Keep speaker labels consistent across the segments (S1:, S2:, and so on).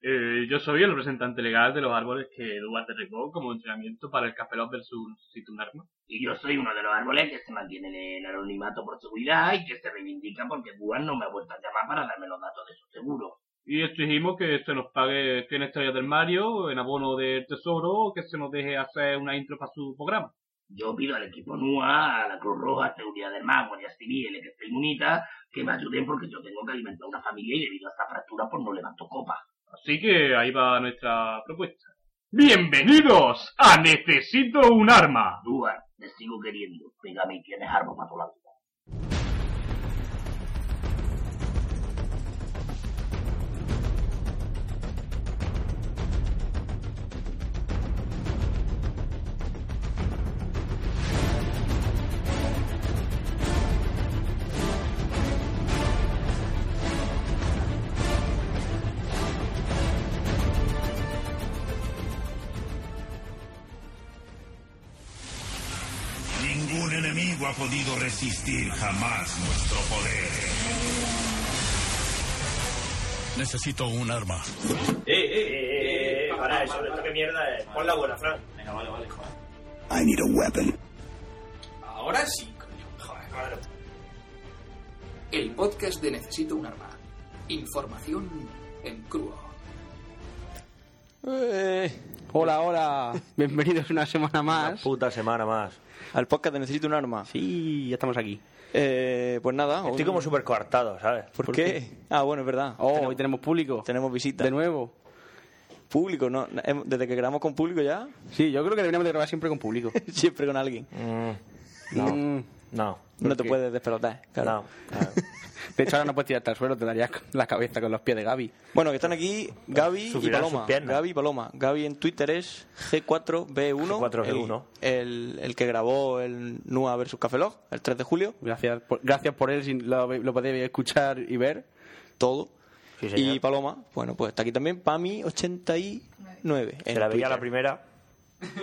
S1: Eh, yo soy el representante legal de los árboles que Duarte regó como entrenamiento para el Cafelot versus Situmarma.
S2: Y yo soy uno de los árboles que se mantiene en el anonimato por seguridad y que se reivindica porque Cuba no me ha vuelto a llamar para darme los datos de su seguro.
S1: Y exigimos que se nos pague 100 estrellas del Mario en abono del Tesoro o que se nos deje hacer una intro para su programa.
S2: Yo pido al equipo NUA, a la Cruz Roja, Seguridad del Mar, Guardia Civil, el que estoy inmunita, que me ayuden porque yo tengo que alimentar a una familia y debido a esta fractura pues no levanto copa.
S1: Así que ahí va nuestra propuesta. ¡Bienvenidos a Necesito un arma!
S2: Duar, te sigo queriendo. Pégame y tienes armas para toda la vida.
S3: Ningún enemigo ha podido resistir jamás nuestro poder. Necesito un arma.
S4: Eh, eh, eh, eh, para eso, esto que mierda es. Pon la buena, Fran. Venga, vale, vale, joder.
S3: I need a weapon.
S4: Ahora sí, coño. Joder, claro.
S5: El podcast de Necesito un arma. Información en crudo.
S6: Eh, hola, hola. Bienvenidos una semana más
S7: Puta semana más.
S6: al podcast de Necesito un Arma.
S8: Sí, ya estamos aquí.
S6: Eh, pues nada.
S7: Estoy
S6: hoy-
S7: como súper coartado, ¿sabes?
S6: ¿Por, qué? Ah, bueno, es verdad.
S8: Oh,
S6: Tenemos-
S8: hoy tenemos público.
S6: tenemos visita.
S8: De nuevo.
S6: Público, ¿no? Hem- Desde que grabamos con público ya,
S8: Sí, yo creo que deberíamos de grabar siempre con público.
S6: siempre con alguien.
S7: Mm,
S8: Mm.
S7: no.
S6: No te
S8: qué?
S6: puedes despelotar, claro.
S7: No. claro.
S8: De hecho, ahora no puedes tirarte al suelo, te darías con la cabeza con los pies de Gaby.
S6: Bueno, que están aquí Gaby y
S7: Sufrirán
S6: Paloma.
S7: sus piernas.
S6: Gaby y Paloma. Gaby en Twitter es G4B1.
S7: G4B1.
S6: El, el, el que grabó el NUA versus Cafelog el 3 de julio.
S8: Gracias por, gracias por él, si lo, lo podéis escuchar y ver.
S6: Todo.
S7: Sí, señor.
S6: y Paloma, bueno, pues está aquí también Pami89.
S7: Se la veía la primera.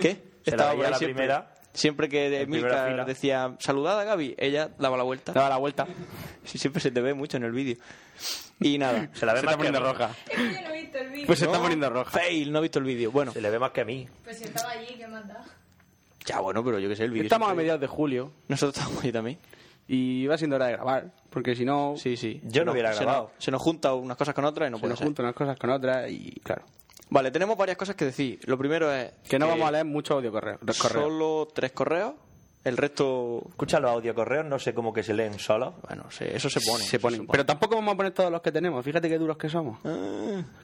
S6: ¿Qué?
S7: Se la veía
S6: por ahí
S7: la
S6: siempre.
S7: primera.
S6: Siempre que
S7: En primera
S6: Emilcar
S7: fila.
S6: decía saludad a Gaby, ella daba la vuelta.
S8: Daba la vuelta.
S6: Sí, siempre se te ve mucho en el vídeo. Y nada.
S7: Se la ve
S8: Se
S7: más
S8: está poniendo
S7: que a mí.
S8: roja.
S9: Es que yo no he visto el vídeo.
S8: Pues se
S6: No,
S8: está poniendo roja.
S6: Fail, no he visto el vídeo. Bueno,
S7: Se le ve más que a mí.
S9: Pues si estaba allí, ¿qué más da?
S6: ya bueno, pero yo qué sé, el vídeo.
S8: Estamos a
S6: siempre-
S8: mediados de julio
S6: Nosotros estamos ahí también.
S8: y va siendo hora de grabar. Porque si no,
S6: Sí, sí.
S7: Yo no hubiera
S6: se
S7: grabado.
S6: nos- se nos junta unas cosas con otras y no
S8: se
S6: puede
S8: nos
S6: ser.
S8: juntan unas cosas con otras y claro.
S6: Vale, tenemos varias cosas que decir. Lo primero es
S8: Que no vamos a leer mucho audio correo. correo.
S6: solo tres correos. El resto,
S7: Escucha los audiocorreos, no sé cómo que se leen solos.
S6: bueno, se- eso ¿Eh? se pone.
S8: Se ponen. Pero tampoco vamos a poner todos los que tenemos. Fíjate qué duros que somos.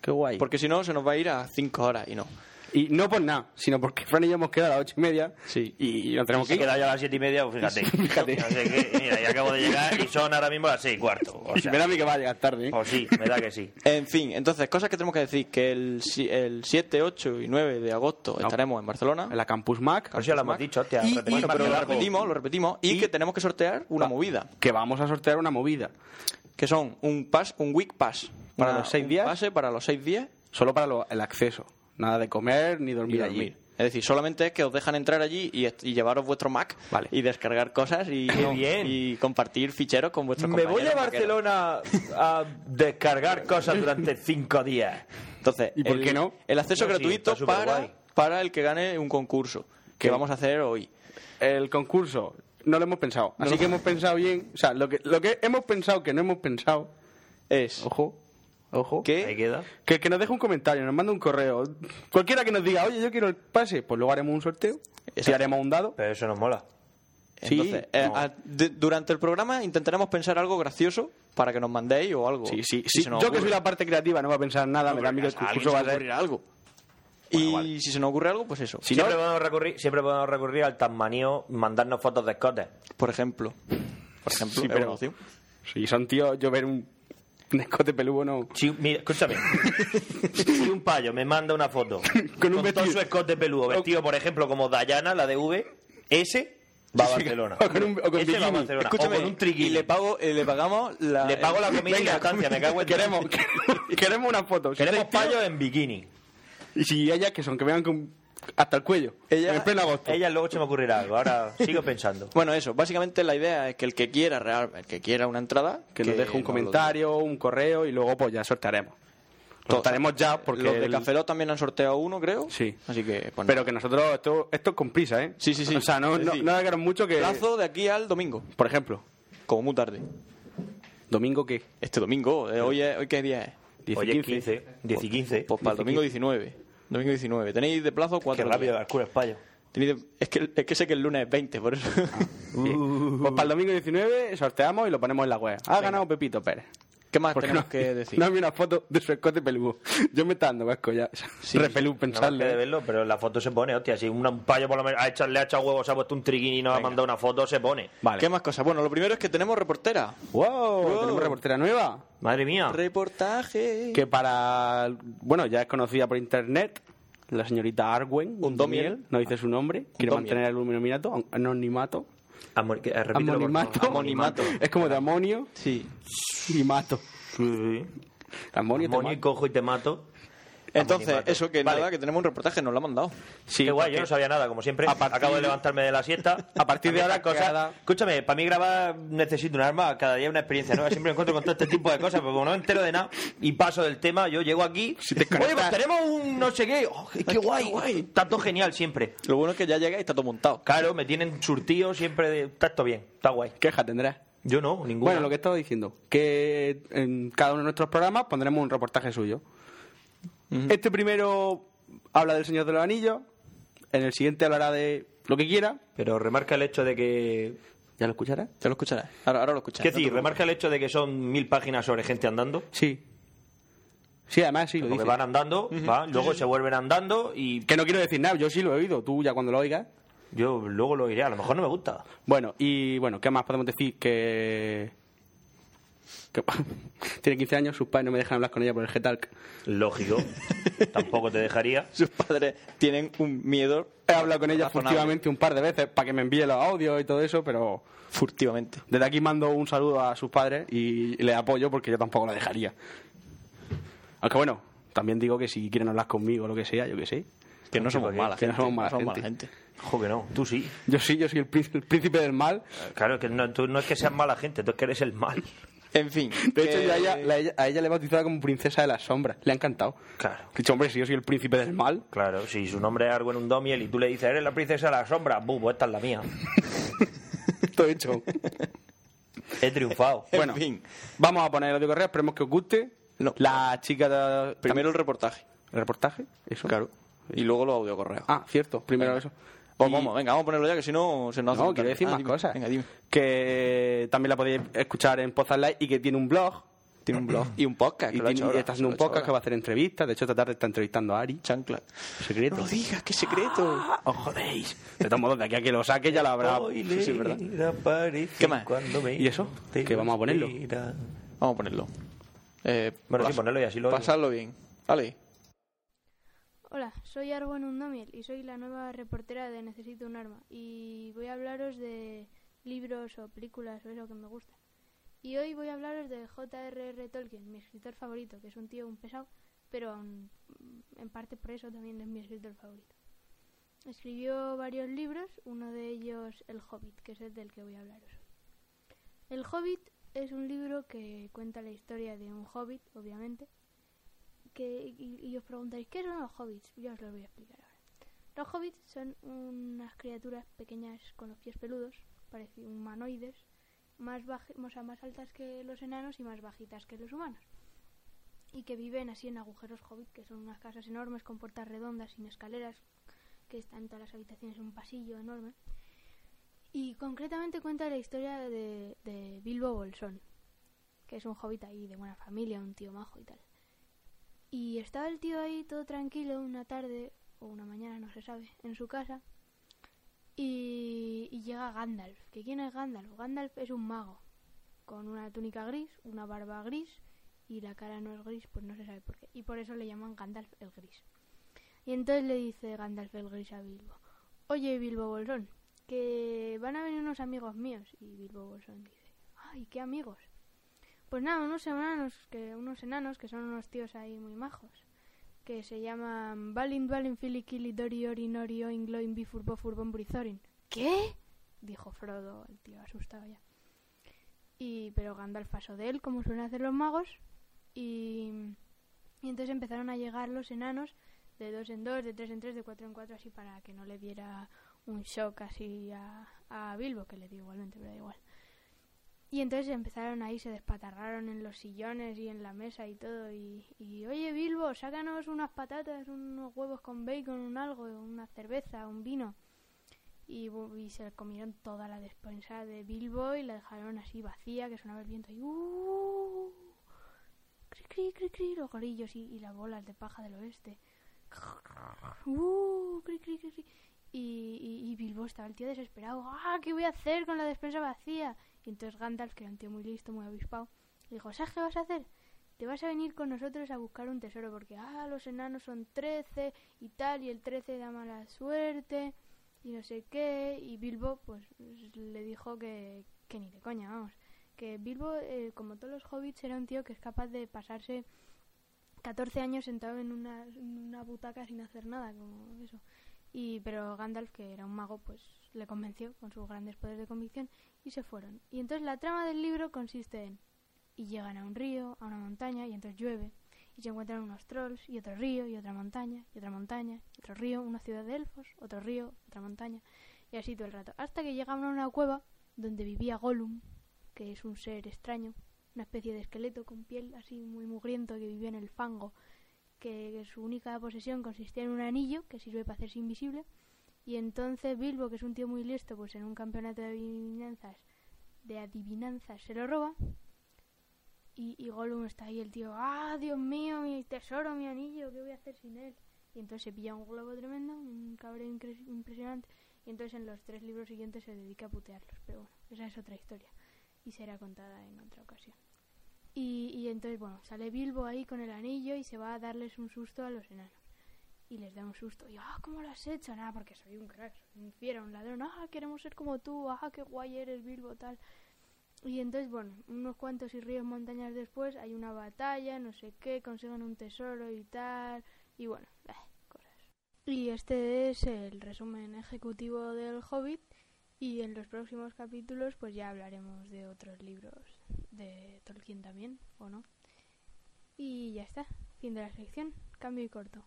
S8: Qué guay.
S6: ah, Porque si no, se nos va a ir a cinco horas y no.
S8: Y no por nada, sino porque Fran y yo hemos quedado a las ocho y media.
S6: Sí.
S8: Y nos tenemos
S7: Se
S8: que ir.
S7: queda ya a las siete y media, pues fíjate.
S8: Fíjate.
S7: No sé qué. Mira, ya acabo de llegar y son ahora mismo las seis y cuarto. O
S8: Y
S7: sea,
S8: verá a mí que va a llegar tarde. ¿eh?
S7: pues sí, me da que sí.
S6: En fin, entonces, cosas que tenemos que decir: que el, si- el 7, 8 y 9 de agosto estaremos en Barcelona.
S8: En la Campus Mac.
S7: Por si ya lo hemos dicho, hostia.
S6: Y, y-
S7: repetimos
S6: pero lo
S7: algo.
S6: repetimos, lo repetimos. Y, que tenemos que sortear una movida,
S8: Que vamos a sortear una movida.
S6: que son un pass, un week pass.
S8: Para
S6: Una-
S8: los seis
S6: un
S8: días.
S6: pase para los seis días
S8: Solo para lo- el acceso. Nada de comer ni
S6: y
S8: dormir,
S6: dormir.
S8: allí.
S6: Es decir, solamente es que os dejan entrar allí y, est- y llevaros vuestro Mac
S8: Vale.
S6: y descargar cosas y,
S7: Qué bien.
S6: y compartir ficheros con vuestros
S7: Me voy a
S6: compañeros vaqueros.
S7: Barcelona a descargar cosas durante cinco días.
S6: Entonces,
S8: ¿Y por
S6: el,
S8: qué no?
S6: El acceso
S7: No, sí,
S6: gratuito
S7: está superguay.
S6: para, para el que gane un concurso que
S8: ¿Qué?
S6: vamos a hacer hoy.
S8: El concurso no lo hemos pensado. Así
S6: lo-
S8: que hemos pensado bien. O sea, lo que, lo que hemos pensado que no hemos pensado.
S6: Es
S8: Ojo. Ojo.
S6: que
S7: Ahí queda.
S8: Que, que nos deje un comentario, nos mande un correo. Cualquiera que nos diga, oye, yo quiero el pase, pues luego haremos un sorteo.
S6: Exacto.
S8: Tiraremos un dado.
S7: Pero eso nos mola.
S8: Sí,
S6: Entonces, eh,
S8: no.
S6: a- de- durante el programa intentaremos pensar algo gracioso para que nos mandéis o algo.
S8: Sí, sí,
S6: si
S8: sí.
S6: se
S8: Yo
S6: nos
S8: que soy
S6: ocurre.
S8: la parte creativa no va a pensar nada, me da miedo el
S6: A alguien
S8: concurso
S6: se
S8: va a
S6: le
S8: ser...
S6: ocurrirá algo. Y si se nos ocurre algo, pues eso.
S7: siempre, podemos recurrir, siempre podemos recurrir al tasmanío mandarnos fotos de escotes.
S6: Por ejemplo. Por ejemplo,
S8: Sí, pero-
S6: evolución.
S8: Si son tíos, yo ver un, un escote peludo no...
S7: Si, mira, escúchame. si un payo me manda una foto
S8: Con
S7: todo
S8: un vestido.
S7: su escote peludo, vestido, por ejemplo, como Dayana, la de V, ese va a Barcelona.
S8: O con un- o con
S7: ese va a
S8: bikini.
S7: Barcelona.
S6: Escúchame,
S7: o con un
S6: y
S7: triqui.
S6: le, pago, eh, le pagamos la...
S7: Le pago la comida y la estancia, me cago en
S8: Queremos, queremos una foto. Si
S7: Queremos
S8: sois tíos-
S7: payos en bikini.
S8: Y si ellas que son, que vean con... hasta el cuello.
S6: Ella-
S8: en pleno agosto.
S7: Ella luego se me ocurrirá algo, ahora sigo pensando.
S6: Bueno, eso. Básicamente la idea es que el que quiera real- el que quiera una entrada...
S8: Que nos deje un
S6: no lo dude.
S8: comentario, un correo y luego pues ya sortearemos.
S6: Todo.
S8: votaremos ya, porque.
S6: Los de
S8: el-
S6: Cafelot también han sorteado uno, creo.
S8: Sí.
S6: Así que, bueno.
S8: Pero que nosotros, esto, esto es con prisa, ¿eh?
S6: Sí, sí, sí.
S8: O sea, no,
S6: Es
S8: no,
S6: decir,
S8: no alargaron mucho que.
S6: plazo de aquí al domingo,
S8: Por ejemplo,
S6: como muy tarde.
S8: domingo qué?
S6: Este domingo, eh, hoy, es- hoy qué día es.
S8: 10 y
S7: Oye, 15. 10 y 15.
S6: Pues para el domingo 19. Domingo 19. Tenéis de plazo
S7: Qué
S6: cuatro.
S7: rápido,
S6: días.
S7: el cura es payo.
S6: Tenéis de- es, que, es que sé que el lunes es 20, por eso.
S8: Ah.
S6: Uh.
S8: Pues para el domingo 19 sorteamos y lo ponemos en la web. Ha ganado Pepito Pérez.
S6: ¿Qué más
S8: Porque
S6: tenemos
S8: no,
S6: que decir?
S8: No había una foto de su escote peludo. Yo me está dando vasco ya. Repelú
S7: Nada más que de
S8: pensarle. ¿eh?
S7: verlo, pero en la foto se pone, hostia. Si un un payo por lo menos ha hecho, le ha echado huevos, se ha puesto un triguín y nos ha mandado una foto, se pone.
S8: vale.
S6: ¿Qué más cosas? Bueno, lo primero es que tenemos reportera.
S8: ¡Wow!
S6: Wow.
S8: Tenemos reportera nueva.
S7: Madre
S8: Ah.
S7: mía.
S6: Reportaje.
S8: Que para. Bueno, ya es conocida por internet. La señorita Arwen.
S6: Un domiel.
S8: No dice su nombre. Quiere
S6: domiel.
S8: mantener el anonimato. an- Anonimato.
S7: Amor, que- eh, repítelo, por
S8: Amonimato.
S7: favor.
S6: Amonimato.
S8: Es como de amonio
S6: Sí.
S8: y mato.
S7: Sí, sí.
S8: Amonio, te
S7: Amonio y
S8: mato.
S7: cojo y te mato.
S6: Entonces,
S7: Amonimato.
S6: eso que
S7: Vale.
S6: nada, que tenemos un reportaje, nos lo ha mandado.
S8: Sí,
S7: Qué guay,
S8: porque-
S7: yo no sabía nada, como siempre.
S8: A partir-
S7: Acabo de levantarme de la siesta.
S8: A partir de
S7: mí
S8: ahora,
S7: estas cosas-
S8: cada-
S7: Escúchame, para mí grabar necesito un arma, cada día una experiencia nueva. Siempre me encuentro con todo este tipo de cosas, pero como no me entero de nada y paso del tema, yo llego aquí.
S8: Si te
S7: Oye, pues
S8: conectas-
S7: tenemos un no sé qué. Oh, qué guay, guay. Está todo genial siempre.
S6: Lo bueno es que ya llega y está todo montado.
S7: Claro, me tienen surtido siempre. De... Está todo bien, está guay.
S8: Queja tendrás.
S7: Yo no, ninguna.
S8: Bueno, lo que estaba diciendo, que en cada uno de nuestros programas pondremos un reportaje suyo. Este primero habla del Señor de los Anillos, en el siguiente hablará de lo que quiera.
S7: Pero remarca el hecho de que.
S8: ¿Ya lo escucharás?
S6: Ya lo escucharás. Ahora, ahora lo escucharás.
S7: ¿Qué
S6: No te
S7: decir?
S6: preocupes.
S7: remarca el hecho de que son mil páginas sobre gente andando.
S8: Sí. Sí, además sí lo
S7: Porque
S8: dice.
S7: van andando, va, luego se vuelven andando y
S8: Que no quiero decir nada, yo sí lo he oído, tú ya cuando lo oigas.
S7: yo luego lo iré. A lo mejor no me gusta.
S8: Bueno, y bueno, ¿qué más podemos decir? Que... que- Tiene 15 años, sus padres no me dejan hablar con ella por el Getalk.
S7: Lógico. Tampoco te dejaría.
S6: Sus padres tienen un miedo eh,
S8: He hablado con ella
S6: Razonable.
S8: furtivamente un par de veces para que me envíe los audios y todo eso, pero...
S6: furtivamente.
S8: Desde aquí mando un saludo a sus padres y les apoyo porque yo tampoco la dejaría. Aunque bueno, también digo que si quieren hablar conmigo o lo que sea, yo que sé.
S6: Que no
S7: Sí,
S6: somos
S7: porque-
S6: malas.
S8: que no somos mala gente.
S6: gente.
S7: Joder, no. Tú sí.
S8: Yo sí, yo soy el, prín- el príncipe del mal.
S7: Claro, que no, tú no es que seas mala gente, tú es que eres el mal.
S6: En fin.
S8: De hecho,
S6: que-
S8: yo a, ella, la- ella- a ella le he bautizado como princesa de las sombras. Le ha encantado.
S7: Claro.
S8: He dicho, hombre, si yo soy el príncipe del mal.
S7: Claro, si su nombre es Arwen Undomiel y tú le dices, eres la princesa de la sombra, bubo, esta es la mía.
S8: Todo hecho.
S7: He triunfado.
S6: En
S8: bueno.
S6: fin.
S8: Vamos a poner el audio correo, esperemos que os guste.
S6: No.
S8: La chica de...
S6: Primero el reportaje.
S8: ¿El reportaje? Eso.
S6: Claro. Y luego los audio correo.
S8: Ah, cierto. Primero eso.
S6: Pues
S8: Y-
S6: vamos, venga, vamos a ponerlo ya, que si no se nos hace
S8: No,
S6: muy tarde.
S8: quiero decir
S6: Ah,
S8: más
S6: dime.
S8: cosas.
S6: Venga, dime.
S8: Que también la podéis escuchar en Pozas Live y que tiene un blog.
S6: Tiene un blog y un podcast.
S8: Y,
S6: que lo ha
S8: tiene-
S6: hecho ahora,
S8: y está haciendo
S6: lo
S8: un
S6: ha hecho
S8: podcast que va a
S6: ahora.
S8: hacer entrevistas. De hecho, esta tarde está entrevistando a Ari.
S6: Chancla.
S8: Secreto.
S6: No lo digas, qué secreto.
S8: ¡Os jodéis! De todos modos, de aquí a que lo saque ya lo habrá. Sí, sí, es verdad.
S6: ¿Qué más?
S8: ¿Y eso? Que vamos a ponerlo.
S6: Vamos a ponerlo. Eh,
S7: Bueno, sí,
S6: pas-
S7: ponerlo y así lo oigo.
S6: Pasarlo bien. Vale.
S10: Hola, soy Arwen Undomiel y soy la nueva reportera de Necesito un arma y voy a hablaros de libros o películas o eso que me gusta. Y hoy voy a hablaros de J.R.R. Tolkien, mi escritor favorito, que es un tío un pesado, pero aún, mm, en parte por eso también es mi escritor favorito. Escribió varios libros, uno de ellos El Hobbit, que es el del que voy a hablaros hoy. El Hobbit es un libro que cuenta la historia de un hobbit, obviamente, que, y, y os preguntáis, ¿qué son los hobbits? Yo os lo voy a explicar ahora. Los hobbits son unas criaturas pequeñas con los pies peludos, parecidos humanoides, más, baji- o sea, más altas que los enanos y más bajitas que los humanos. Y que viven así en agujeros hobbit, que son unas casas enormes con puertas redondas, sin escaleras, que están todas las habitaciones en un pasillo enorme. Y concretamente cuenta la historia de, de Bilbo Bolsón, que es un hobbit ahí de buena familia, un tío majo y tal. Y estaba el tío ahí todo tranquilo una tarde o una mañana, no se sabe, en su casa. Y, y llega Gandalf. ¿Que quién es Gandalf? Gandalf es un mago con una túnica gris, una barba gris y la cara no es gris, pues no se sabe por qué. Y por eso le llaman Gandalf el gris. Y entonces le dice Gandalf el gris a Bilbo. Oye, Bilbo Bolsón, que van a venir unos amigos míos. Y Bilbo Bolsón dice, ay, qué amigos. Pues nada, unos enanos que, unos enanos que son unos tíos ahí muy majos. Que se llaman Balin, Balin, Fili, Kili, Dori, Ori, Nori, Oin, Gloin, Bifur, Bofur, Bomburizorin. ¿Qué? Dijo Frodo, el tío asustado ya. Y, pero Gandalf pasó de él, como suelen hacer los magos, y, Y entonces empezaron a llegar los enanos de dos en dos, de tres en tres, de cuatro en cuatro, así para que no le diera un shock así a, a Bilbo, que le dio igualmente, pero da igual. Y entonces empezaron ahí, se despatarraron en los sillones y en la mesa y todo. Y, y, oye, Bilbo, sácanos unas patatas, unos huevos con bacon, un algo, una cerveza, un vino. Y, bu- y se comieron toda la despensa de Bilbo y la dejaron así vacía, que sonaba el viento. Y ¡uh! Cri, cri, cri, cri, los gorillos y, y las bolas de paja del oeste. ¡Uh! Cri, cri, cri, cri. Y, y- y Bilbo estaba el tío desesperado. ¡Ah! ¿Qué voy a hacer con la despensa vacía? Y entonces Gandalf, que era un tío muy listo, muy avispado, le dijo, ¿sabes qué vas a hacer? Te vas a venir con nosotros a buscar un tesoro porque, ah, los enanos son 13 y tal, y el 13 da mala suerte, y no sé qué. Y Bilbo, pues, le dijo que, que ni de coña, vamos. Que Bilbo, eh, como todos los hobbits, era un tío que es capaz de pasarse 14 años sentado en una, en una butaca sin hacer nada, como eso. Y, pero Gandalf, que era un mago, pues le convenció con sus grandes poderes de convicción y se fueron. Y entonces la trama del libro consiste en... Y llegan a un río, a una montaña, y entonces llueve. Y se encuentran unos trolls, y otro río, y otra montaña, y otra montaña, y otro río, una ciudad de elfos, otro río, otra montaña. Y así todo el rato. Hasta que llegaban a una cueva donde vivía Gollum, que es un ser extraño, una especie de esqueleto con piel así muy mugriento que vivía en el fango, que su única posesión consistía en un anillo que sirve para hacerse invisible. Y entonces Bilbo, que es un tío muy listo, pues en un campeonato de adivinanzas, de adivinanzas se lo roba. Y, y Gollum está ahí, el tío, ah, Dios mío, mi tesoro, mi anillo, ¿qué voy a hacer sin él? Y entonces se pilla un globo tremendo, un cabreo incre- impresionante. Y entonces en los tres libros siguientes se dedica a putearlos. Pero bueno, esa es otra historia. Y será contada en otra ocasión. Y, y entonces, bueno, sale Bilbo ahí con el anillo y se va a darles un susto a los enanos. Y les da un susto. Y, ah, ¿cómo lo has hecho? Nada, porque soy un crack, soy un fiera, un ladrón. Ah, queremos ser como tú. Ah, qué guay eres, Bilbo, tal. Y entonces, bueno, unos cuantos y ríos montañas después hay una batalla, no sé qué, consiguen un tesoro y tal. Y bueno, eh, cosas. Y este es el resumen ejecutivo del Hobbit. Y en los próximos capítulos, pues ya hablaremos de otros libros de Tolkien también, ¿o no? Y ya está, fin de la sección, cambio y corto.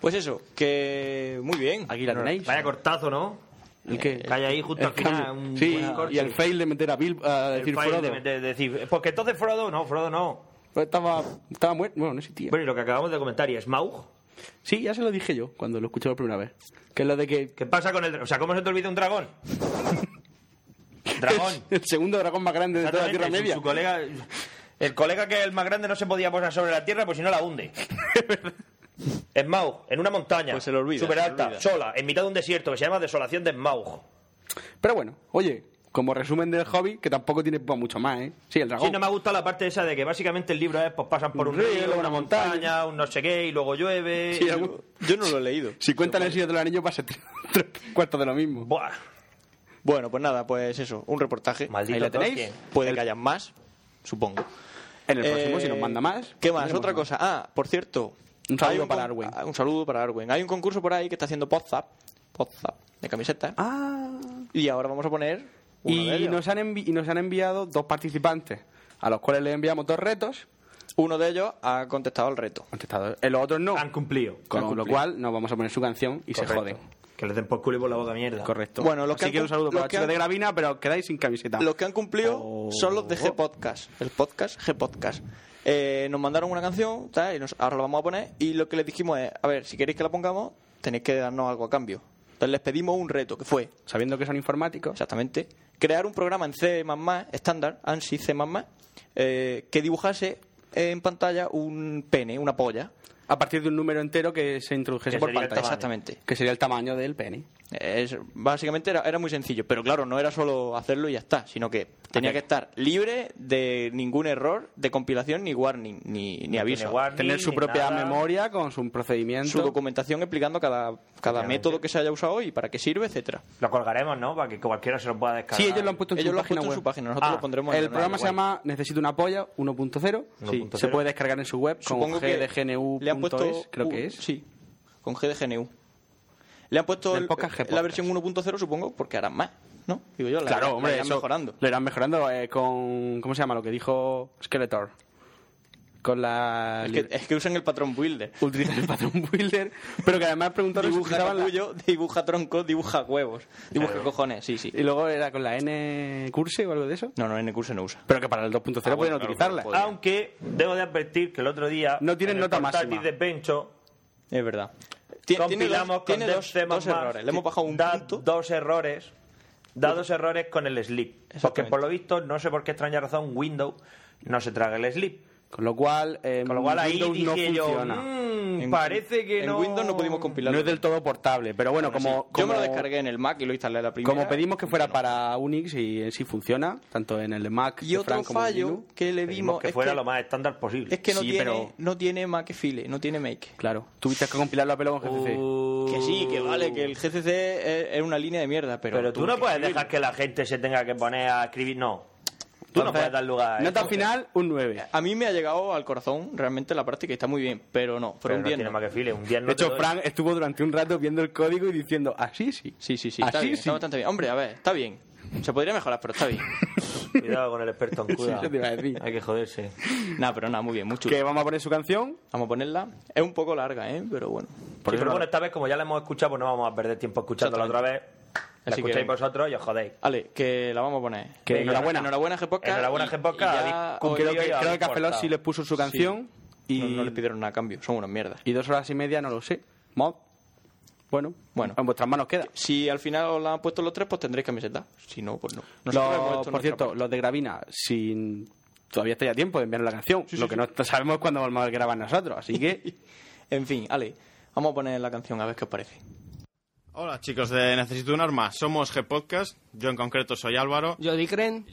S6: Pues eso, que muy bien.
S8: Aquí la tenéis.
S7: Vaya cortazo, ¿no?
S6: eh,
S8: ¿El qué?
S7: Que hay ahí justo al
S8: El
S7: final.
S8: cambio.
S7: un-
S8: sí,
S7: un corte.
S8: y el fail de meter a Bill a
S7: El
S8: decir
S7: fail de-
S8: Frodo.
S7: de- de decir, eh, porque entonces Frodo, no, Frodo no.
S8: Pues estaba, estaba muerto. Bueno, no existía.
S7: Bueno, y lo que acabamos de comentar, ¿y Smaug?
S8: Sí, ya se lo dije yo cuando lo escuché por primera vez. Que es lo de que.
S7: ¿Qué pasa con el dra- O sea, ¿cómo se te olvida un dragón? dragón.
S8: El segundo dragón más grande de toda la Tierra
S7: Exactamente,
S8: Media.
S7: su- su colega, el colega que es el más grande no se podía posar sobre la tierra, pues si no la hunde. Smaug, en una montaña,
S6: Pues se lo olvida,
S7: super
S6: se lo
S7: alta,
S6: olvida.
S7: sola, en mitad de un desierto que se llama Desolación de Smaug.
S8: Pero bueno, oye, como resumen del hobby, que tampoco tiene pues, mucho más, ¿eh? Sí, el dragón.
S7: Sí, no me ha gustado la parte esa de que básicamente el libro es, pues pasan por un,
S8: Un río,
S7: río,
S8: una
S7: una
S8: montaña.
S7: montaña, un no sé qué, y luego llueve.
S8: Sí,
S7: y-
S8: algo-
S6: Yo no lo he leído.
S8: Si cuentan el Señor del Anillo, va a ser tres, tres cuartos de lo mismo.
S7: Buah,
S6: Bueno, pues nada, pues eso, un reportaje.
S7: Maldito
S6: Ahí la tenéis.
S7: Tolkien.
S6: Puede que hayan más, supongo.
S8: En el próximo,
S6: Eh,
S8: si nos manda más.
S6: ¿Qué más?
S8: tendremos
S6: Otra
S8: más.
S6: cosa. Ah, por cierto.
S8: Un saludo
S6: hay
S8: para
S6: con-
S8: Arwen.
S6: ah, Un saludo para Arwen. Hay un concurso por ahí que está haciendo Podzap. Podzap, de camisetas.
S8: Ah.
S6: Y ahora vamos a poner. uno de
S8: Y
S6: ellos.
S8: nos, han envi- y nos han enviado dos participantes, a los cuales les enviamos dos retos.
S6: Uno de ellos ha contestado al reto.
S8: Contestado. En los otros no.
S7: han cumplido.
S8: Con
S6: han
S8: lo
S6: cumplido.
S8: cual, nos vamos a poner su canción y se
S7: Correcto.
S8: joden.
S7: Que les den por culo y por la boca mierda.
S8: Correcto.
S6: Bueno, los que
S8: Así
S6: han
S8: que un
S6: cum-
S8: saludo
S6: los
S8: para los
S6: que
S8: chicos
S6: han-
S8: de Gravina, pero os quedáis sin camiseta.
S6: Los que han cumplido
S8: Oh.
S6: son los de G-Podcast. El podcast G-Podcast. Eh, nos mandaron una canción, tal, y nos, ahora la vamos a poner. Y lo que les dijimos es: a ver, si queréis que la pongamos, tenéis que darnos algo a cambio. Entonces les pedimos un reto, que fue
S8: Sabiendo que son informáticos,
S6: Exactamente. Crear un programa en C++ estándar, ANSI C++, eh, que dibujase en pantalla un pene, una polla.
S8: a partir de un número entero que se introdujese
S7: Que
S8: por
S7: sería el
S8: pantalla.
S7: tamaño.
S6: Exactamente.
S8: Que sería el tamaño del pene.
S6: Es, básicamente era, era muy sencillo, pero claro, no era solo hacerlo y ya está, sino que tenía que estar libre de ningún error de compilación ni warning, ni, ni aviso.
S7: tiene warning,
S8: Tener su
S7: ni
S8: propia
S7: nada.
S8: memoria con su procedimiento.
S6: Su documentación explicando cada, cada método que se haya usado y para qué sirve, etcétera.
S7: Lo colgaremos, ¿no? Para que cualquiera se lo pueda descargar.
S8: Sí, ellos lo han puesto en
S6: Ellos
S8: su
S6: lo han
S8: página
S6: puesto en
S8: web.
S6: su página, nosotros
S7: Ah,
S6: lo pondremos en
S8: El
S6: la
S8: programa se
S6: web.
S8: llama Necesito una polla 1.0. Sí,
S7: 1.0.
S8: se puede descargar en su web
S6: Supongo
S8: con
S6: que le han puesto
S8: gdgnu.es, creo
S6: u-
S8: que es.
S6: Sí, con gdgnu. Le han puesto
S8: Del
S6: el-
S8: podcast G
S6: la
S8: podcast.
S6: versión 1.0, supongo, porque harán más, ¿no? Digo yo, la,
S8: Claro,
S6: la
S8: hombre,
S6: irán
S8: eso
S6: mejorando.
S8: Lo irán mejorando eh, con. ¿Cómo se llama lo que dijo Skeletor? con la...
S6: Es
S8: lib-
S6: que, es que usan el patrón builder.
S8: utilizan el patrón Builder, pero que además preguntaron si
S6: Dibuja
S8: utilizaban la-
S6: capullo, dibuja tronco, dibuja huevos. Dibuja cojones, sí, sí.
S8: Y luego era con la N curse o algo de eso.
S6: No, no, en el curso no usa.
S8: Pero que para el 2.0
S7: Ah, bueno,
S8: pueden
S7: claro,
S8: utilizarla.
S7: podía. Aunque debo de advertir que el otro día.
S8: No tienen
S7: en el
S8: nota
S7: portátil
S8: máxima.
S7: de Pencho.
S6: Es verdad. Ti- tiene dos,
S7: compilamos con
S6: tiene
S7: dos,
S6: dos- dos errores. Le hemos bajado un
S7: da
S6: punto.
S7: dos errores. Da dos errores con el slip. Porque
S6: Exactamente.
S7: por lo visto, no sé por qué extraña razón, Windows no se traga el slip.
S8: Con lo cual, eh,
S7: Con lo cual ahí
S8: Windows no
S7: dije yo,
S8: funciona.
S7: "Mm,
S6: En-
S7: parece que
S6: en
S7: no...
S6: Windows no pudimos compilar.
S8: No es del todo portable, pero bueno, como,
S6: Sí. Yo me lo
S8: como-
S6: descargué en el Mac y lo instalé la primera.
S8: Como pedimos que fuera para Unix y en sí funciona, tanto en el de Mac
S6: Y
S8: de
S6: otro
S8: Fran como en
S6: fallo
S8: Linux.
S6: que le
S7: Pedimos
S6: vimos
S7: que
S6: es
S7: fuera
S6: que-
S7: lo más estándar posible.
S6: es que no
S8: Sí,
S6: tiene,
S8: pero-
S6: no tiene Macfile, no tiene Make.
S8: Claro, tuviste que compilarlo a pelo con
S7: Uh,
S8: GCC.
S6: Que sí, que vale, que el GCC e, es, es una línea de mierda, Uh. pero...
S7: Pero tú no puedes dejar que la gente se tenga que poner a escribir. No. Tú no
S8: Entonces,
S7: puedes dar lugar. a
S8: Nota
S7: eso. eh.
S8: final, un 9.
S6: A mí me ha llegado al corazón realmente la práctica y está muy bien, pero no, fue
S7: Pero
S6: un
S7: no
S6: bien.
S7: tiene más que file. Un día no
S8: de
S7: te
S8: hecho,
S7: doy.
S8: Frank estuvo durante un rato viendo el código y diciendo, así sí.
S6: Sí, sí, sí, está,
S8: Así
S6: bien,
S8: ¿Ah, sí.
S6: está bastante bien. Hombre, a ver, está bien. Se podría mejorar, pero está bien.
S7: Cuidado con el experto en CUDA.
S8: Sí, eso te iba a decir.
S7: Hay que joderse.
S6: nada, pero nada, muy bien, muy chulo.
S8: Que vamos a poner su canción.
S6: Vamos a ponerla. Es un poco larga, ¿eh? Pero bueno.
S7: Sí, pero bueno, esta vez, como ya la hemos escuchado, pues no vamos a perder tiempo escuchándola otra vez. La
S6: Así que-
S7: escucháis vosotros y os jodéis.
S6: Ale, que la vamos a poner.
S8: Que
S6: Venga,
S8: enhorabuena.
S6: Enhorabuena, G-Podcast.
S7: Enhorabuena,
S6: y-
S7: G-Podcast.
S6: y ya
S7: Con
S6: hoy-
S8: Creo
S7: Oye,
S8: que,
S7: oye,
S8: creo
S7: habéis
S8: que a Pelot
S7: cortado.
S8: sí les puso su canción
S6: y
S8: y,
S6: no, no le pidieron nada a cambio, son unas mierdas.
S8: y dos horas y media, no lo sé. Mod. Bueno,
S6: Bueno.
S8: en vuestras manos queda.
S6: Si al final os la han puesto los tres, pues tendréis camiseta. Si no, pues no. Nosotros hemos
S8: Los-
S6: hecho
S8: por
S6: nuestra
S8: cierto,
S6: parte.
S8: los de Gravina, sin... todavía está ya tiempo de enviar la canción. lo que no sabemos es cuándo vamos a grabar nosotros. Así que
S6: En fin, Ale, vamos a poner la canción a ver qué os parece.
S11: Hola chicos de Necesito un Arma, somos G-Podcast, yo en concreto soy Álvaro
S8: Yo Cren.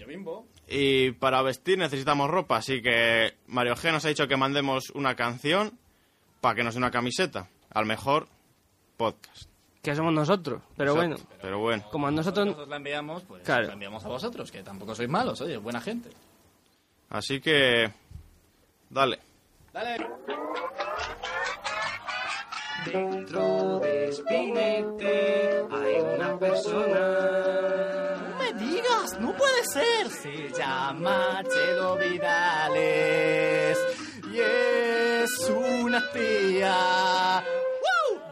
S11: y para vestir necesitamos ropa, así que Mario G nos ha dicho que mandemos una canción para que nos dé una camiseta, al mejor podcast.
S8: que somos nosotros.
S11: Pero bueno. Pero bueno.
S8: Como nosotros
S12: Nosotros la enviamos, pues
S8: Claro.
S12: la enviamos a vosotros, que tampoco sois malos, oye, buena gente.
S11: Así que... Dale.
S12: Dale.
S5: Dentro de Spinete hay una persona.
S12: me digas, no puede ser. Se llama Chelo Vidales y es una espía.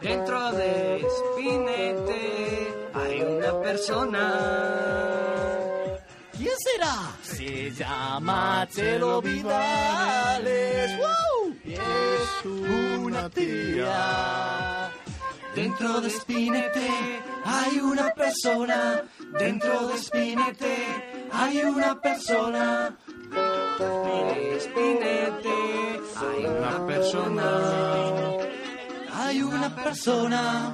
S5: Dentro de Spinete hay una persona.
S12: ¿Quién será? Se llama Chelo Vidales. ¡Wow! Y es una tía. Dentro de Spinete hay una persona. Dentro de Spinete hay una persona. Dentro de Spinete hay una persona. Hay una persona.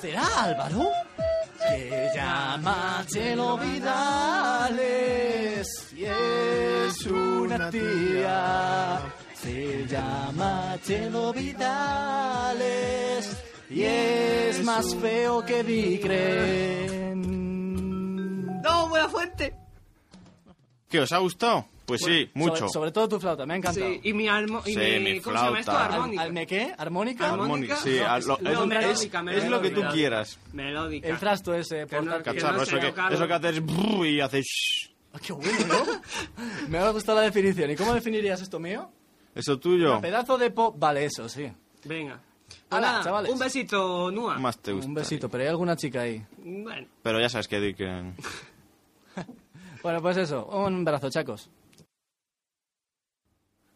S12: ¿Será Álvaro? Se llama Chelo Vidales y es una tía. Se llama Chelo Vidales y es más feo que Vicren.
S9: ¡No, buena fuente!
S11: ¿Qué os ha gustado? Pues sí, mucho.
S12: Sobre, sobre todo tu flauta, me ha encantado.
S5: y mi armo,
S11: Sí, mi flauta.
S12: Al- ¿Alme qué? ¿Armónica?
S11: Armónica, sí,
S12: No,
S11: a-
S12: es-
S11: lo-
S12: lo-
S11: es-
S12: lo-
S11: es,
S5: melódica,
S11: es lo que tú
S5: melódica.
S11: quieras.
S5: melódica.
S12: El trasto ese portátil.
S11: Cacharro,
S5: no sé
S11: eso, que,
S5: tocarlo.
S11: eso que haces brrr y haces... shh.
S12: Ah, ¡Qué bueno, ¿no? Me ha gustado la definición. ¿Y cómo definirías esto mío?
S11: Eso tuyo.
S12: Pedazo de pop. Vale, eso, sí.
S5: Venga.
S12: Hola,
S5: Hola,
S12: chavales.
S5: un besito, Nua.
S11: Más te gusta.
S12: Un besito, pero hay alguna chica ahí.
S5: Bueno,
S11: Pero ya sabes que Dick...
S12: Bueno, pues eso, un abrazo, chacos.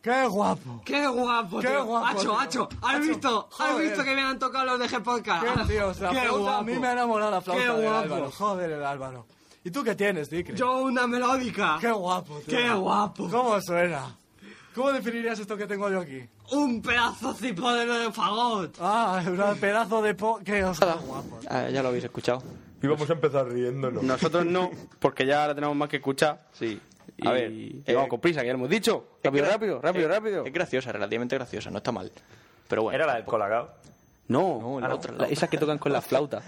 S12: ¡Qué guapo!
S5: qué guapo,
S12: Qué
S5: tío.
S12: guapo,
S5: Hacho,
S12: tío.
S5: hacho, ¿has
S12: Hacho,
S5: visto, has
S12: joder.
S5: visto que me han tocado los de G-Podcast. Ah,
S12: ¡Qué tío! O sea,
S5: qué
S12: flauta,
S5: guapo.
S12: A mí me ha enamorado la flauta
S5: Qué
S12: del
S5: guapo.
S12: Álvaro. Joder, el Álvaro. ¿Y tú qué tienes, Dick?
S5: Yo una melódica.
S12: ¡Qué guapo, tío!
S5: Qué guapo.
S12: ¿Cómo suena? ¿Cómo definirías esto que tengo yo aquí?
S5: Un pedazo tipo de fagot.
S12: Ah, un pedazo de po... ¡Qué os- qué guapo!
S6: Ah, ya lo habéis escuchado.
S7: Y vamos a empezar riéndonos.
S8: Nosotros no, porque ya ahora tenemos más que escuchar.
S6: Sí.
S8: Y
S6: A ver,
S8: y
S6: eh,
S8: vamos con prisa, que ya lo hemos dicho. Rápido,
S6: gra-
S8: rápido, rápido,
S6: es-
S8: rápido.
S6: Es graciosa, relativamente graciosa, no está mal. Pero bueno.
S7: Era la del colacao.
S8: No, la otra, esa que tocan con la flauta.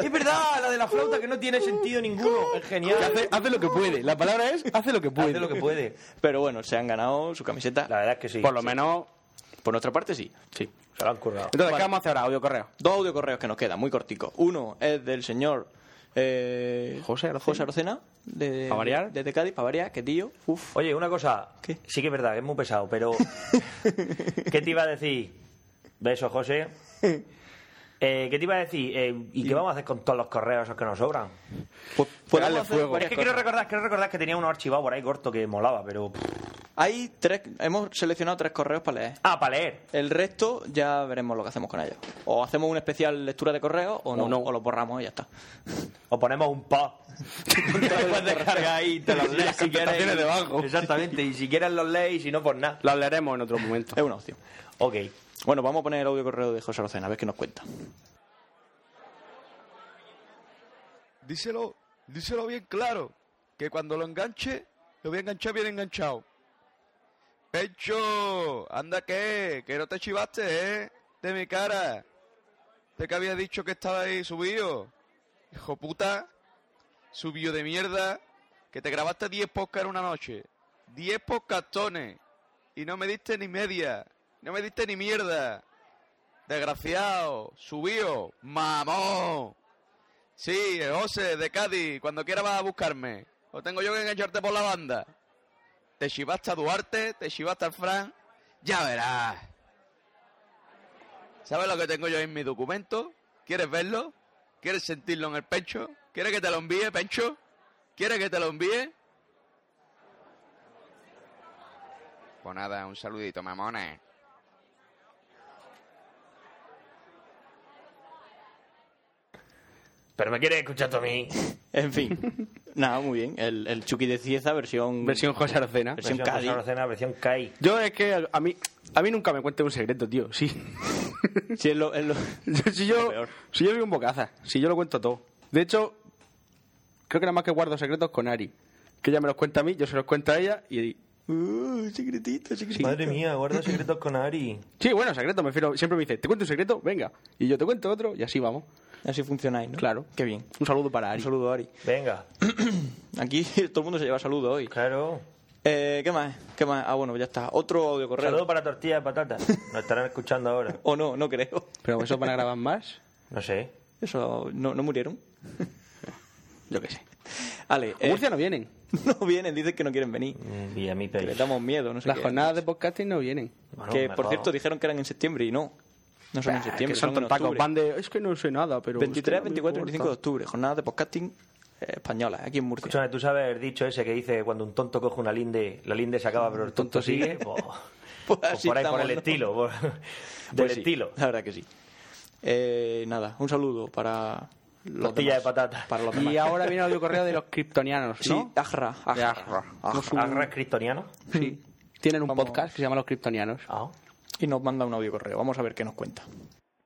S7: Es verdad, la de la flauta que no tiene sentido ninguno. Es genial.
S6: Que hace-
S8: hace lo que puede. La palabra es hace lo que puede.
S7: Hace lo que puede.
S6: Pero bueno, se han ganado su camiseta. La
S7: verdad es que sí.
S6: Por
S8: lo menos.
S6: Por nuestra parte, sí. Sí.
S7: Se lo han currado.
S8: Entonces, ¿qué vamos a hacer ahora? Audio correo.
S6: Dos audio correos que nos quedan, muy corticos. Uno es del señor eh, José Arocena. de,
S7: ¿Pa' variar?
S6: Desde Cádiz, para variar, que tío. Uf.
S7: Oye, una cosa. Sí que es verdad, que es muy pesado, pero... ¿Qué te iba a decir? Beso, José. Eh, ¿Qué te iba a decir? Eh, ¿Y qué vamos a hacer con todos los correos esos que nos sobran?
S6: Pues vamos a hacer
S7: Es
S6: varias
S7: que quiero
S6: cosas.
S7: recordar, quiero recordar que tenía uno archivado por ahí corto que molaba, pero...
S6: Hay tres, hemos seleccionado tres correos para leer.
S7: Ah, para leer.
S6: El resto ya veremos lo que hacemos con ellos. O hacemos una especial lectura de correos o no,
S7: O no.
S6: o los borramos y ya está.
S7: O ponemos un pod. Te puedes descargar ahí y te los
S6: Sí,
S7: lees
S6: las
S7: si quieres.
S6: contestaciones debajo.
S7: Exactamente, y si quieres los lees y si no, pues nada.
S8: Los leeremos en otro momento.
S6: Es una opción.
S7: Ok.
S6: Bueno, vamos a poner el audio correo de José Arocena, a ver qué nos cuenta.
S13: Díselo, díselo bien claro, que cuando lo enganche, lo voy a enganchar bien enganchado. Pecho, anda que, que no te chivaste, ¿eh? De mi cara. De que había dicho que estaba ahí subido. Hijo puta, subido de mierda, que te grabaste 10 podcasts en una noche. 10 podcastones. Y no me diste ni media. No me diste ni mierda. Desgraciado, subido, mamón. Sí, José, de Cádiz, cuando quiera vas a buscarme. O tengo yo que engancharte por la banda. Te chivaste a Duarte, te chivaste al Fran. Ya verás. ¿Sabes lo que tengo yo en mi documento? ¿Quieres verlo? ¿Quieres sentirlo en el pecho? ¿Quieres que te lo envíe, Pencho? ¿Quieres que te lo envíe? Pues nada, un saludito, mamones.
S7: Pero me quieres escuchar tú a mí.
S6: En fin. Nada, muy bien. El, el Chucky de Cieza, versión.
S8: Versión José Arocena.
S6: Versión,
S8: Versión
S6: Cádiz.
S8: José
S7: Arocena, versión Cádiz.
S8: Yo es que a mí, a mí nunca me cuenten un secreto, tío. Sí.
S6: Si es lo,
S8: Yo- si yo, si yo soy un bocaza, si yo lo cuento todo. De hecho, creo que nada más que guardo secretos con Ari. Que ella me los cuenta a mí, yo se los cuento a ella y...
S6: Uh, secretito, secretito.
S7: Madre mía, guarda secretos con Ari.
S8: Sí, bueno, secreto, me refiero. Siempre me dice, ¿te cuento un secreto? Venga. Y yo te cuento otro y así vamos.
S6: Así funcionáis, ¿no?
S8: Claro.
S6: Qué bien.
S8: Un saludo para Ari.
S6: Un saludo, Ari.
S7: Venga.
S6: Aquí todo el mundo se lleva saludo hoy.
S7: Claro.
S6: Eh, ¿Qué más? ¿Qué más? Ah, bueno, ya está. Otro audio correo.
S7: Saludo para tortilla de patata. Nos estarán escuchando ahora.
S6: O no, no creo.
S8: ¿Pero eso van a grabar más?
S7: No sé.
S6: Eso, ¿no, no murieron?
S8: Yo qué sé.
S6: Ale,
S8: A Murcia no vienen.
S6: eh, No vienen, dicen que no quieren venir.
S7: mm, Y a mí,
S6: Que les damos miedo, no sé
S8: Las
S6: qué.
S8: jornadas de podcasting no vienen.
S6: que, por cierto, dijeron que eran en septiembre y no. No son en
S8: Bah,
S6: septiembre,
S8: Ah, que son
S6: en
S8: tontacos,
S6: octubre.
S8: van de, es que no sé nada, pero... es que
S6: 23,
S8: no me
S6: 24 y
S8: importa".
S6: 25 de octubre. Jornadas de podcasting eh, españolas, aquí en Murcia.
S7: Escúchame, tú sabes el dicho ese que dice que cuando un tonto coge una linde, la linde se acaba, pero el tonto sigue. Pues,
S6: así
S7: por ahí, por
S6: estamos,
S7: el
S6: ¿no?
S7: estilo. por-
S6: Pues
S7: del
S6: sí,
S7: estilo.
S6: La verdad que sí. Eh, nada, un saludo para... los
S7: Tortilla de
S6: demás.
S7: patata.
S6: Para los demás.
S8: Y ahora viene el audio correo de los kryptonianos,
S6: Sí,
S8: ¿no?
S6: Ajra. Ajra.
S8: De Ajra.
S6: Ajra.
S8: Su-
S7: ¿Arras cristoniano?
S8: Sí. Tienen un podcast que se llama Los Kryptonianos.
S7: Ah.
S6: Y nos manda un audio correo. Vamos a ver qué nos cuenta.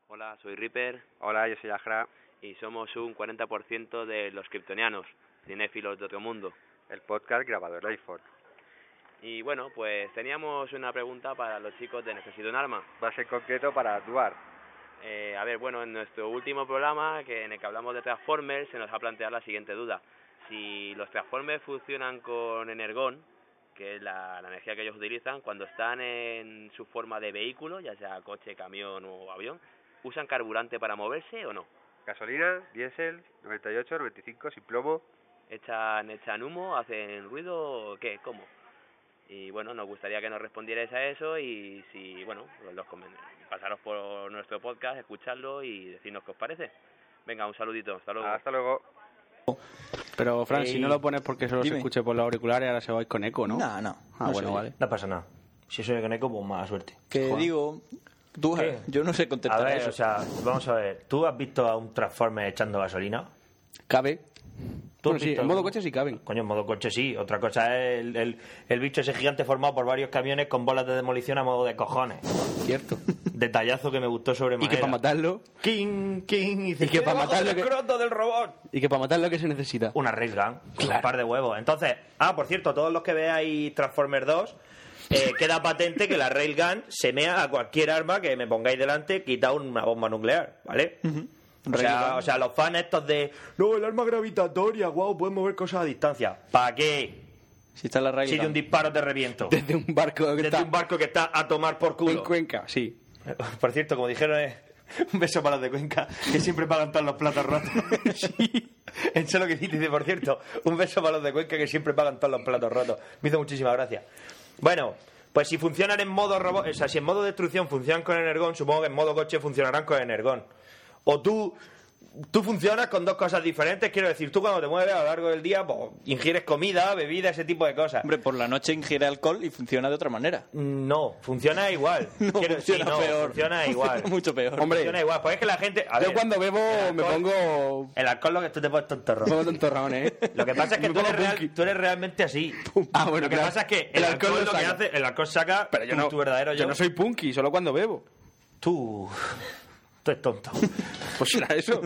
S14: Hola, soy Reaper. Hola, yo soy Ajra. Y somos un 40% de los kryptonianos, cinéfilos de otro mundo. El podcast grabado en iPhone. Y bueno, pues teníamos una pregunta para los chicos de Necesito un arma. Va a ser concreto para Duar. Eh, a ver, bueno, en nuestro último programa, que en el que hablamos de Transformers, se nos ha planteado la siguiente duda. Si los Transformers funcionan con energón, que es la, la energía que ellos utilizan, cuando están en su forma de vehículo, ya sea coche, camión o avión, ¿usan carburante para moverse o no?
S15: Gasolina, diésel, 98, 95, sin plomo.
S14: ¿Echan, echan humo? ¿Hacen ruido? o ¿Qué? ¿Cómo? Y bueno, nos gustaría que nos respondierais a eso y si, bueno, los, los comen- pasaros por nuestro podcast, escucharlo y decirnos qué os parece. Venga, un saludito. Hasta luego. Hasta
S15: luego.
S8: Pero, Fran, si
S14: Ey.
S8: no lo pones porque solo
S14: Dime.
S8: se escuche por los auriculares, ahora se vais con eco, ¿no?
S6: No, no.
S8: Ah,
S6: No
S8: bueno,
S6: soy yo.
S8: vale.
S7: No pasa nada. Si soy con eco, pues mala suerte.
S6: Que
S7: Joder.
S6: digo... Tú,
S7: ¿Qué?
S6: yo no sé
S7: A
S6: contestar
S7: ver,
S6: eso.
S7: o sea, vamos a ver. ¿Tú has visto a un Transformer echando gasolina?
S8: Cabe.
S7: ¿Tú has
S8: Bueno, sí,
S7: visto
S8: en modo
S7: algún-
S8: coche sí caben.
S7: Coño, en modo coche sí. Otra cosa es el, el, el bicho ese gigante formado por varios camiones con bolas de demolición a modo de cojones.
S8: Cierto.
S7: Detallazo que me gustó
S8: Y
S7: sobremanera.
S8: que para matarlo...
S7: King, King. Y,
S8: que para matarlo... que-
S7: del robot.
S8: Y que para matarlo que se necesita.
S7: Una railgun. Un par de huevos. Entonces, ah, por cierto, todos los que veáis Transformers 2, eh, queda patente que la railgun se mea a cualquier arma que me pongáis delante, quita una bomba nuclear, ¿vale? O sea, o sea, los fans estos de no, el arma gravitatoria, guau, puedes mover cosas a distancia. ¿Para qué?
S6: Si está la
S7: Si de un disparo te reviento.
S8: Desde un barco que
S7: Desde
S8: está-
S7: un barco que está a tomar por culo.
S8: En Cuenca, sí.
S7: Por cierto, como dijeron, eh, un beso para los de Cuenca, que siempre pagan todos los platos rotos. sí. Eso es lo que dice, dice, por cierto, un beso para los de Cuenca, que siempre pagan todos los platos rotos. Me hizo muchísimas gracias. Bueno, pues si funcionan en modo robot, o sea, si en modo destrucción funcionan con energón, supongo que en modo coche funcionarán con energón. O tú... Tú funcionas con dos cosas diferentes, quiero decir, tú cuando te mueves a lo largo del día, pues, ingieres comida, bebida, ese tipo de cosas.
S6: Hombre, por la noche ingiere alcohol y funciona de otra manera.
S7: No, funciona igual. Quiero decir,
S6: funciona
S7: no,
S6: peor.
S7: Funciona igual.
S6: mucho peor.
S8: Hombre.
S7: Funciona igual. Pues es que la gente. a
S8: Yo
S7: ver,
S8: cuando bebo me pongo.
S7: El alcohol lo que tú te pones tontorrón.
S8: Me pongo tontorrones, ¿eh?
S7: Lo que pasa es que
S8: Me
S7: tú eres,
S8: pongo
S7: real- tú eres realmente así.
S8: Ah, bueno,
S7: lo que
S8: claro.
S7: pasa es que el,
S8: El
S7: alcohol,
S8: alcohol lo
S7: lo que
S8: saca.
S7: hace. El alcohol saca
S8: Pero yo
S7: tu-
S8: no.
S7: tu verdadero yo.
S8: Yo no soy punky, solo cuando bebo.
S7: Tú. Tú eres tonto.
S8: Pues será eso.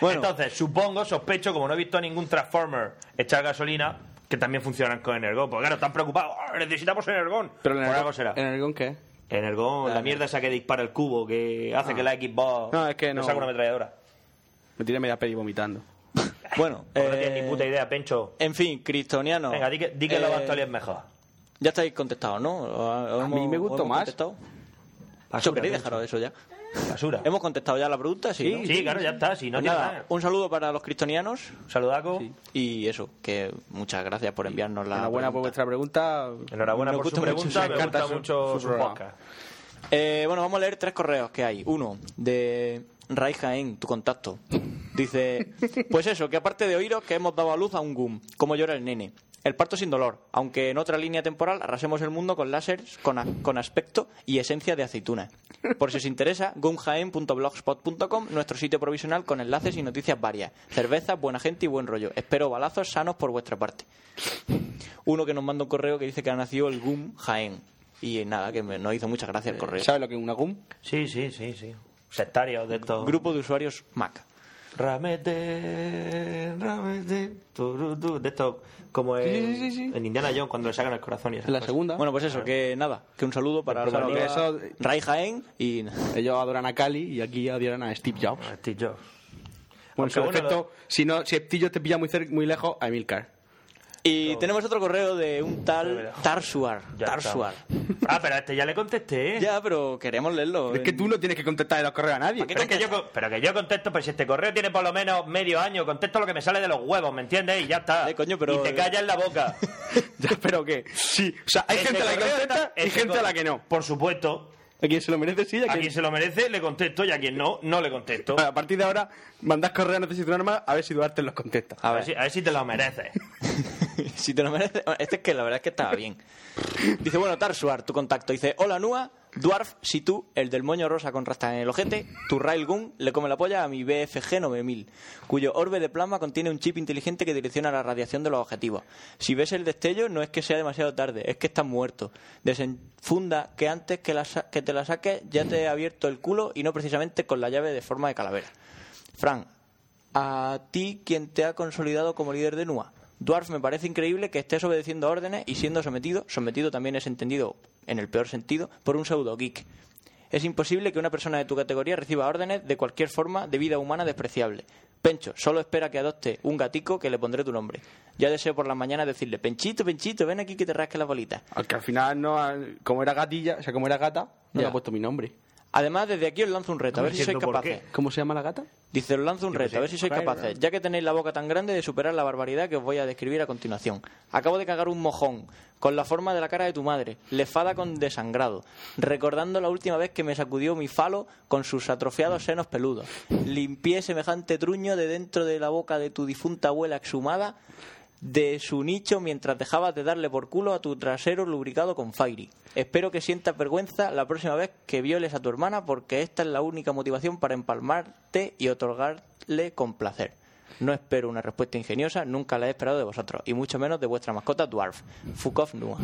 S7: Entonces, supongo, sospecho, como no he visto a ningún Transformer echar gasolina, que también funcionan con Energón. Porque claro, están preocupados. "Oh, necesitamos Energón.
S8: Pero
S7: Por algo será.
S8: ¿En el qué?
S7: Energón, la mierda esa que dispara el cubo, que hace
S8: Ah.
S7: que la Xbox
S8: No, es que no.
S7: saca una ametralladora.
S8: Me tiré media peli vomitando.
S6: Bueno,
S8: Eh,
S6: eh,
S7: Pues No tienes ni puta idea, Pencho.
S6: en fin, cristoniano.
S7: Venga, di que, di que
S6: Eh,
S7: la Bastolia es mejor.
S6: Ya estáis contestados, ¿no? A
S8: mí me gustó más.
S6: Yo
S7: Basura,
S6: quería
S7: Pencho.
S6: dejaros eso ya.
S7: Basura.
S6: Hemos contestado ya la pregunta, sí.
S7: Sí,
S6: ¿no?
S7: sí, claro, ya está. ¿eh? Si no
S6: Pues
S7: tiene
S6: nada,
S7: nada.
S6: un saludo para los cristonianos
S7: Saludaco.
S6: y eso, que muchas gracias por enviarnos la
S8: Enhorabuena por
S6: pregunta.
S8: vuestra pregunta.
S7: Enhorabuena
S6: Nos
S7: por su
S6: gusta mucho,
S7: pregunta.
S6: nos
S7: Me
S8: encanta
S7: gusta
S8: su-
S7: mucho
S8: su
S7: su
S8: programa.
S7: podcast.
S6: Eh, bueno, vamos a leer tres correos que hay. Uno, de Ray Jaén, tu contacto. Dice, pues eso, que aparte de oíros, que hemos dado a luz a un GUM, como llora el nene. El parto sin dolor, aunque en otra línea temporal arrasemos el mundo con láseres, con, a- con aspecto y esencia de aceituna. Por si os interesa, gumjaen.blogspot.com, nuestro sitio provisional con enlaces y noticias varias. Cerveza, buena gente y buen rollo. Espero balazos sanos por vuestra parte. Uno que nos manda un correo que dice que ha nacido el GUM Jaén. Y nada, que me- nos hizo muchas gracias el correo.
S8: ¿Sabes lo que es una GUM?
S7: Sí, sí, sí, sí. Sectarios de estos.
S6: Grupo de usuarios Mac.
S7: Ramete, ramete, turu, tu, de estos como en,
S8: Sí, sí, sí, sí.
S7: en Indiana Jones cuando le sacan el corazón y esas
S8: La
S7: cosas.
S8: segunda.
S6: Bueno, pues eso, que nada, que un saludo para
S8: Pero
S6: Álvaro
S8: que
S6: Oliva,
S8: Pues eso-
S6: Ray Jaén y...
S8: Ellos adoran a Cali y aquí adoran a Steve Jobs.
S7: A Steve Jobs.
S8: Bueno, en
S7: Aunque
S8: su
S7: bueno,
S8: defecto, si, no, si Steve Jobs te pilla muy, cer- muy lejos, a Emilcar.
S6: Y tenemos otro correo de un tal Tarsuar.
S7: Ya
S6: Tarsuar.
S7: estamos. Ah, pero a este ya le contesté, ¿eh?
S6: Ya, pero queremos leerlo.
S8: Es que tú no tienes que contestar en los correos a nadie.
S7: Pero, es que yo, co- pero que yo contesto, pues si este correo tiene por lo menos medio año, contesto lo que me sale de los huevos, ¿me entiendes? Y ya está.
S6: Eh, coño, pero-
S7: Y te callas la boca.
S8: Ya, pero que. Sí, o sea, hay
S7: Este
S8: gente a la que
S7: correo
S8: contesta
S7: está-
S8: y
S7: este
S8: gente a la
S7: correo-
S8: que no.
S7: Por supuesto.
S8: A quien se lo merece, sí. A
S7: A
S8: quien-
S7: quien se lo merece, le contesto y a quien no, no le contesto.
S8: A partir de ahora, mandás correo a Necesito un arma a ver si Duarte los contesta.
S7: A ver si, a ver si te lo mereces.
S6: si te lo mereces. Este es que la verdad es que estaba bien. Dice, bueno, Tarsuar, tu contacto. Dice, hola Nua, Dwarf, si tú, el del moño rosa con rastas en el ojete, tu Railgun le come la polla a mi BFG 9000, cuyo orbe de plasma contiene un chip inteligente que direcciona la radiación de los objetivos. Si ves el destello, no es que sea demasiado tarde, es que estás muerto. Desenfunda que antes que, la sa- que te la saques ya te he abierto el culo y no precisamente con la llave de forma de calavera. Fran, a ti quien te ha consolidado como líder de NUA. Dwarf, me parece increíble que estés obedeciendo órdenes y siendo sometido, sometido también es entendido en el peor sentido, por un pseudo geek. Es imposible que una persona de tu categoría reciba órdenes de cualquier forma de vida humana despreciable. Pencho, solo espera que adopte un gatico que le pondré tu nombre. Ya deseo por la mañana decirle, Penchito, Penchito, ven aquí que te rasque las bolitas.
S8: Aunque al final, no, al- como era gatilla, o sea, como era gata,
S6: Ya.
S8: no le ha puesto mi nombre.
S6: Además, desde aquí os lanzo un reto, a ver si sois
S7: Entiendo por qué.
S6: capaces.
S8: ¿Cómo se llama la gata?
S6: Dice, os lanzo un reto, a ver si sois
S8: Claro.
S6: capaces, ya que tenéis la boca tan grande de superar la barbaridad que os voy a describir a continuación. Acabo de cagar un mojón, con la forma de la cara de tu madre, lefada con desangrado, recordando la última vez que me sacudió mi falo con sus atrofiados senos peludos. Limpié semejante truño de dentro de la boca de tu difunta abuela exhumada de su nicho mientras dejabas de darle por culo a tu trasero lubricado con Fairy. Espero que sientas vergüenza la próxima vez que violes a tu hermana porque esta es la única motivación para empalmarte y otorgarle con placer. No espero una respuesta ingeniosa, nunca la he esperado de vosotros, y mucho menos de vuestra mascota Dwarf, Fukov Nua.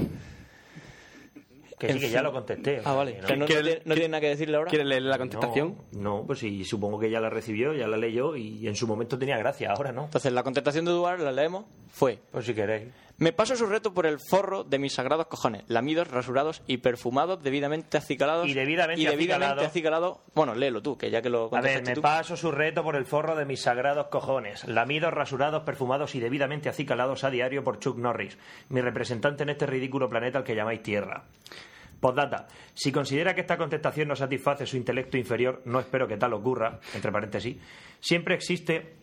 S7: Que sí,
S6: En
S7: que ya
S6: fin.
S7: lo contesté. o
S6: Ah,
S7: sea,
S6: vale.
S7: que no-
S6: Que no, no tiene, no tiene nada que decirle ahora.
S8: ¿Quieres leer la contestación?
S7: No, no, pues sí, supongo que ya la recibió, ya la leyó y en su momento tenía gracia, ahora no.
S6: Entonces, la contestación de Dwarf la leemos. Fue,
S7: Pues si queréis.
S6: Me paso su reto por el forro de mis sagrados cojones, lamidos, rasurados y perfumados, debidamente acicalados.
S7: Y debidamente acicalados.
S6: acicalados. Bueno, léelo tú, que ya que
S7: A
S6: lo
S7: ver,
S6: contestaste
S7: me
S6: tú.
S7: paso su reto por el forro de mis sagrados cojones. Lamidos, rasurados, perfumados y debidamente acicalados a diario por Chuck Norris, mi representante en este ridículo planeta al que llamáis Tierra. Postdata. Si considera que esta contestación no satisface su intelecto inferior, no espero que tal ocurra, entre paréntesis, siempre existe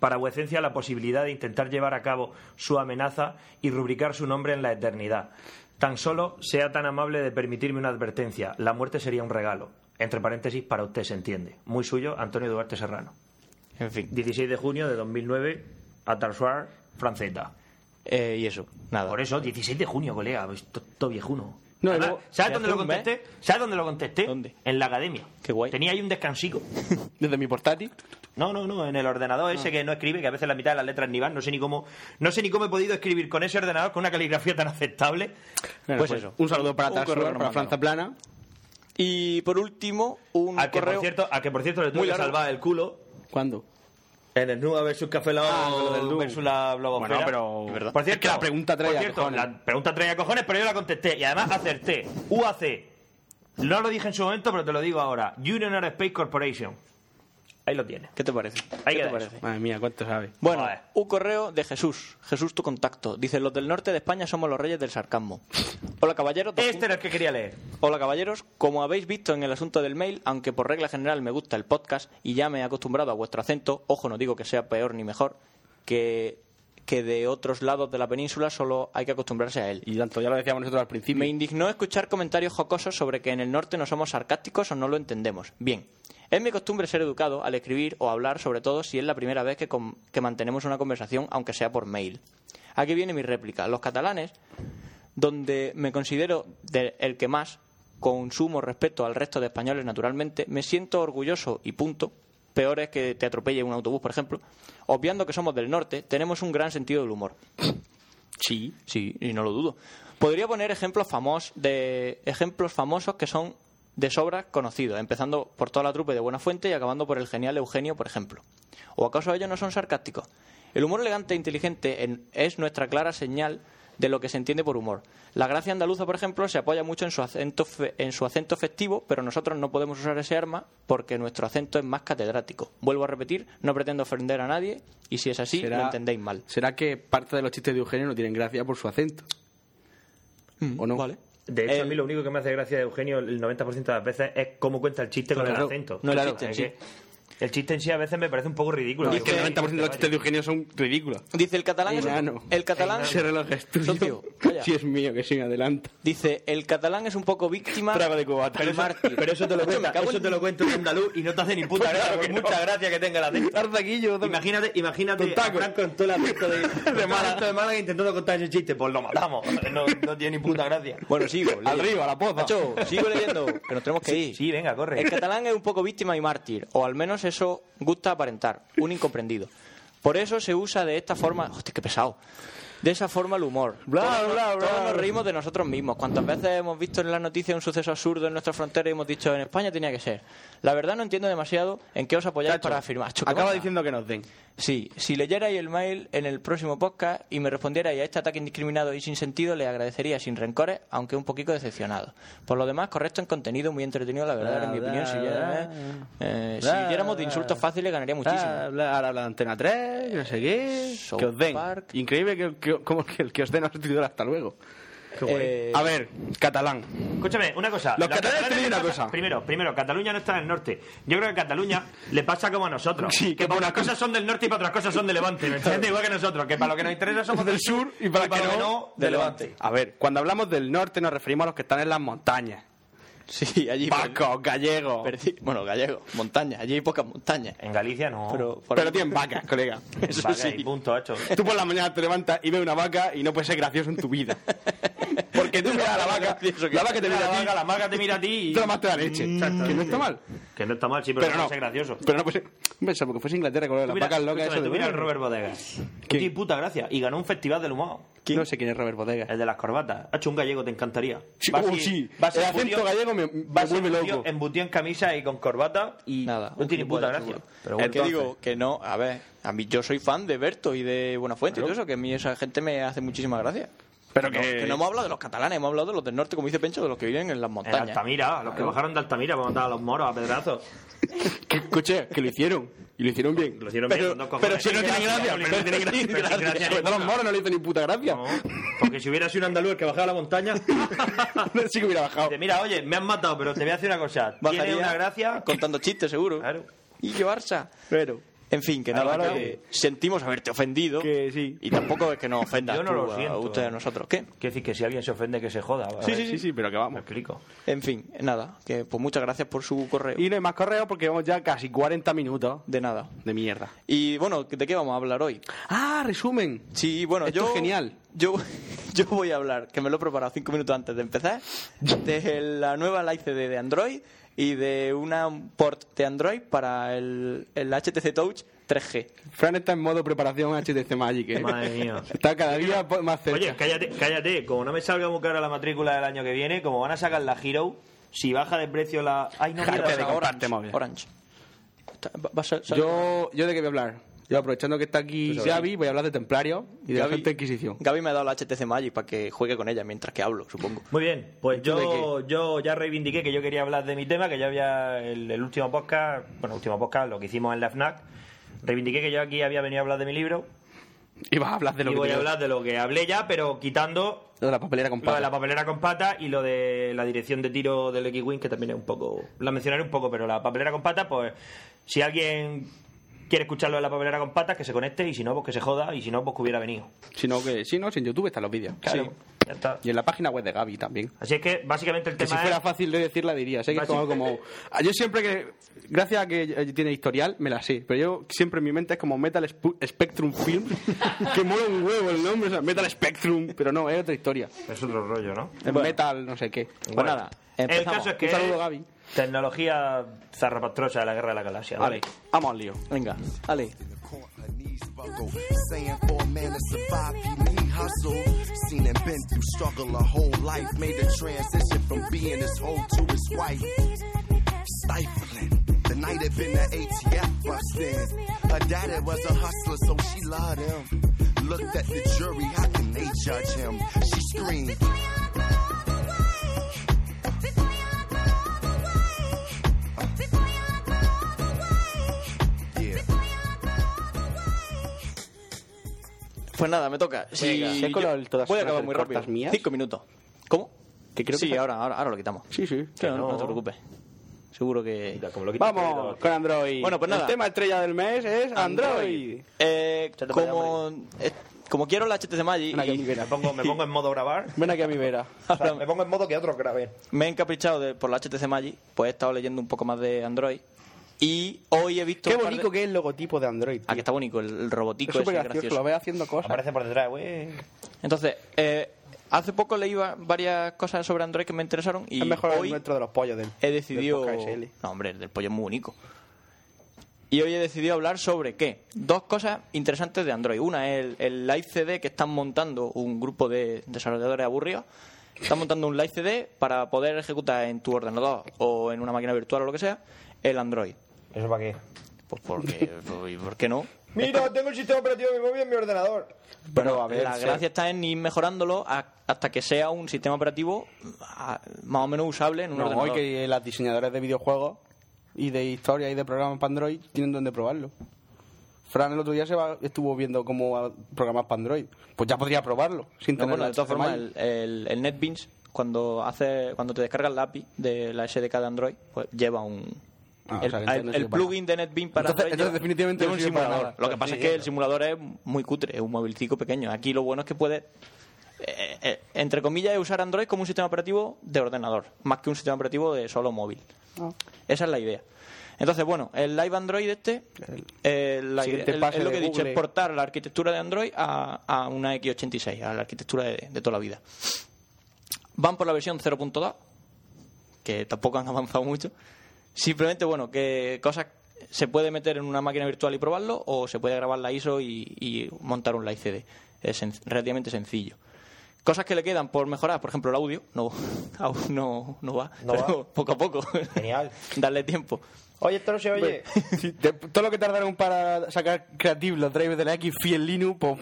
S7: para vuecencia la posibilidad de intentar llevar a cabo su amenaza y rubricar su nombre en la eternidad. Tan solo sea tan amable de permitirme una advertencia. La muerte sería un regalo. Entre paréntesis, para usted se entiende. Muy suyo, Antonio Duarte Serrano.
S6: En fin.
S7: 16 de junio de 2009, Atarsuar, Franceta.
S6: eh, y eso, nada.
S7: Por eso, 16 de junio, colega. pues, to- Todo viejuno.
S6: No,
S7: Además,
S6: y luego-
S7: ¿Sabes
S6: y
S7: dónde
S6: hace
S7: lo
S6: un mes-
S7: contesté? ¿Sabes dónde lo contesté? En la academia. Qué guay. Tenía ahí un descansico.
S6: ¿Desde mi portátil?
S7: No, no, no, en el ordenador
S8: Ah.
S7: ese que no escribe, que a veces la mitad de las letras ni van, no sé ni cómo, no sé ni cómo he podido escribir con ese ordenador con una caligrafía tan aceptable.
S8: Bueno,
S7: pues,
S8: pues,
S7: eso.
S8: un saludo para Tarsuar,
S7: correo que nos
S8: para
S7: mandaron.
S8: Franza Plana.
S6: Y por último, un
S7: a Ah, que,
S8: correo-
S7: por cierto, a que por cierto le tuve
S8: Muy
S7: que
S8: largo.
S7: salvar el culo.
S8: ¿Cuándo?
S7: En el NU versus Café Lock versus la blogosfera.
S8: Ah, Bueno, pero-
S7: Por cierto,
S8: Es que la pregunta traía
S7: por cierto,
S8: cojones.
S7: La pregunta traía cojones, pero yo la contesté. Y además acerté. UAC. No lo dije en su momento, pero te lo digo ahora. Union Aerospace Corporation. Ahí lo tiene.
S6: ¿Qué te parece?
S7: Ahí
S6: ¿Qué
S7: queda
S6: te parece?
S7: eso.
S8: Madre mía, cuánto sabe.
S6: Bueno, un correo de Jesús. Jesús, tu contacto. Dice, los del norte de España somos los reyes del sarcasmo. Hola, caballeros.
S7: Este era el que quería leer.
S6: Hola, caballeros. Como habéis visto en el asunto del mail, aunque por regla general me gusta el podcast y ya me he acostumbrado a vuestro acento, ojo, no digo que sea peor ni mejor, que, que de otros lados de la península solo hay que acostumbrarse a él.
S8: Y tanto, ya lo decíamos nosotros al principio.
S6: Me indignó escuchar comentarios jocosos sobre que en el norte no somos sarcásticos o no lo entendemos. Bien, es mi costumbre ser educado al escribir o hablar, sobre todo si es la primera vez que, com- que mantenemos una conversación, aunque sea por mail. Aquí viene mi réplica. Los catalanes, donde me considero de- el que más consumo respecto al resto de españoles, naturalmente, me siento orgulloso y punto. Peor es que te atropelle un autobús, por ejemplo. Obviando que somos del norte, tenemos un gran sentido del humor. Sí, sí, y no lo dudo. Podría poner ejemplos famosos de ejemplos famosos que son de sobra conocidos, empezando por toda la trupe de Buena Fuente y acabando por el genial Eugenio, por ejemplo. ¿O acaso ellos no son sarcásticos? El humor elegante e inteligente en- es nuestra clara señal de lo que se entiende por humor. La gracia andaluza, por ejemplo, se apoya mucho en su acento fe- en su acento festivo, pero nosotros no podemos usar ese arma porque nuestro acento es más catedrático. Vuelvo a repetir, no pretendo ofender a nadie y si es así,
S8: Será-
S6: lo entendéis mal.
S8: ¿Será que parte de los chistes de Eugenio no tienen gracia por su acento? ¿O no? Vale.
S7: De hecho, a mí lo único que me hace gracia de Eugenio el 90% de las veces es cómo cuenta el chiste con el
S8: Claro,
S7: acento.
S8: no el
S7: Claro,
S8: chiste en
S7: es
S8: sí.
S7: que El chiste en sí a veces me parece un poco ridículo.
S8: es que el 90% de los chistes de Eugenio son ridículos.
S6: Dice el catalán es-
S8: Enano.
S6: el catalán-
S8: Ese reloj es tuyo.
S6: Socio, calla.
S8: Si es mío, que sí me adelanta.
S6: Dice, el catalán es un poco víctima
S8: Trago de
S7: cubata.
S6: del mártir.
S7: Pero eso te lo
S6: Macho,
S7: cuenta,
S6: me cago
S7: eso
S6: en-
S7: te lo cuenta un andaluz y no te hace ni puta
S6: Pues
S7: gracia,
S6: claro
S7: por
S6: que no.
S7: mucha gracia que tenga la acento. Imagínate, imagínate a Franco en todo el acento de, de Málaga. de Málaga intentando contar ese chiste, pues lo matamos. No, no tiene ni puta gracia.
S6: Bueno, sigo. leyendo.
S7: Arriba, la poza.
S6: Macho, sigo leyendo, que nos tenemos que ir.
S7: Sí, venga, corre.
S6: El catalán es un poco víctima y mártir, o al menos eso gusta aparentar, un incomprendido. Por eso se usa de esta forma... Hostia, qué pesado. De esa forma el humor.
S8: Bla,
S6: todos,
S8: bla, bla.
S6: todos nos reímos de nosotros mismos. Cuantas veces hemos visto en las noticias un suceso absurdo en nuestra frontera y hemos dicho en España tenía que ser. La verdad no entiendo demasiado en qué os apoyáis para afirmar. Macho, qué
S8: Acaba
S6: mala.
S8: diciendo que nos den.
S6: Sí, si leyerais el mail en el próximo podcast y me respondierais a este ataque indiscriminado y sin sentido, le agradecería sin rencores, aunque un poquito decepcionado. Por lo demás, correcto en contenido, muy entretenido, la verdad, en mi opinión. Si, ya- eh, si hiciéramos de insultos fáciles, ganaría muchísimo.
S8: Ahora habla de Antena 3, no sé qué. que os den. Increíble que, que- como que el que os den no es titular hasta luego. Eh,
S7: guay.
S8: a ver, catalán.
S7: Escúchame, una cosa.
S8: Los
S7: Los
S8: catalanes
S7: catalanes
S8: tienen
S7: no
S8: una
S7: pasa-
S8: cosa.
S7: Primero, primero, Cataluña no está en el norte. Yo creo que a Cataluña le pasa como a nosotros. que para unas cosas son del norte y para otras cosas son de levante. ¿Me entiendes? Igual que nosotros, que para lo que nos interesa somos del sur y para, lo que no, de levante.
S8: A ver, cuando hablamos del norte nos referimos a los que están en las montañas.
S6: Sí, allí.
S8: Pacos, gallegos.
S6: Perdi- Bueno, gallego, montaña, allí hay pocas montañas.
S7: En Galicia no.
S6: Pero,
S8: Pero tienen vacas, colega. Eso
S7: Vaca
S8: sí.
S7: y punto, hecho.
S8: Tú por la mañana te levantas y ves una vaca y no puedes ser gracioso en tu vida. Porque
S6: que tú miras a la vaca. La vaca te mira a ti.
S7: La vaca te mira a ti y...
S8: Tómate la leche.
S7: Exactamente.
S8: Que no está mal.
S7: Que no está mal, sí, pero,
S8: Pero
S7: no
S8: no.
S7: puede ser gracioso.
S8: Pero no, pues. Hombre, salvo que fuese Inglaterra con lo de
S7: Tú
S8: las
S7: mira-
S8: vacas locas.
S7: escúchame,
S8: Eso de
S7: tú mira
S8: ver.
S7: a Robert Bodegas. Qué puta gracia. Y ganó un festival del humor.
S8: No sé quién es Robert Bodegas.
S7: El de las corbatas. Ha hecho un gallego, te encantaría.
S8: Sí,
S7: Vas
S8: oh,
S7: y-
S8: sí.
S7: vas
S8: El
S7: embutido-
S8: acento gallego me- me
S7: vas
S8: vuelve
S7: embutido-
S8: loco.
S7: Embutido en camisa y con corbata y
S6: Nada.
S7: no tiene puta gracia. Pero bueno,
S6: es que digo que no, a ver, a mí yo soy fan de Berto y de Buenafuente y todo eso, que a mí esa gente me hace muchísima gracia.
S8: Pero
S6: No,
S7: que-
S6: no hemos hablado de los catalanes, hemos hablado de los del norte, como dice Pencho, de los que viven en las
S7: En
S6: montañas.
S7: Altamira, los que
S6: Claro.
S7: bajaron de Altamira para matar a los moros a pedrazos.
S8: Que, escuche, que lo hicieron. Y lo hicieron bien. Lo
S7: hicieron
S8: pero,
S7: bien, con dos
S8: Pero
S7: cojones.
S8: si no tiene gracia.
S7: Pero
S8: Pero
S7: tiene
S8: si no
S7: gracia,
S8: tiene
S7: pero
S8: gracia.
S7: tiene
S8: Pues a los
S7: gracia.
S8: moros no le hizo ni puta gracia.
S7: Porque si hubiera sido un andaluz el que bajaba a la montaña,
S8: sí que hubiera bajado.
S7: mira, oye, me han matado, pero te voy a hacer una cosa. Tiene
S6: Bajaría
S7: una gracia.
S6: Contando chistes, seguro.
S7: Claro.
S6: Y yo Barça.
S8: Pero.
S6: En fin, que
S8: Ahora
S6: nada,
S8: lo-
S6: que sentimos haberte ofendido.
S8: Que sí.
S6: Y tampoco es que nos ofendas
S7: Yo no
S6: tú
S7: lo
S6: a
S7: siento. eh.
S6: ustedes a nosotros. ¿Qué?
S7: Quiero decir que si alguien se ofende, que se joda. A ver,
S8: pero que
S7: Me
S8: vamos.
S7: explico.
S6: En fin, nada, que pues muchas gracias por su correo.
S8: Y no hay más correo porque vamos ya casi 40 minutos
S6: De nada.
S8: de mierda.
S6: Y bueno, ¿de qué vamos a hablar hoy?
S8: Ah, resumen.
S6: Sí, bueno,
S8: Esto
S6: yo.
S8: es genial.
S6: Yo, yo voy a hablar, que me lo he preparado cinco minutos antes de empezar, de la nueva Live CD de Android y de una port de Android para el, el HTC Touch 3G.
S8: Fran está en modo preparación HTC Magic, ¿eh?
S7: Madre mía.
S8: Está cada día po- más cerca.
S7: Oye, cállate, cállate. Como no me salga muy cara la matrícula del año que viene, como van a sacar la Hero, si baja de precio la. Ay, no,
S8: Claro,
S7: mierda,
S8: que
S7: la-
S8: de comprarte móvil.
S6: Orange. Está- va- va a ser- sale-
S8: Yo, yo de qué voy a hablar. Yo aprovechando que está aquí Xavi, voy a hablar de Templario y de la
S6: Gaby-
S8: Santa Inquisición.
S6: Gaby me ha dado la HTC Magic para que juegue con ella mientras que hablo, supongo.
S7: Muy bien, pues
S8: tú
S7: yo, yo ya reivindiqué que yo quería hablar de mi tema, que ya había el, el último podcast, bueno, último podcast, lo que hicimos en la FNAC, reivindiqué que yo aquí había venido a hablar de mi libro
S8: Y vas a hablar de lo
S7: y
S8: que
S7: voy
S8: te-
S7: a hablar de lo que hablé ya, pero quitando
S8: lo de la papelera con
S7: lo de
S8: patas.
S7: la papelera con pata y lo de la dirección de tiro del X-Wing, que también es un poco. La mencionaré un poco, pero la papelera con pata, pues si alguien quiere escucharlo de la papelera con patas, que se conecte y si no, pues que se joda y si no, pues que hubiera venido.
S8: Sino que, si no, si en YouTube están los vídeos.
S7: Claro,
S8: Sí.
S7: ya está.
S8: Y en la página web de Gaby también.
S7: Así es que básicamente el
S8: Que
S7: tema
S8: si fuera
S7: es.
S8: fácil de decirla diría. Sé que es como,
S7: Básico.
S8: como- Ah, Yo siempre que. Gracias a que eh, tiene historial, me la sé. Pero yo siempre en mi mente es como Metal Spu- Spectrum Film. que mola un huevo el nombre. o sea, Metal Spectrum. Pero no, es otra historia.
S7: Es otro rollo, ¿no?
S8: Es Metal, no sé qué.
S6: Pues
S7: Bueno,
S6: nada,
S7: El
S6: empezamos.
S7: caso es que.
S8: Un saludo, Gaby.
S7: Tecnología zarrapastrosa de la guerra de la galaxia.
S8: Vale, vamos al lío.
S6: Venga, Ale.
S12: Saying for a man to survive, he need hustle. Seen and been through struggle a whole life. Made a transition from being his hoe to his wife. Stifling. The night had been an ATF bust in. Her daddy was a hustler, so she loved him. Looked at the jury, how can they judge him? She screamed. Yeah.
S6: Pues nada, me toca. Si
S8: Venga. Se ha colado el todas
S6: voy a
S8: horas
S6: acabar
S8: del
S6: muy rápido.
S8: cortas mías.
S6: Cinco minutos. ¿Cómo?
S8: Que creo
S6: sí,
S8: que-
S6: ahora, ahora, ahora lo quitamos.
S8: Sí, sí.
S6: Sí, no,
S7: no.
S6: no te preocupes. Seguro que...
S7: Como lo quitas, te lo
S8: Vamos
S7: quitas.
S8: con Android.
S6: Bueno, pues nada.
S8: El tema estrella del mes es Android.
S6: Eh,
S7: Se te vaya,
S6: como, eh, como quiero la HTC Magic,
S8: Ven aquí a
S6: y
S8: mi
S7: Me
S8: vera.
S7: pongo, me pongo en modo grabar.
S8: Ven aquí a mi vera.
S7: O sea, me pongo en modo que otros graben.
S6: me he encaprichado de- por la HTC Magic, pues he estado leyendo un poco más de Android. Y hoy he visto...
S8: Qué
S6: un par de-
S8: bonito que es el logotipo de Android. tío.
S6: Ah, que está bonito, el, el robotico
S8: Es súper
S6: ese
S8: gracioso, lo ves haciendo cosas.
S7: Aparece por detrás, güey.
S6: Entonces, eh, hace poco leí va- varias cosas sobre Android que me interesaron y
S8: es mejor el
S6: hoy
S8: nuestro de los pollos del.
S6: he decidido...
S8: del podcast SL.
S6: No, hombre, el del pollo es muy único. Y hoy he decidido hablar sobre qué. Dos cosas interesantes de Android. Una es el, el Live CD que están montando un grupo de desarrolladores aburridos. Están montando un Live CD para poder ejecutar en tu ordenador o en una máquina virtual o lo que sea el Android.
S7: ¿Eso para qué?
S6: Pues porque, pues, ¿y ¿por qué no?
S7: Mira, tengo el sistema operativo de mi móvil en mi ordenador.
S6: Pero
S8: a ver,
S6: la
S8: sí.
S6: gracia está en ir mejorándolo a- hasta que sea un sistema operativo a- más o menos usable en un
S8: No, hoy
S6: ordenador.
S8: que las diseñadoras de videojuegos y de historia y de programas para Android tienen donde probarlo. Fran el otro día se va- estuvo viendo cómo a- programas para Android. Pues ya podría probarlo. Sin
S6: No,
S8: tener
S6: bueno,
S8: la
S6: de todas
S8: HTML.
S6: formas, el, el- el NetBeans, cuando hace, cuando te descargas la API de la SDK de Android, pues lleva un...
S8: Ah, o
S6: el
S8: sea, que entonces
S6: el-
S8: no
S6: el
S8: sirve para
S6: plugin de NetBeans para Android
S8: Entonces- entonces
S6: lleva-
S8: definitivamente
S6: lleva
S8: no
S6: un
S8: sirve para
S6: simulador.
S8: nada.
S6: Lo que pasa es que el simulador es muy cutre, es un movilcico pequeño. Aquí lo bueno es que puedes, eh, eh, entre comillas, es usar Android como un sistema operativo de ordenador, más que un sistema operativo de solo móvil. Esa es la idea. Entonces, bueno, el Live Android este, eh, la
S8: siguiente
S6: idea- el-
S8: pase
S6: es lo
S8: de
S6: que he dicho,
S8: Google.
S6: es portar la arquitectura de Android a, a una X86, a la arquitectura de, de toda la vida. Van por la versión 0.2, que tampoco han avanzado mucho. Simplemente, bueno, que cosas se puede meter en una máquina virtual y probarlo, o se puede grabar la ISO y, y montar un live CD. Es sen- relativamente sencillo. Cosas que le quedan por mejorar, por ejemplo, el audio, no, aún no, no va,
S7: No
S6: pero poco a poco.
S7: Genial.
S6: Darle tiempo.
S7: Oye, esto no se oye.
S8: Todo lo que tardaron para sacar Creative los drives de la X fiel Linux, pues,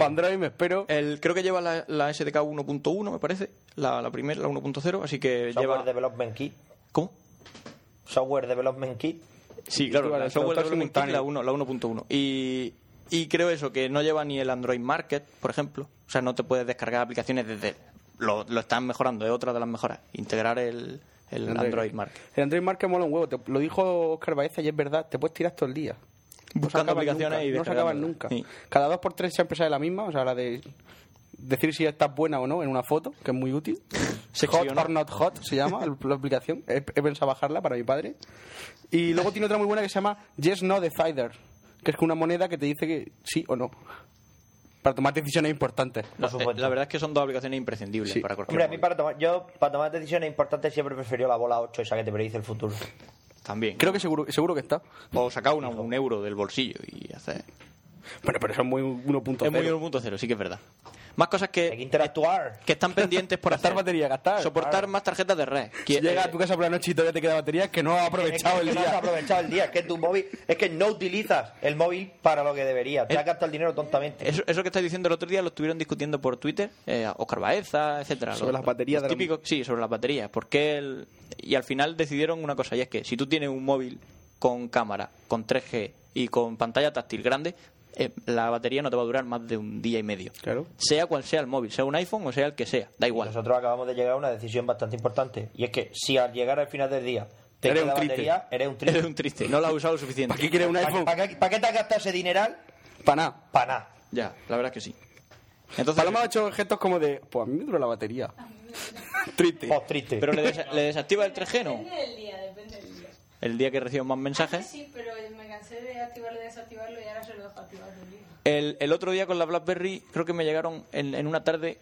S8: Android me espero.
S6: El, creo que lleva la, la SDK 1.1, me parece, la, la primera, la 1.0, así que
S7: Software
S6: lleva...
S7: Development Kit.
S6: ¿Cómo?
S7: Software Development Kit.
S6: Sí, claro,
S7: Vale,
S6: la software
S7: traductor
S6: development kit, la
S7: simultáneo.
S6: 1, la 1.1. Y, y creo eso, que no lleva ni el Android Market, por ejemplo. O sea, no te puedes descargar aplicaciones desde... Lo, lo están mejorando, es otra de las mejoras. Integrar el, el
S8: Android.
S6: Android. Market.
S8: El Android Market mola un huevo. te- lo dijo Oscar Baeza y es verdad. Te puedes tirar todo el día. No se
S6: Buscando
S8: acaban
S6: aplicaciones
S8: nunca,
S6: y
S8: No se acaban nunca.
S6: descargándolas.
S8: Cada dos por tres siempre sale la misma. O sea, la de decir si estás buena o no en una foto, que es muy útil.
S6: Sexy o
S8: Hot
S6: no.
S8: or not hot se llama la aplicación. He, he pensado bajarla para mi padre. Y luego tiene otra muy buena que se llama Yes No Decider, que es una moneda que te dice que sí o no. Para tomar decisiones importantes.
S6: No, eh, la verdad es que son dos aplicaciones imprescindibles
S8: Sí.
S6: para cualquier
S7: Hombre, a mí
S6: móvil.
S7: para tomar, yo para tomar decisiones importantes siempre prefiero la bola 8, esa que te predice el futuro.
S6: También.
S8: Creo que seguro, seguro que está.
S6: O sacar una- un euro del bolsillo y hacer...
S8: Bueno, pero eso es muy 1.0.
S6: Es muy 1.0 sí que es verdad. Más cosas que...
S7: interactuar.
S6: Que están pendientes por
S8: Gastar
S6: hacer.
S8: batería, gastar.
S6: Soportar
S8: Claro.
S6: más tarjetas de red. eh,
S8: Si llega a tu casa por la noche y todavía te queda batería, eh, es que no has aprovechado
S7: Es que
S8: el
S7: no has
S8: día.
S7: aprovechado el día, es que tu móvil, es que no utilizas el móvil para lo que deberías.
S6: Eh.
S7: Te has gastado el dinero tontamente.
S6: Eso, eso que estáis diciendo el otro día lo estuvieron discutiendo por Twitter, eh, Oscar Baeza, etcétera.
S8: Sobre
S6: Los-
S8: las baterías
S6: los
S8: de la-
S6: típicos- Sí, sobre las baterías. Porque el- Y al final decidieron una cosa, y es que si tú tienes un móvil con cámara, con 3G y con pantalla táctil grande, eh, la batería no te va a durar más de un día y medio.
S8: Claro.
S6: Sea cual sea el móvil, sea un iPhone o sea el que sea, da igual.
S7: Nosotros acabamos de llegar a una decisión bastante importante. Y es que si al llegar al final del día te
S6: Eres
S7: queda
S6: un triste.
S7: batería, eres un triste.
S6: Eres un triste, no la has usado lo suficiente.
S8: ¿Para qué quieres un
S7: ¿Para-
S8: iPhone?
S7: ¿Para qué, para qué te has gastado ese dineral?
S8: Para nada.
S7: Para nada.
S6: Ya, la verdad es que sí. Entonces,
S8: Paloma ha hecho objetos como de. Pues a mí me dura la batería. triste.
S7: Pues triste.
S6: Pero le, desa- le desactiva el 3G, ¿no?
S9: Depende del día, depende del día.
S6: El día que recibo más
S9: Antes
S6: mensajes.
S9: sí, pero me cansé de activarlo y desactivarlo y ahora solo dejo activarlo.
S6: El, el otro día con la BlackBerry creo que me llegaron en, en una tarde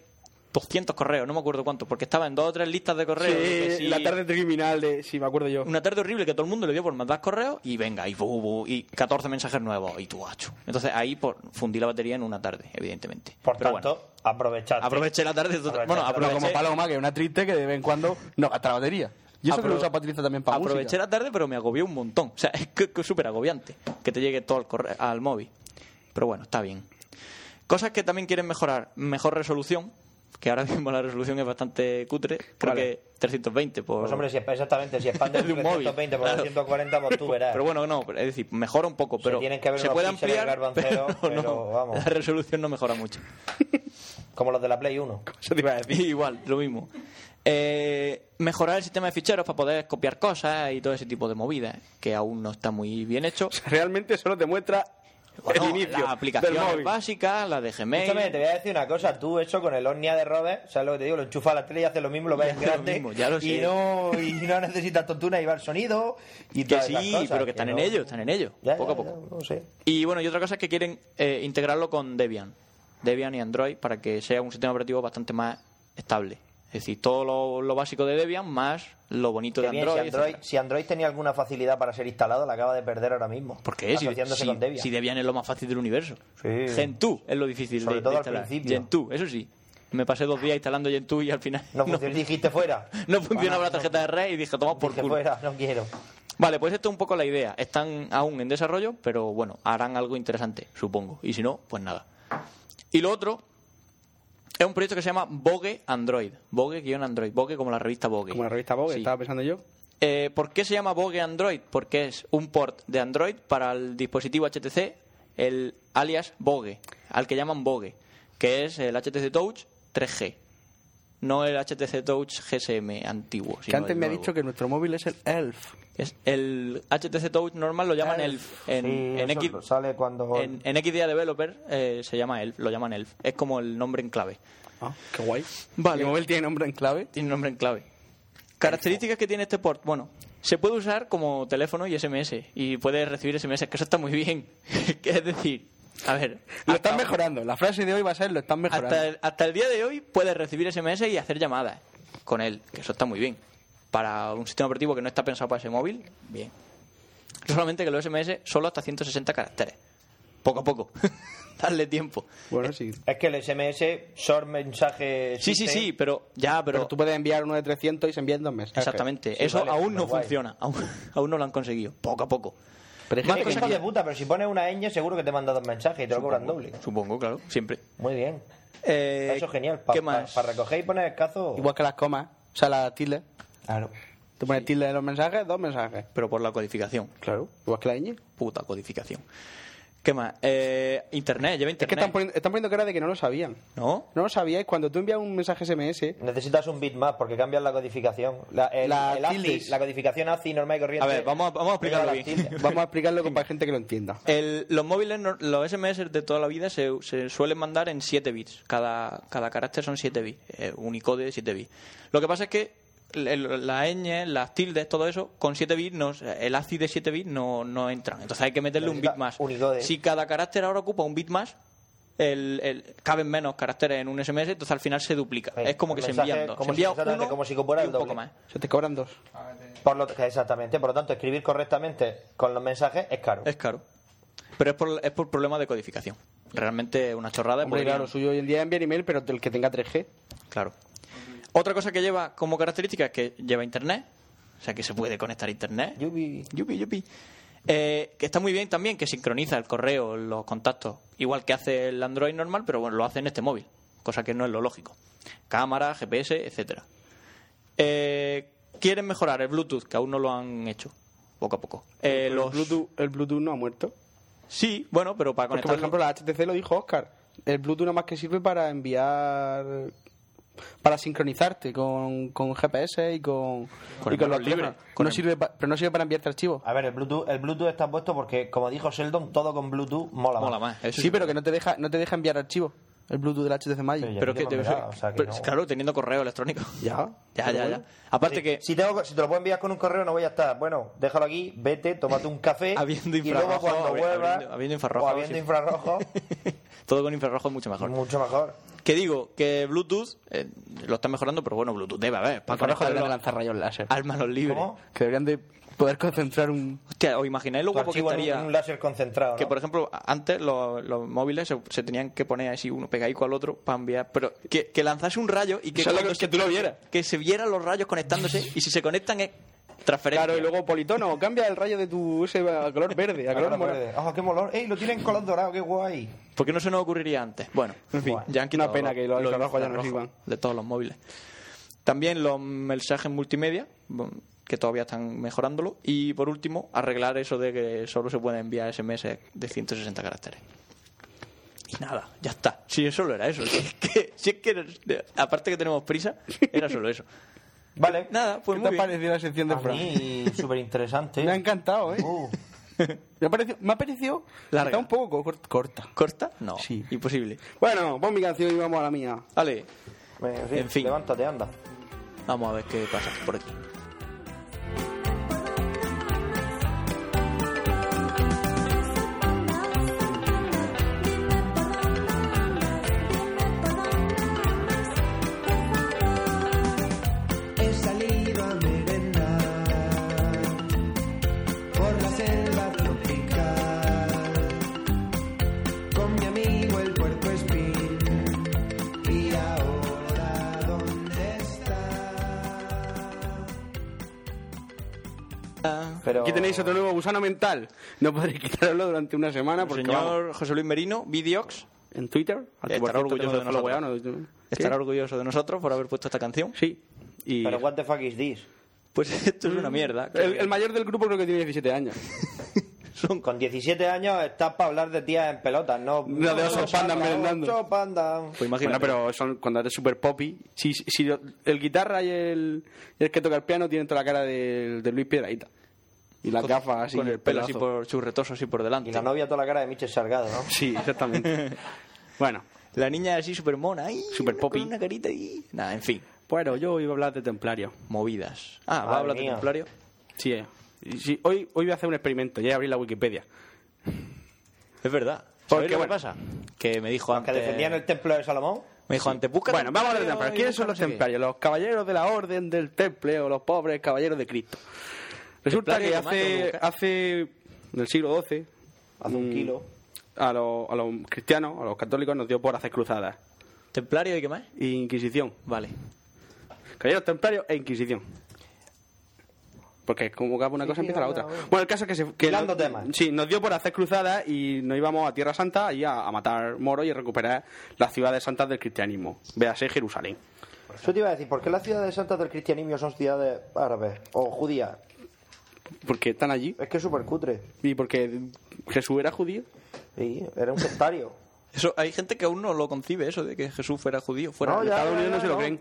S6: 200 correos, no me acuerdo cuántos, porque estaba en dos o tres listas de correos. y que
S8: Sí,
S6: si-
S8: la tarde criminal de. Sí, me acuerdo yo.
S6: Una tarde horrible que todo el mundo le dio por mandar correos y venga, y bubu, y 14 mensajes nuevos, y tu hacho. Entonces ahí por, fundí la batería en una tarde, evidentemente.
S7: Por
S6: Pero
S7: tanto,
S6: bueno,
S7: aprovechar.
S6: aproveché la tarde. total- Bueno,
S8: Pero
S6: aproveché,
S8: como Paloma, que es una triste que de vez en cuando no gasta la batería. Y eso que lo
S6: Apro-
S8: usa Patricia también para
S6: aproveché
S8: música.
S6: la tarde, pero me agobió un montón. O sea, es que que es súper agobiante que te llegue todo al, corre- al móvil. Pero bueno, está bien. Cosas que también quieren mejorar. Mejor resolución, que ahora mismo la resolución es bastante cutre. Creo
S7: ¿Cuál es?
S6: que 320 por...
S7: Pues hombre, si, exactamente, si expandes
S6: De
S7: de
S6: un
S7: un
S6: móvil,
S7: 320 por
S6: claro.
S7: 240, pues tú verás.
S6: Pero bueno, no, es decir, mejora un poco, pero
S7: tienen que ver unos
S6: puede
S7: píxeles de
S6: ampliar,
S7: garbancero,
S6: pero no,
S7: pero vamos.
S6: la resolución no mejora mucho.
S7: Como los de la Play 1.
S8: Eso te iba a decir.
S6: Igual, lo mismo. Eh, mejorar el sistema de ficheros para poder copiar cosas y todo ese tipo de movidas, que aún no está muy bien hecho.
S8: Realmente solo te muestra
S6: Bueno,
S8: el inicio.
S6: las
S8: del
S6: aplicaciones
S8: móvil.
S6: básicas, las de
S7: Escúchame,
S6: Gmail.
S7: te voy a decir una cosa. Tú, eso con el Omnia de Robert, ¿sabes lo que te digo? Lo enchufas a la tele y haces lo mismo, lo ves en
S6: Ya lo
S7: grande.
S6: mismo, ya lo
S7: y,
S6: sé.
S7: No, y no necesitas tontuna y va el sonido. Y
S6: Que
S7: todas esas
S6: sí,
S7: cosas,
S6: pero que están en
S7: no-
S6: ello, están en ello,
S7: Ya,
S6: poco a
S7: ya,
S6: poco.
S7: ya, no sé.
S6: Y bueno, y otra cosa es que quieren eh, integrarlo con Debian. Debian y Android para que sea un sistema operativo bastante más estable. Es decir, todo lo, lo básico de Debian más lo bonito
S7: Que
S6: de
S7: bien, si,
S6: Android.
S7: Android,
S6: etcétera.
S7: si Android tenía alguna facilidad para ser instalado, la acaba de perder ahora mismo.
S6: ¿Por qué? Si,
S7: Asociándose
S6: si-
S7: con Debian.
S6: si Debian es lo más fácil del universo.
S7: Sí.
S6: Gentoo es lo difícil
S7: Sobre
S6: de, de
S7: todo al
S6: instalar.
S7: principio.
S6: Gentoo, eso sí. Me pasé dos días instalando Gentoo y al final
S7: no,
S6: no,
S7: funcionó, dijiste fuera.
S6: no funcionaba la tarjeta de red y dije, toma por
S7: Dije "Pues,
S6: culo.
S7: fuera, no quiero.
S6: Vale, pues esto es un poco la idea. Están aún en desarrollo, pero bueno, harán algo interesante, supongo. Y si no, pues nada. Y lo otro es un proyecto que se llama Vogue Android. Vogue-Android. Vogue como la revista Vogue.
S8: Como la revista Vogue,
S6: Sí.
S8: estaba pensando yo.
S6: Eh, ¿Por qué se llama Vogue Android? Porque es un port de Android para el dispositivo HTC, el alias Vogue, al que llaman Vogue, que es el HTC Touch 3G. No el HTC Touch GSM antiguo.
S8: Que antes me ha
S6: dicho
S8: dicho que nuestro móvil es el ELF.
S6: es el HTC Touch normal lo llaman ELF. En,
S7: Sí,
S6: en
S7: eso
S6: X,
S7: lo sale cuando.
S6: en, en XDA Developer eh, se llama ELF, lo llaman ELF. Es como el nombre en clave.
S8: Ah, qué guay.
S6: Vale.
S8: ¿El móvil tiene nombre en clave?
S6: Tiene nombre en clave. Características que tiene este port. Bueno, se puede usar como teléfono y SMS. Y puede recibir SMS, que eso está muy bien. es decir, a ver.
S8: Lo están mejorando. La frase de hoy va a ser lo están mejorando.
S6: Hasta el, hasta el día de hoy puedes recibir SMS y hacer llamadas. con él, que eso está muy bien. Para un sistema operativo que no está pensado para ese móvil, bien. Yo solamente que los SMS solo hasta 160 caracteres. Poco a poco. Darle tiempo.
S8: Bueno, sí.
S7: Es que el SMS son mensajes.
S6: Sí, sí, sí, pero ya, pero...
S8: tú puedes enviar uno de 300 y se envía en dos meses.
S6: Exactamente.
S8: Sí,
S6: eso
S8: vale,
S6: aún no
S8: muy guay.
S6: funciona. Aún, aún no lo han conseguido. Poco a poco.
S7: Pero es
S6: Más
S7: que
S6: cosas
S7: hijo
S6: que-
S7: de puta, pero si pones una ñ seguro que te manda dos mensajes y te lo cobran doble.
S6: Supongo, claro. Siempre.
S7: Muy bien. Eso es genial.
S6: Eh, ¿qué
S7: Para
S6: más?
S7: recoger y poner escazo.
S8: Igual que las comas, o sea, las tildes.
S7: Claro.
S8: Tú pones tilde de los mensajes, dos mensajes.
S6: Pero por la codificación.
S8: Claro. Igual que la ñ.
S6: Puta codificación. ¿Qué más? Eh, internet, lleva
S8: Es que
S6: internet.
S8: están poniendo, están poniendo cara de que no lo sabían.
S6: ¿No?
S8: No lo sabíais. Cuando tú envías un mensaje SMS,
S7: Necesitas un bit más porque cambias la codificación. La, el-
S8: La
S7: el ACI,
S8: tildes.
S7: la codificación ACI normal y corriente.
S6: A ver, vamos a, vamos a explicarlo bien.
S8: vamos a explicarlo con- para gente que lo entienda.
S6: El- los móviles, no- los SMS de toda la vida se, se suelen mandar en 7 bits. Cada, cada carácter son 7 bits. eh, Unicode de 7 bits. Lo que pasa es que el- las ñ, las tildes, todo eso, con 7 bits, no, el ACI de 7 bits no, no entran. Entonces hay que meterle un bit más.
S7: ¿eh?
S6: Si cada carácter ahora ocupa un bit más, el, el- caben menos caracteres en un SMS, entonces al final se duplica. es como que se
S7: mensaje,
S6: envían dos.
S7: como
S6: se
S7: si-
S6: envía
S7: exactamente,
S6: uno
S7: como si cobrara el
S6: y un poco
S7: doble.
S6: más.
S8: Se te cobran dos.
S7: Por lo, que- exactamente. Por lo tanto, escribir correctamente con los mensajes es caro.
S6: Es caro. Pero es por, es por problema de codificación. Realmente una chorrada.
S8: Hombre,
S6: podrían-
S8: claro, lo suyo hoy en día es enviar email, pero el que tenga 3G.
S6: Claro. Otra cosa que lleva como característica es que lleva internet, o sea que se puede conectar a internet.
S7: Yupi.
S6: Yupi, yupi. Eh, que está muy bien también que sincroniza el correo, los contactos, igual que hace el Android normal, pero bueno, lo hace en este móvil, cosa que no es lo lógico. Cámara, GPS, etcétera. Eh, quieren mejorar el Bluetooth, que aún no lo han hecho, poco a poco. Eh,
S8: el,
S6: los-
S8: Bluetooth, el Bluetooth no ha muerto.
S6: Sí, bueno, pero para
S8: Porque,
S6: conectar.
S8: por ejemplo, la HTC lo dijo Oscar. El Bluetooth nada más que sirve para enviar. para sincronizarte con, con GPS y con.
S6: Con
S8: y con
S6: el
S8: los
S6: manos libres,
S8: libres. Ah,
S6: con el-
S8: sirve pa- pero no sirve para enviarte archivos.
S7: A ver, el Bluetooth, el Bluetooth está puesto porque, como dijo Sheldon, todo con Bluetooth mola,
S6: Mola más, eso
S8: sí,
S6: sí.
S8: pero que no te deja no te deja enviar archivos. El Bluetooth del HTC Magic.
S6: Pero que debe ser- pero, Claro, teniendo correo electrónico.
S8: Ya.
S6: Ya,
S8: Pero
S6: ya, ya.
S8: bueno. Eh,
S6: Aparte
S7: Sí,
S6: que.
S7: si, tengo- si te lo puedo enviar con un correo no voy a estar bueno déjalo aquí vete tómate un café
S6: Habiendo
S7: y luego
S6: infrarrojo,
S7: cuando
S6: habi-
S7: vuelvas
S6: habiendo- habiendo infrarrojo,
S7: o habiendo
S6: sí.
S7: infrarrojo
S6: Todo con infrarrojo es mucho mejor.
S7: mucho mejor
S6: Que digo, que Bluetooth eh, lo están mejorando, pero bueno, Bluetooth debe haber. Para conectarlo
S8: Infrarrojo deberían de lanzar rayos láser.
S6: Al manos libres.
S7: ¿Cómo?
S8: Que deberían de poder concentrar un.
S6: Hostia, os imagináis lo
S7: tu
S6: guapo que
S7: archivo en un-
S6: estaría.
S7: en un láser concentrado ¿no?
S6: Que por ejemplo, a- antes los, los móviles se, se tenían que poner así uno pegadico al otro para enviar. Pero que, que lanzase un rayo y que,
S8: Eso es lo
S6: cuando
S8: que- que tú lo vieras.
S6: Que se vieran los rayos conectándose y si se conectan es transferencia.
S8: Claro, y luego politono, cambia el rayo de tu ese a color verde, a
S7: Ah,
S8: color
S7: claro,
S8: morado.
S7: verde. Ah, qué molor ey lo tienen color dorado qué guay
S6: ¿Por qué no se nos ocurriría antes? Bueno, en fin,
S8: Bueno,
S6: ya han
S8: una
S6: quitado
S8: pena que los infrarrojos ya no
S6: infrarrojos
S8: sirvan.
S6: De todos los móviles. También los mensajes multimedia, bueno, que todavía están mejorándolo. Y por último, arreglar eso de que solo se pueden enviar SMS de 160 caracteres. Y nada, ya está. Si eso solo era eso. Si es que, si es que- aparte que tenemos prisa, era solo eso.
S7: vale
S6: Nada, pues
S8: ¿Qué
S6: muy
S8: te ha
S6: bien.
S8: parecido la sección de Fran?
S7: súper interesante
S8: Me ha encantado, ¿eh?
S7: Uh,
S8: Me ha parecido, me ha parecido
S6: Larga.
S8: está un poco cor- corta.
S6: ¿Corta? No,
S8: Sí.
S6: imposible.
S8: Bueno, pon mi canción y vamos a la mía.
S6: Vale,
S7: venga,
S6: En fin.
S7: levántate anda
S6: vamos a ver qué pasa por aquí.
S16: He salido a merendar por la selva tropical con mi amigo el puerco espín. Y ahora, ¿dónde está?
S7: pero
S8: Aquí tenéis otro nuevo gusano mental. No podréis quitarlo durante una semana porque vamos,
S6: Señor José Luis Merino, Videox.
S8: en Twitter, al que, por
S6: Estará
S8: cierto,
S6: orgulloso
S8: tenemos
S6: de nosotros.
S8: followeado, ¿no?
S6: Estará
S8: ¿Qué?
S6: orgulloso de nosotros por haber puesto esta canción.
S8: Sí. Y
S7: pero what the fuck is this
S6: Pues esto es una mierda.
S8: Mm. el, el mayor del grupo creo que tiene 17 años.
S7: con 17 años estás para hablar de tías en pelotas no
S8: No, de osos pandas merendando.
S7: Osos pandas.
S6: Pues imagínate.
S8: Bueno, pero son cuando eres super poppy. Si, si lo- el guitarra y el, y el que toca el piano tienen toda la cara de, de Luis Piedrahita. Y las
S6: Con-
S8: gafas así,
S6: con el pelo así
S8: pelazo.
S6: por churretoso así por delante.
S7: y la novia toda la cara de Michel Salgado ¿no?
S8: Sí, exactamente. bueno,
S6: La niña así súper mona, ay,
S8: Súper
S6: una-
S8: popi.
S6: Con una carita ahí. Nada, en fin,
S8: bueno, yo iba a hablar de Templario.
S6: movidas. Ah, va
S7: Madre
S6: a hablar de
S7: mía.
S6: templario.
S8: Sí, eh. Y sí, hoy, hoy voy a hacer un experimento, ya voy a abrir la Wikipedia.
S6: Es verdad.
S8: ¿Por
S6: ¿Sabéis
S8: qué?
S6: lo que
S8: Bueno.
S6: pasa? Que me dijo
S7: que
S6: antes.
S7: defendían el templo de Salomón
S6: Me dijo antes, busca.
S8: Bueno, vamos a hablar de templarios.
S6: templarios,
S8: ¿Quiénes son los
S6: busca no sé qué".
S8: templarios? Los caballeros de la orden del temple o los pobres caballeros de Cristo. Resulta que
S6: Templarios de
S8: hace,
S6: Mato, busca.
S8: hace. en el siglo XII. Hace un kilo. A los, a los cristianos, a los católicos, nos dio por hacer cruzadas.
S6: ¿Templarios y qué más?
S8: Inquisición.
S6: Vale.
S8: Caballeros templarios e Inquisición. Porque es como que una cosa empieza la otra. Bueno, el caso es que se. Que
S17: Hilando
S8: no-
S17: temas.
S8: Sí, nos dio por hacer cruzadas y nos íbamos a Tierra Santa y a, a matar moros y a recuperar las ciudades santas del cristianismo. Véase Jerusalén.
S7: Yo te iba a decir, ¿por qué las ciudades santas del cristianismo son ciudades árabes o judías?
S8: Porque están allí.
S7: Es que es súper cutre.
S8: ¿Y porque Jesús era judío?
S7: Sí, era un sectario.
S6: Eso, hay gente que aún no lo concibe, eso de que Jesús fuera judío. Fuera
S7: No, ya, ya, ya, no. El-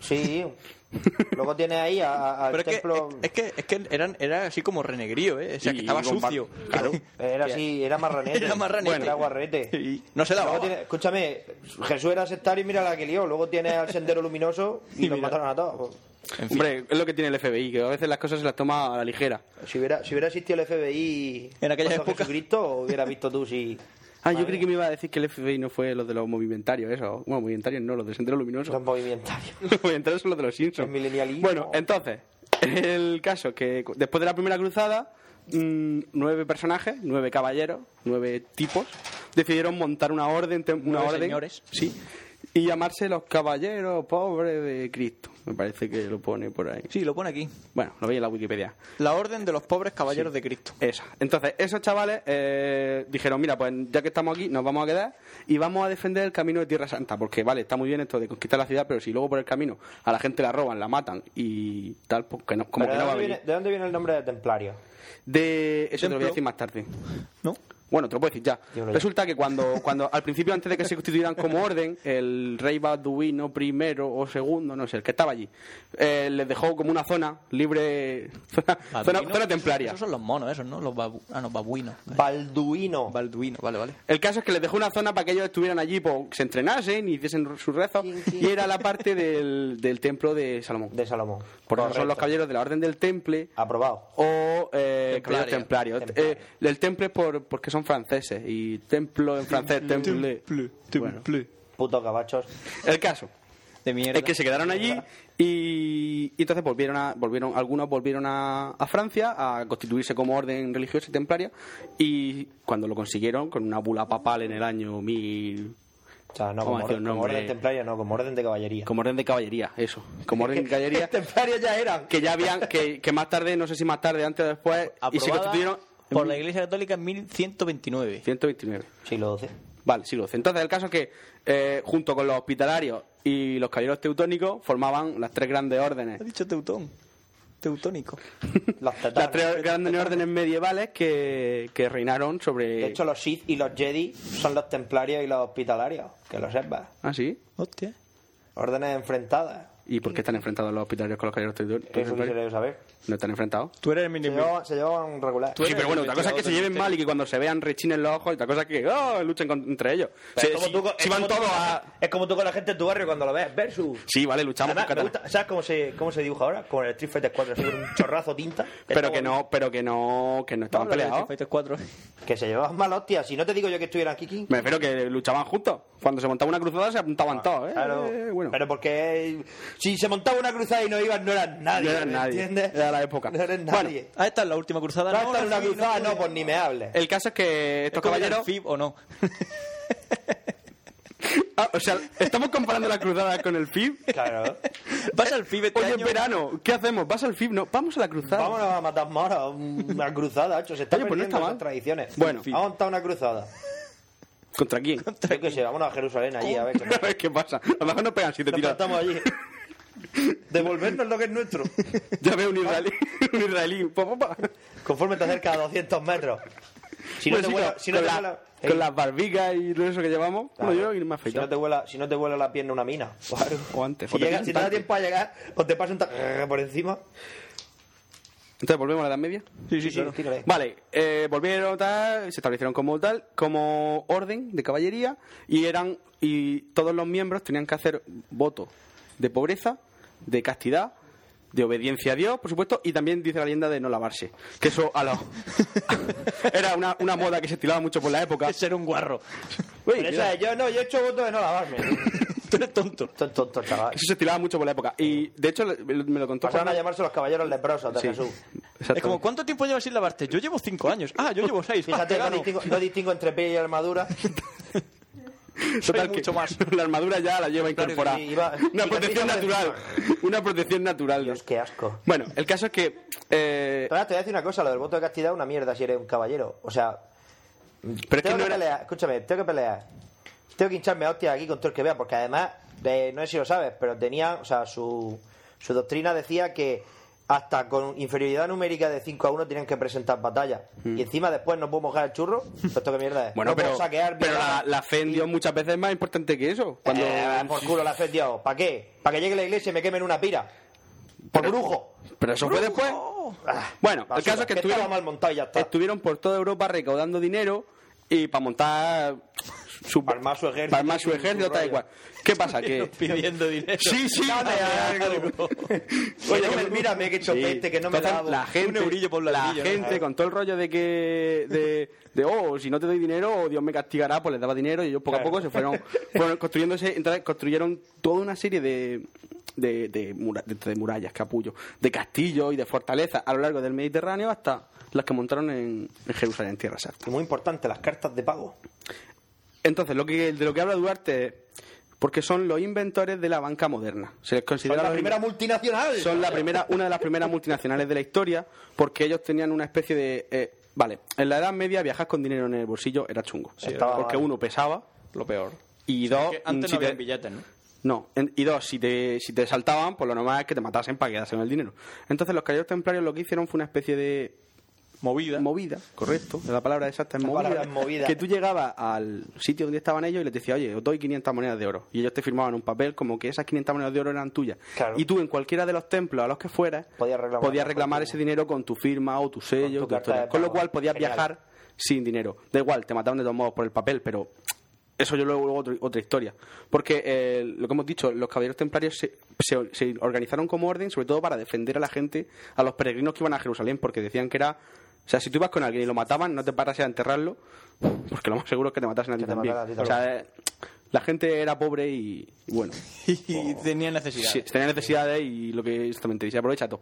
S7: sí. Luego tienes ahí a- a- al
S6: Pero es que,
S7: templo...
S6: es que, es que eran, era así como renegrío, ¿eh? O sea, que
S7: Y-
S6: estaba
S7: y con bar-
S6: sucio.
S7: claro. Era así, era marranete.
S6: Era marranete.
S7: Bueno. Era guarrete.
S6: no se
S7: Luego
S6: daba.
S7: tiene- escúchame, Jesús era sectario y mira la que lió. Luego tienes al sendero luminoso y, los mataron a todos. Pues,
S8: Hombre, es lo que tiene el FBI, que a veces las cosas se las toma a la ligera.
S7: Si hubiera, si hubiera existido el FBI
S8: En aquella
S7: cuando
S8: época.
S7: Jesucristo, hubiera visto tú si...
S8: Ah, yo creí que me iba a decir que el FBI no fue los de los movimentarios, eso. Bueno, movimentarios no, los de Sendero Luminoso. Los
S7: movimentarios.
S8: los movimentarios son los de los Simpsons. Bueno, entonces, el caso es que cu- después de la primera cruzada, mm, nueve personajes, nueve caballeros, nueve tipos, decidieron montar una orden. tem- Una
S6: Nueve
S8: orden
S6: señores.
S8: Sí. Y llamarse los caballeros pobres de Cristo. Me parece que lo pone por ahí.
S6: Sí, lo pone aquí.
S8: Bueno, lo veis en la Wikipedia.
S6: La orden de los pobres caballeros de Cristo.
S8: Esa. Entonces, esos chavales eh, dijeron, mira, pues ya que estamos aquí, nos vamos a quedar y vamos a defender el camino de Tierra Santa, porque vale, está muy bien esto de conquistar la ciudad, pero si luego por el camino a la gente la roban, la matan y tal, pues que no, como
S7: Pero ¿de,
S8: que no va a
S7: dónde
S8: venir.
S7: viene, de dónde viene el nombre de templario?
S8: De... Eso te lo
S7: Templo.
S8: voy a decir más tarde. ¿No? Bueno, te lo puedo decir ya. Resulta que cuando, cuando al principio, antes de que se constituyeran como orden, el rey Balduino primero o segundo, no sé, el que estaba allí, eh, les dejó como una zona libre, zona, zona-
S6: Balduinos.
S8: zona templaria.
S6: Esos son los monos, esos, ¿no? Los babu... Ah, no, babuinos.
S7: Balduino.
S6: Balduino, vale, vale.
S8: El caso es que les dejó una zona para que ellos estuvieran allí, pues, se entrenasen y hiciesen sus rezos. Y era la parte del, del templo de Salomón.
S7: De Salomón.
S8: Por eso
S7: Correcto.
S8: son los caballeros de la Orden del Temple.
S7: Aprobado.
S8: O eh,
S7: Templario.
S8: caballeros templarios. Eh, el temple es por, porque son franceses. Y templo en francés, temple. Bueno.
S7: Putos gabachos.
S8: El caso.
S6: De mierda.
S8: Es que se quedaron allí y, y entonces volvieron a, volvieron, algunos volvieron a, a Francia a constituirse como orden religiosa y templaria y cuando lo consiguieron con una bula papal en el año 1000
S7: o sea, no,
S8: ¿cómo
S7: como,
S8: decir
S7: orden,
S8: un
S7: como
S8: nombre?
S7: orden templario, no, como orden de caballería.
S8: como orden de caballería, eso, como orden de caballería
S7: templarios ya eran.
S8: que ya habían que, que más tarde, no sé si más tarde, antes o después y se
S6: Aprobada
S8: constituyeron en
S6: por la Iglesia Católica en 1129.
S8: 129.
S7: Siglo XII.
S8: Vale, siglo XII. Entonces, el caso es que, eh, junto con los hospitalarios y los caballeros teutónicos, formaban las tres grandes órdenes.
S6: Ha dicho teutón. Teutónico.
S7: Las,
S8: tres grandes órdenes medievales que, que reinaron sobre...
S7: De hecho, los Sith y los Jedi son los templarios y los hospitalarios. Que lo sepas.
S8: ¿Ah, sí?
S6: Hostia.
S7: Órdenes enfrentadas.
S8: ¿Y por qué están enfrentados los hospitalarios con los caballeros teutón-
S7: Eso
S8: teutónicos?
S7: quisiera yo saber.
S8: No están enfrentados.
S6: Tú eres el
S7: Se llevaban, se llevaban regular.
S8: Sí, pero bueno, otra cosa es que se lleven mal y que cuando se vean rechinen los ojos, y otra cosa es que oh, luchen con- entre ellos.
S18: Pero
S8: Se-
S18: es como
S8: si-
S18: tú con-
S8: si
S18: es
S8: van
S18: como tú
S8: todos
S18: con la-
S8: a...
S18: Es como tú con la gente de tu barrio cuando lo ves. Versus.
S8: Sí, vale, luchamos
S18: Además,
S8: con
S18: me
S8: katana.
S18: gusta- ¿Sabes cómo se, cómo se dibuja ahora? Con el Street Fighter 4, sobre un chorrazo tinta.
S8: Pero que no, pero que no, que no estaban peleados. ¿eh?
S7: Que se llevaban mal, hostia. Si no te digo yo que estuvieran Kiki.
S8: Me refiero que luchaban juntos. Cuando se montaba una cruzada se apuntaban todos, ¿eh?
S7: Claro.
S8: Eh,
S7: Pero porque si se montaba una cruzada y no iban, no eran nadie.
S8: No eran
S7: ¿me
S8: nadie.
S7: ¿Entiendes?
S8: Era la época.
S7: No eres
S8: Bueno,
S7: nadie.
S6: Ah, esta es la última cruzada.
S7: Claro,
S6: No,
S7: esta es
S6: no
S7: una
S6: fui, no
S7: cruzada,
S6: fui.
S7: no, pues ni me hables.
S8: El caso es que estos
S6: ¿Esto era el
S8: caballeros...
S6: FIB o no?
S8: Ah, o sea, estamos comparando la cruzada con el FIB.
S7: Claro.
S6: Vas al FIB este
S8: Oye,
S6: año.
S8: verano, ¿qué hacemos? ¿Vas al FIB? No, vamos a la cruzada.
S7: Vámonos a matar moros, una cruzada, hecho. Se están
S8: Oye, pues no
S7: perdiendo
S8: está mal.
S7: esas tradiciones.
S8: Bueno.
S7: ha montado una cruzada.
S8: ¿Contra quién?
S7: Yo qué sé, vámonos a Jerusalén allí, a ver qué
S8: A ver qué pasa. A lo mejor nos pegan si te
S7: Nos
S8: tiran.
S7: plantamos allí. Devolvernos lo que es nuestro.
S8: Ya veo un israelí. un israelí. Pa, pa, pa.
S7: Conforme te acercas a 200 metros. Si no te
S8: Bueno, Pues sí,
S7: vuela,
S8: con-
S7: si no
S8: con
S7: te
S8: la-
S7: vuela- Eh,
S8: Con las barbicas y todo eso que llevamos.
S7: Claro.
S8: Bueno, yo y me
S7: si no te vuela, si no te vuela la pierna una mina. Claro.
S8: O antes.
S7: Si,
S8: o te
S7: llega-
S8: pillan
S7: si te da
S8: tanque.
S7: tiempo a llegar,
S19: pues
S7: o te pasa un ta- por encima.
S8: Entonces, ¿volvemos a la Edad Media? Sí,
S7: sí, claro. tírale.
S8: Vale, eh, volvieron tal, se establecieron como tal, como orden de caballería y eran y todos los miembros tenían que hacer voto de pobreza, de castidad, de obediencia a Dios, por supuesto, y también dice la leyenda de no lavarse. Que eso a los... era una, una moda que se estilaba mucho por la época.
S6: Ser un guarro.
S7: Pero esa es, yo no, yo he hecho voto de no lavarme.
S6: Tú eres tonto.
S19: Tú eres tonto, chaval.
S8: Eso se estilaba mucho por la época. Y de hecho, le- me lo contó.
S19: Pasaron a
S8: Juanma.
S19: llamarse los caballeros leprosos de
S8: Sí.
S19: Jesús.
S6: Es como, ¿cuánto tiempo llevas sin lavarte? Yo llevo cinco años. Ah, yo llevo seis. Ah,
S19: Fíjate,
S6: te
S19: no
S6: gano.
S19: distingo, no distingo entre piel y armadura.
S8: Total, que La armadura ya la lleva
S19: Claro que
S8: incorporada.
S19: sí, iba-
S8: Una
S19: y
S8: protección
S19: camisa por
S8: natural. Una protección natural. Dios,
S19: qué asco.
S8: Bueno, el caso es que. eh,
S19: Ahora te voy a decir una cosa, lo del voto de castidad es una mierda si eres un caballero. O sea,
S8: Pero
S19: tengo que, pelear, escúchame, tengo que pelear. Tengo que hincharme a hostias aquí con todo el que vea, porque además, eh, no sé si lo sabes, pero tenía, o sea, su, su doctrina decía que hasta con inferioridad numérica de 5 a 1 tienen que presentar batalla. Y encima después no puedo mojar el churro. pues ¿Esto qué mierda es?
S8: Hmm. bueno,
S19: No puedo
S8: pero,
S19: saquear,
S8: pero
S19: violar.
S8: la, la fe en Dios muchas veces es más importante que eso. Cuando
S19: Eh, por culo la fe, Dios. ¿Para qué? ¿Para que llegue la iglesia y me quemen una pira? Por brujo. Ah,
S8: Pero eso fue después. Bueno, el
S19: basura,
S8: caso es que
S19: que
S8: estuvieron,
S19: estaba mal montado y ya está.
S8: estuvieron por toda Europa recaudando dinero y para montar su, para armar
S19: su ejército,
S8: para armar su
S19: su
S8: ejército tal y
S19: rollo.
S8: cual. ¿Qué pasa? Que
S6: pidiendo dinero.
S8: Sí, sí.
S19: Oye, no me- mírame que he hecho
S8: Sí.
S19: peste, que no me
S8: Entonces,
S19: lavo.
S8: La gente,
S19: Un eurillo por
S8: la
S19: ladrillo, ¿no?
S8: gente
S19: Claro.
S8: con todo el rollo de que de, de, oh, si no te doy dinero, oh, Dios me castigará, pues les daba dinero y ellos poco a
S19: Claro.
S8: poco se fueron, fueron construyéndose, entonces construyeron toda una serie de de, de mura- de- de murallas, capullos, de castillos y de fortalezas a lo largo del Mediterráneo hasta las que montaron en, en Jerusalén, en Tierra Santa.
S19: Muy importante, las cartas de pago.
S8: Entonces, lo que, de lo que habla Duarte es porque son los inventores de la banca moderna. Se les considera
S19: Son la
S8: los
S19: primera
S8: inven-
S19: multinacional.
S8: Son la primera, una de las primeras multinacionales de la historia, porque ellos tenían una especie de. eh, vale, en la Edad Media viajar con dinero en el bolsillo era chungo.
S6: Estaba
S8: porque
S6: mal.
S8: uno pesaba.
S6: Lo peor.
S8: Y dos.
S6: Es que antes
S8: si
S6: no había
S8: te-
S6: billetes, ¿no?
S8: no, en- y dos, si te, si te saltaban, pues lo normal es que te matasen para quedarse con el dinero. Entonces los caballeros templarios lo que hicieron fue una especie de... Movida. Movida, correcto. La palabra exacta es movida.
S19: palabra es movida.
S8: Que tú llegabas al sitio donde estaban ellos y les decías, oye, os doy 500 monedas de oro. Y ellos te firmaban un papel como que esas 500 monedas de oro eran tuyas. Y tú en cualquiera de los templos a los que fueras
S19: Podías reclamar,
S8: podías reclamar ese dinero con tu firma o tu sello. tu
S19: carta
S8: historia.
S19: de
S8: Con lo
S19: pago.
S8: cual podías
S19: Genial.
S8: viajar sin dinero. Da igual, te mataron de todos modos por el papel, pero eso yo luego luego otro- otra historia. Porque eh, lo que hemos dicho, los caballeros templarios se, se- se organizaron como orden, sobre todo para defender a la gente, a los peregrinos que iban a Jerusalén, porque decían que era. O sea, si tú ibas con alguien y lo mataban, no te paras a enterrarlo, porque lo más seguro es que te matasen a ti
S6: te
S8: también.
S6: mataran a ti
S8: o sea, eh, la gente era pobre y, y bueno.
S6: Y tenía necesidad.
S8: Sí, tenía necesidades y lo que justamente dice, aprovecha todo.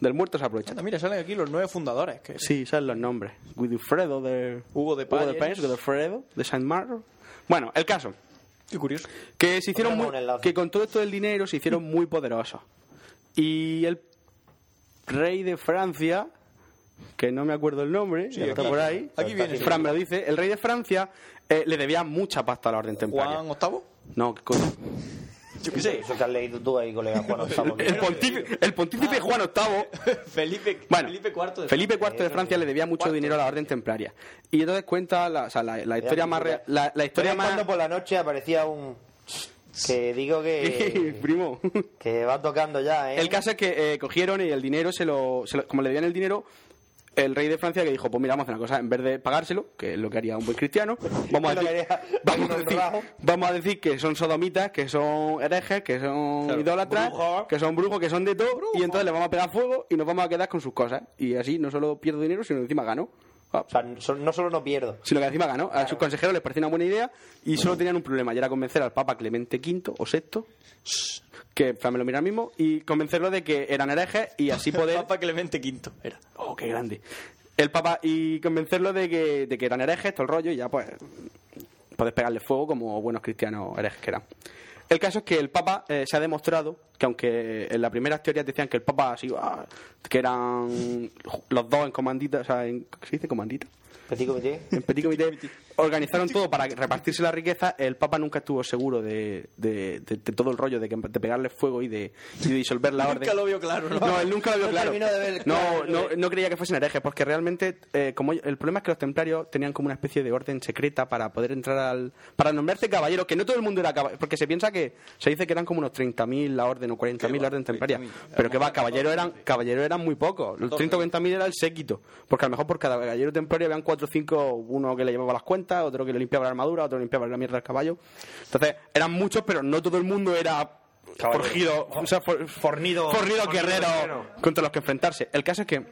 S8: Del muerto se aprovecha.
S6: Anda, mira, salen aquí los nueve fundadores. Que...
S8: Sí, saben los nombres. Godofredo de...
S6: Hugo de Payes.
S8: Godofredo de Saint Marro. Bueno, el caso.
S6: Qué curioso.
S8: Que se hicieron
S6: Pondremos
S8: muy-
S6: un enlace.
S8: que con todo esto del dinero se hicieron muy poderosos. Y el rey de Francia, que no me acuerdo el nombre,
S6: Sí,
S8: está
S6: aquí-
S8: por ahí.
S6: aquí viene.
S8: Fran me lo dice. El rey de Francia eh, le debía mucha pasta a la orden templaria.
S6: Juan VIII.
S8: No, qué coño.
S19: Yo qué sé. Eso que has leído tú ahí, colega Juan Octavo.
S8: El pontífice, el
S6: Ah.
S8: pontífice Juan VIII. Felipe, Felipe IV
S6: de
S8: Francia. le debía mucho dinero a la orden templaria. Y entonces cuenta la, o sea, la, la historia más real. La, la historia
S19: Pero es
S8: más.
S19: cuando por la noche aparecía un que digo que
S8: primo
S19: que va tocando ya eh
S8: El caso es que eh, cogieron y el dinero, se lo, se lo- como le debían el dinero, el rey de Francia que dijo, pues mira, vamos a hacer una cosa, en vez de pagárselo, que es lo que haría un buen cristiano, vamos a
S19: Que lo
S8: decir,
S19: haría
S8: vamos
S19: un
S8: a decir,
S19: honrado.
S8: vamos a decir que son sodomitas, que son herejes, que son
S6: Claro,
S8: idólatras,
S6: brujos.
S8: que son brujos, que son de todo, y entonces le vamos a pegar fuego y nos vamos a quedar con sus cosas. Y así no solo pierdo dinero, sino encima gano. Ah, O
S19: sea, no solo no pierdo.
S8: Sino que encima ganó. A sus consejeros les parecía una buena idea y solo tenían un problema. Y era convencer al Papa Clemente V o VI, que Fran me lo mira ahora mismo, y convencerlo de que eran herejes y así poder...
S6: Papa Clemente V era.
S8: ¡Oh, qué grande! El Papa y convencerlo de que, de que eran herejes, todo el rollo, y ya pues podés pegarle fuego como buenos cristianos herejes que eran. El caso es que el Papa eh, se ha demostrado que aunque en las primeras teorías decían que el Papa así, ah, que eran los dos en comandita, o sea, en, ¿qué se dice comandita?
S19: Petit comité.
S8: En petit comité organizaron todo para repartirse la riqueza. El Papa nunca estuvo seguro de, de- de- de todo el rollo de, que, de pegarle fuego y de, y de disolver la orden.
S6: Nunca lo vio claro, ¿no?
S8: él nunca lo vio
S6: No
S8: claro.
S6: terminó de ver
S8: no,
S6: claro.
S8: no, no creía que fuesen herejes, porque realmente eh, como ellos- el problema es que los templarios tenían como una especie de orden secreta para poder entrar al... para nombrarse caballero, que no todo el mundo era caballero, porque se piensa que se dice que eran como unos 30.000 la orden o 40.000 la orden templaria, pero que va, caballero eran caballero eran muy pocos, los 30 o 20.000 era el séquito, porque a lo mejor por cada caballero templario habían 4 o 5, uno que le llevaba las cuentas, otro que le limpiaba la armadura, otro que limpiaba la mierda al caballo, entonces eran muchos, pero no todo el mundo era...
S19: Caballero.
S8: Forgido, o sea, for-
S19: Fornido-
S8: fornido
S19: fornido
S8: guerrero
S19: guerrero.
S8: contra los que enfrentarse. El caso es que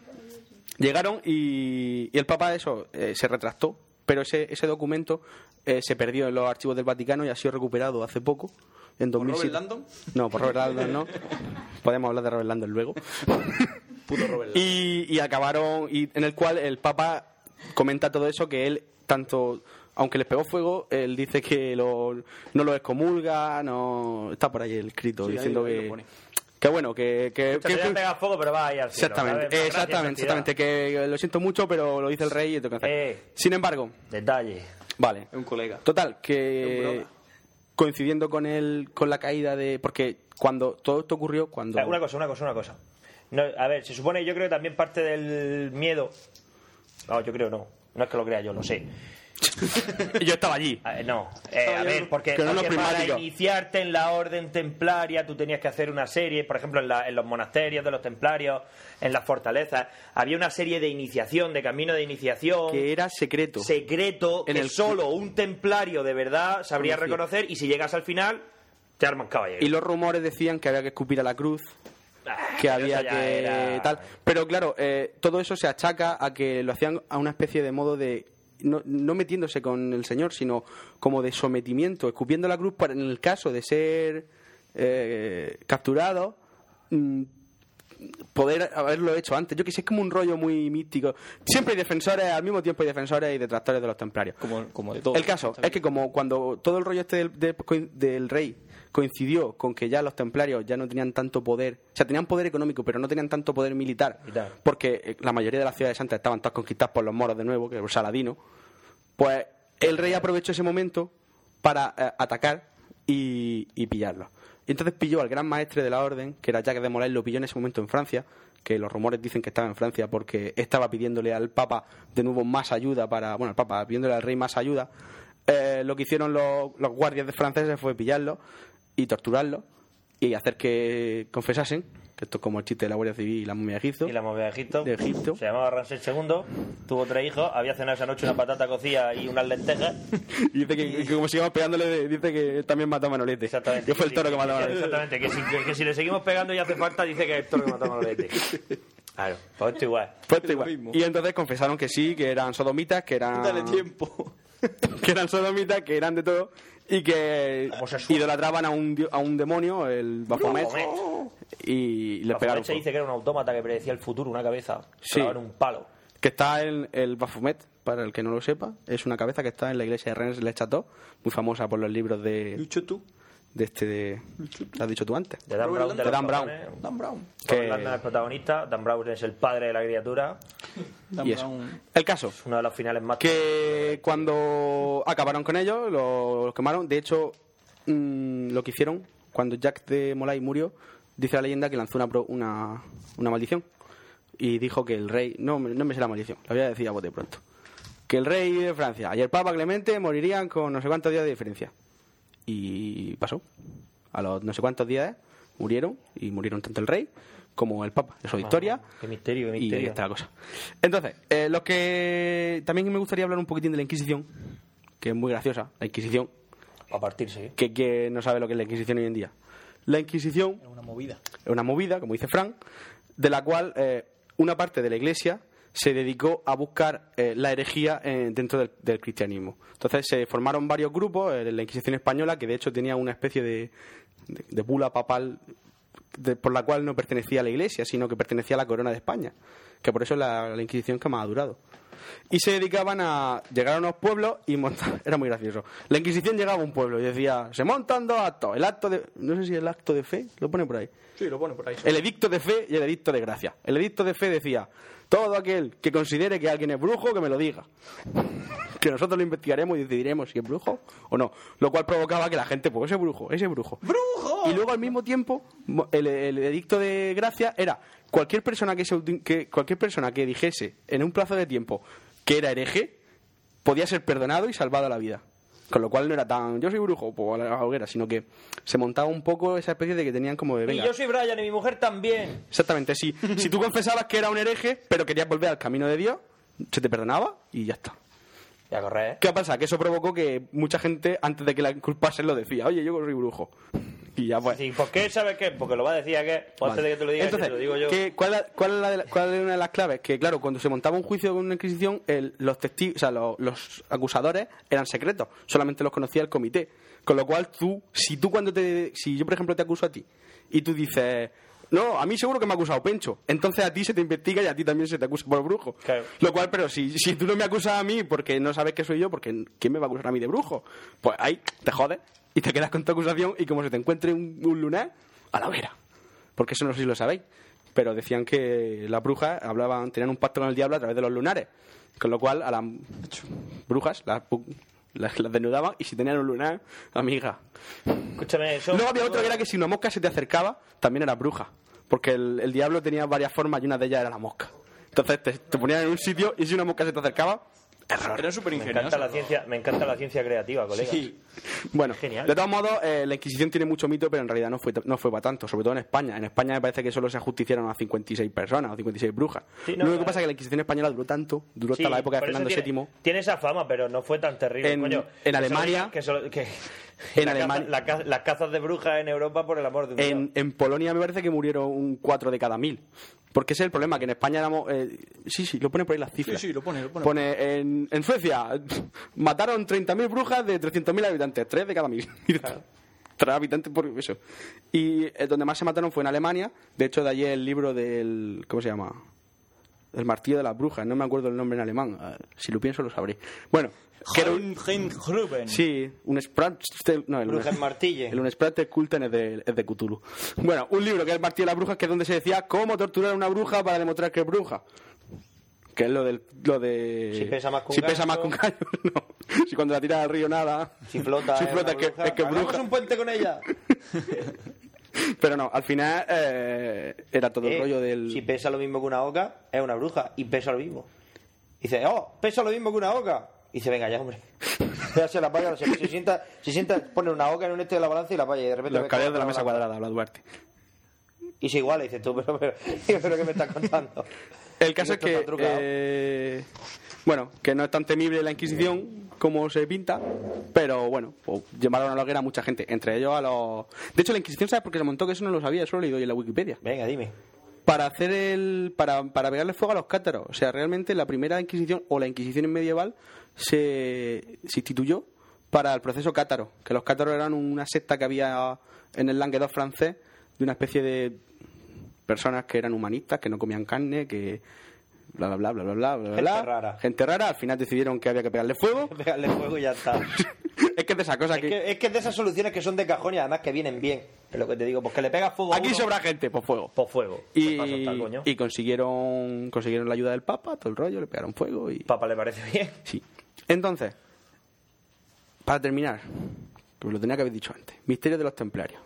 S8: llegaron y, y el Papa eso eh, se retractó, pero ese, ese documento eh, se perdió en los archivos del Vaticano y ha sido recuperado hace poco en 2007.
S6: Robert Landon?
S8: No, por Robert Landon no. Podemos hablar de Robert Landon luego.
S6: Puto Robert
S8: Y, y acabaron, y en el cual el Papa comenta todo eso, que él, tanto, aunque les pegó fuego, él dice que lo- no lo excomulga, no... Está por ahí el escrito
S7: Sí, ahí-
S8: diciendo
S7: ahí lo
S8: que...
S7: pone.
S8: Que bueno, que... que,
S7: Te
S8: que-
S7: podrían pegar fuego, pero va ahí al cielo,
S8: Exactamente,
S7: ¿sabes? Gracias,
S8: exactamente,
S7: felicidad.
S8: exactamente. Que lo siento mucho, pero lo dice el rey y tengo que hacer.
S7: Eh.
S8: Sin embargo.
S7: Detalle.
S8: Vale.
S6: Es un colega.
S8: Total,
S6: Es un
S8: que
S6: broma.
S8: coincidiendo con el, con la caída de. Porque cuando todo esto ocurrió, cuando.
S7: Eh, Una cosa, una cosa, una cosa. No, a ver, se supone, yo creo que también parte del miedo. No, yo creo no. No es que lo crea yo, lo sé.
S8: yo estaba allí.
S7: no, Eh, a ver, porque,
S8: Que no
S7: porque
S8: los
S7: para
S8: prismáticos.
S7: iniciarte en la orden templaria tú tenías que hacer una serie, por ejemplo, en, la- en los monasterios de los templarios, en las fortalezas, había una serie de iniciación, de camino de iniciación.
S8: Que era secreto.
S7: Secreto,
S8: En
S7: que
S8: el-
S7: solo un templario de verdad sabría
S8: Conocía.
S7: reconocer y si llegas al final, te arman caballero.
S8: Y los rumores decían que había que escupir a la cruz, que
S7: pero
S8: había
S7: eso ya
S8: que
S7: era-
S8: tal. Pero claro, eh, todo eso se achaca a que lo hacían a una especie de modo de no, no metiéndose con el señor, sino como de sometimiento, escupiendo la cruz para en el caso de ser eh, capturado. mm, poder haberlo hecho antes. Yo que sé, es como un rollo muy místico. Siempre hay defensores, al mismo tiempo hay defensores y detractores de los templarios.
S6: Como, como de todo.
S8: El caso es que como cuando todo el rollo este del, del- coin- del rey coincidió con que ya los templarios ya no tenían tanto poder, o sea, tenían poder económico, pero no tenían tanto poder militar, porque eh, la mayoría de las ciudades santas estaban todas conquistadas por los moros de nuevo, que por Saladino, pues el rey aprovechó ese momento para eh, atacar y, y pillarlo. Y entonces pilló al gran maestre de la orden, que era Jacques de Molay, lo pilló en ese momento en Francia, que los rumores dicen que estaba en Francia porque estaba pidiéndole al Papa de nuevo más ayuda para, bueno, al Papa, pidiéndole al rey más ayuda. Eh, lo que hicieron los, los guardias de franceses fue pillarlo y torturarlo y hacer que confesasen, que esto es como el chiste de la Guardia Civil y la momia de Egipto.
S7: Y la movida de Egipto.
S8: De Egipto.
S7: Se llamaba Ramsés II, tuvo tres hijos, había cenado esa noche una patata cocida y unas lentejas.
S8: Y dice que, que como sigamos pegándole, de- dice que él también mató a Manolete. Exactamente. Que fue el toro que mató a Manolete.
S7: Exactamente, que si, que- que si le seguimos pegando y hace falta, dice que es el toro que mató a Manolete. Claro, pues esto igual.
S8: Pues esto igual. Y entonces confesaron que sí, que eran sodomitas, que eran.
S7: Dale
S8: tiempo. que eran sodomitas, que eran de todo. Y que idolatraban a un, dio- a un demonio, el Baphomet. Y le pegaron.
S7: se dice que era un autómata que predecía el futuro, una cabeza.
S8: Sí.
S7: clavada en un palo.
S8: Que está en el Baphomet, para el que no lo sepa. Es una cabeza que está en la iglesia de Rennes Le Chateau, muy famosa por los libros de. Lucho tú. De este de. Lo has dicho tú antes.
S7: De Dan Brown.
S8: De Dan Brown.
S7: Dan Brown.
S8: Que-
S7: es el protagonista, Dan Brown es el padre de la criatura.
S8: Y eso. El caso.
S7: uno de los finales más.
S8: Que cuando acabaron con ellos, lo- los quemaron. De hecho, mm, lo que hicieron, cuando Jack de Molay murió, dice la leyenda que lanzó una, pro- una, una maldición. Y dijo que el rey. No, me- no me sé la maldición, la voy a decir a bote pronto. Que el rey de Francia y el Papa Clemente morirían con no sé cuántos días de diferencia. Y pasó. A los no sé cuántos días ¿eh? murieron, y murieron tanto el rey como el Papa. Eso es historia.
S7: Qué misterio, qué
S8: Y ahí
S7: misterio.
S8: está la cosa. Entonces, eh, lo que también me gustaría hablar un poquitín de la Inquisición, que es muy graciosa, la Inquisición.
S7: A partir,
S6: ¿eh?
S7: sí.
S8: Que, que no sabe lo que es la Inquisición hoy en día. La Inquisición
S6: Una movida.
S8: es una movida, como dice Frank, de la cual eh, una parte de la Iglesia se dedicó a buscar eh, la herejía eh, dentro del, del cristianismo. Entonces se formaron varios grupos, eh, la Inquisición española, que de hecho tenía una especie de, de, de bula papal de- por la cual no pertenecía a la Iglesia, sino que pertenecía a la corona de España, que por eso es la, la Inquisición que más ha durado. Y se dedicaban a llegar a unos pueblos y montar. Era muy gracioso. La Inquisición llegaba a un pueblo y decía: Se montan dos actos. El acto de. No sé si el acto de fe, lo pone por ahí.
S6: Sí, lo pone por ahí.
S8: El edicto de fe y el edicto de gracia. El edicto de fe decía, todo aquel que considere que alguien es brujo, que me lo diga. que nosotros lo investigaremos y decidiremos si es brujo o no. Lo cual provocaba que la gente, pues ese brujo, ese brujo. ¡Brujo! Y luego al mismo tiempo, mo- el, el edicto de gracia era cualquier persona que, se auti- que- cualquier persona que dijese en un plazo de tiempo que era hereje, podía ser perdonado y salvado la vida. Con lo cual no era tan, yo soy brujo, pues a la hoguera, sino que se montaba un poco esa especie de que tenían como de... venga,
S7: Y yo soy Brian y mi mujer también.
S8: Exactamente, si, si tú confesabas que era un hereje, pero querías volver al camino de Dios, se te perdonaba y ya está.
S7: Y a
S6: eh.
S7: correr.
S8: ¿Qué pasa? Que eso provocó que mucha gente, antes de que la inculpasen, lo decía. Oye, yo soy brujo. Y ya pues.
S7: Sí, ¿por qué? ¿Sabes qué? Porque lo va a decir a que
S8: Vale.
S7: antes de que tú lo digas, yo
S8: Entonces,
S7: te lo digo yo.
S8: ¿qué- cuál, era- cuál era la de la- cuál era una de las claves? Que, claro, cuando se montaba un juicio con una inquisición, el- los testigos, o sea, los, los acusadores eran secretos, solamente los conocía el comité. Con lo cual, tú, si tú cuando te. Si yo, por ejemplo, te acuso a ti y tú dices. No, a mí seguro que me ha acusado Pencho. Entonces a ti se te investiga y a ti también se te acusa por brujo. Lo cual, pero si, si tú no me acusas a mí porque no sabes que soy yo, porque ¿quién me va a acusar a mí de brujo? Pues ahí te jodes y te quedas con tu acusación y como se te encuentre un, un lunar, a la vera porque eso no sé si lo sabéis, pero decían que las brujas hablaban, tenían un pacto con el diablo a través de los lunares, con lo cual a las brujas las, las, las desnudaban y si tenían un lunar, amiga.
S7: Escúchame, eso.
S8: Luego había otro que era que si una mosca se te acercaba, también era bruja, porque el, el diablo tenía varias formas y una de ellas era la mosca. Entonces te, te ponían en un sitio y si una mosca se te acercaba, error. Era súper
S7: Me encanta, la ciencia, me encanta la ciencia creativa, colega.
S8: Sí. Bueno, de todos modos, eh, la Inquisición tiene mucho mito, pero en realidad no fue, no fue para tanto, sobre todo en España. En España me parece que solo se ajusticiaron a 56 personas o 56 brujas.
S7: Sí, no,
S8: lo único que
S7: claro.
S8: pasa es que la Inquisición española duró tanto, duró
S7: Sí,
S8: hasta la época de
S7: por eso
S8: Fernando
S7: tiene,
S8: VII.
S7: Tiene esa fama, pero no fue tan terrible,
S8: En-
S7: coño.
S8: en
S7: Que solo-
S8: Alemania-
S7: que solo- que-
S8: en
S7: la caza-
S8: Alemania-
S7: la ca- las cazas de brujas en Europa, por el amor de Dios.
S8: En, en Polonia me parece que murieron un 4 de cada mil. Porque ese es el problema, que en España éramos... eh, sí, sí, lo pone por ahí las cifras.
S6: Sí, sí, lo pone, lo pone.
S8: Pone, en, en Suecia mataron 30.000 brujas de 300.000 habitantes, 3 de cada 1.000. Y dices, Tres habitantes por eso. Y eh, donde más se mataron fue en Alemania. De hecho, de allí el libro del... ¿Cómo se llama? El martillo de las brujas. No me acuerdo el nombre en alemán. Ah, Si lo pienso, lo sabré. Bueno, que era un... Sí, un Sprat... No, el
S19: Brujas Martille.
S8: El un Sprat Culten es de, es de Cthulhu. Bueno, un libro que es el Martillo de las Brujas, que es donde se decía cómo torturar a una bruja para demostrar que es bruja. Que es lo, del, lo de...
S19: Si pesa más que un
S8: Si pesa
S19: gallo.
S8: más que un gallo, no. Si cuando la tiras al río nada. Si
S19: flota,
S8: Si
S19: es
S8: flota,
S19: una
S8: es que,
S19: bruja.
S8: es que es
S19: Hagamos
S8: bruja.
S19: un puente con ella.
S8: Pero no, al final eh, era todo el rollo del...
S19: Si pesa lo mismo que una oca, es una bruja y pesa lo mismo. Dice, oh, pesa lo mismo que una oca. Y dice, venga ya, hombre. Ya se la paga, se, se sienta, se sienta, pone una oca en un este de la balanza y la paga y de repente...
S8: Los
S19: ve
S8: caballeros
S19: cómo
S8: de la
S19: balanza.
S8: mesa cuadrada, habla Duarte.
S19: Y se iguala, dice tú, pero, pero, pero ¿qué me estás contando?
S8: El caso es
S19: Esto
S8: que,
S19: está trucado.
S8: eh, bueno, que no es tan temible la Inquisición como se pinta, pero bueno, pues, llevaron a la hoguera a mucha gente, entre ellos a los... De hecho, la Inquisición, ¿sabes por qué se montó? Que eso no lo sabía, eso lo he leído hoy en la Wikipedia.
S19: Venga, dime.
S8: Para hacer el... Para, para pegarle fuego a los cátaros. O sea, realmente la primera Inquisición o la Inquisición medieval se, se instituyó para el proceso cátaro, que los cátaros eran una secta que había en el Languedoc francés de una especie de personas que eran humanistas, que no comían carne, que bla bla bla bla bla bla bla
S19: Gente
S8: bla.
S19: rara.
S8: gente rara al final decidieron que había que pegarle fuego
S19: Pegarle fuego y ya está.
S8: es que es de esas cosas que,
S19: Que- Es que es de esas soluciones que son de cajón y además que vienen bien. Es lo que te digo, porque le pegas fuego a
S8: aquí
S19: uno-
S8: sobra gente por fuego
S19: Pues
S7: Por pues fuego.
S8: y,
S7: pasa, está, coño.
S8: y consiguieron consiguieron la ayuda del papa todo el rollo le pegaron fuego y
S7: Papa le parece bien.
S8: sí entonces para terminar que lo tenía que haber dicho antes misterio de los templarios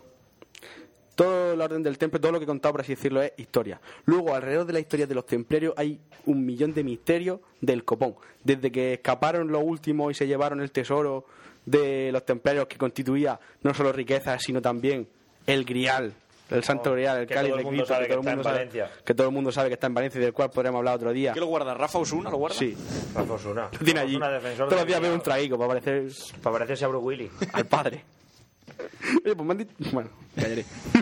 S8: todo el orden del templo, todo lo que he contado, por así decirlo, es historia. Luego, alrededor de la historia de los templarios hay un millón de misterios del copón. Desde que escaparon los últimos y se llevaron el tesoro de los templarios que constituía no solo riqueza, sino también el grial, el santo grial, el
S7: Oh, que
S8: cáliz
S7: todo el
S8: de
S7: mundo
S8: Cristo,
S7: sabe que
S8: todo el
S7: está en
S8: mundo sabe-
S7: Valencia.
S8: que todo el mundo sabe que está en Valencia y del cual podremos hablar otro día.
S6: ¿Qué lo guarda? ¿Rafa Osuna lo guarda?
S8: Sí.
S7: Rafa Osuna.
S8: Lo tiene allí.
S7: Osuna, defensor
S8: Todos
S7: de
S8: los días
S7: Villa.
S8: veo un traguico para parecer
S7: Para parecerse a Bruce Willis.
S8: al padre. Oye, pues me han dicho... Bueno, callaré.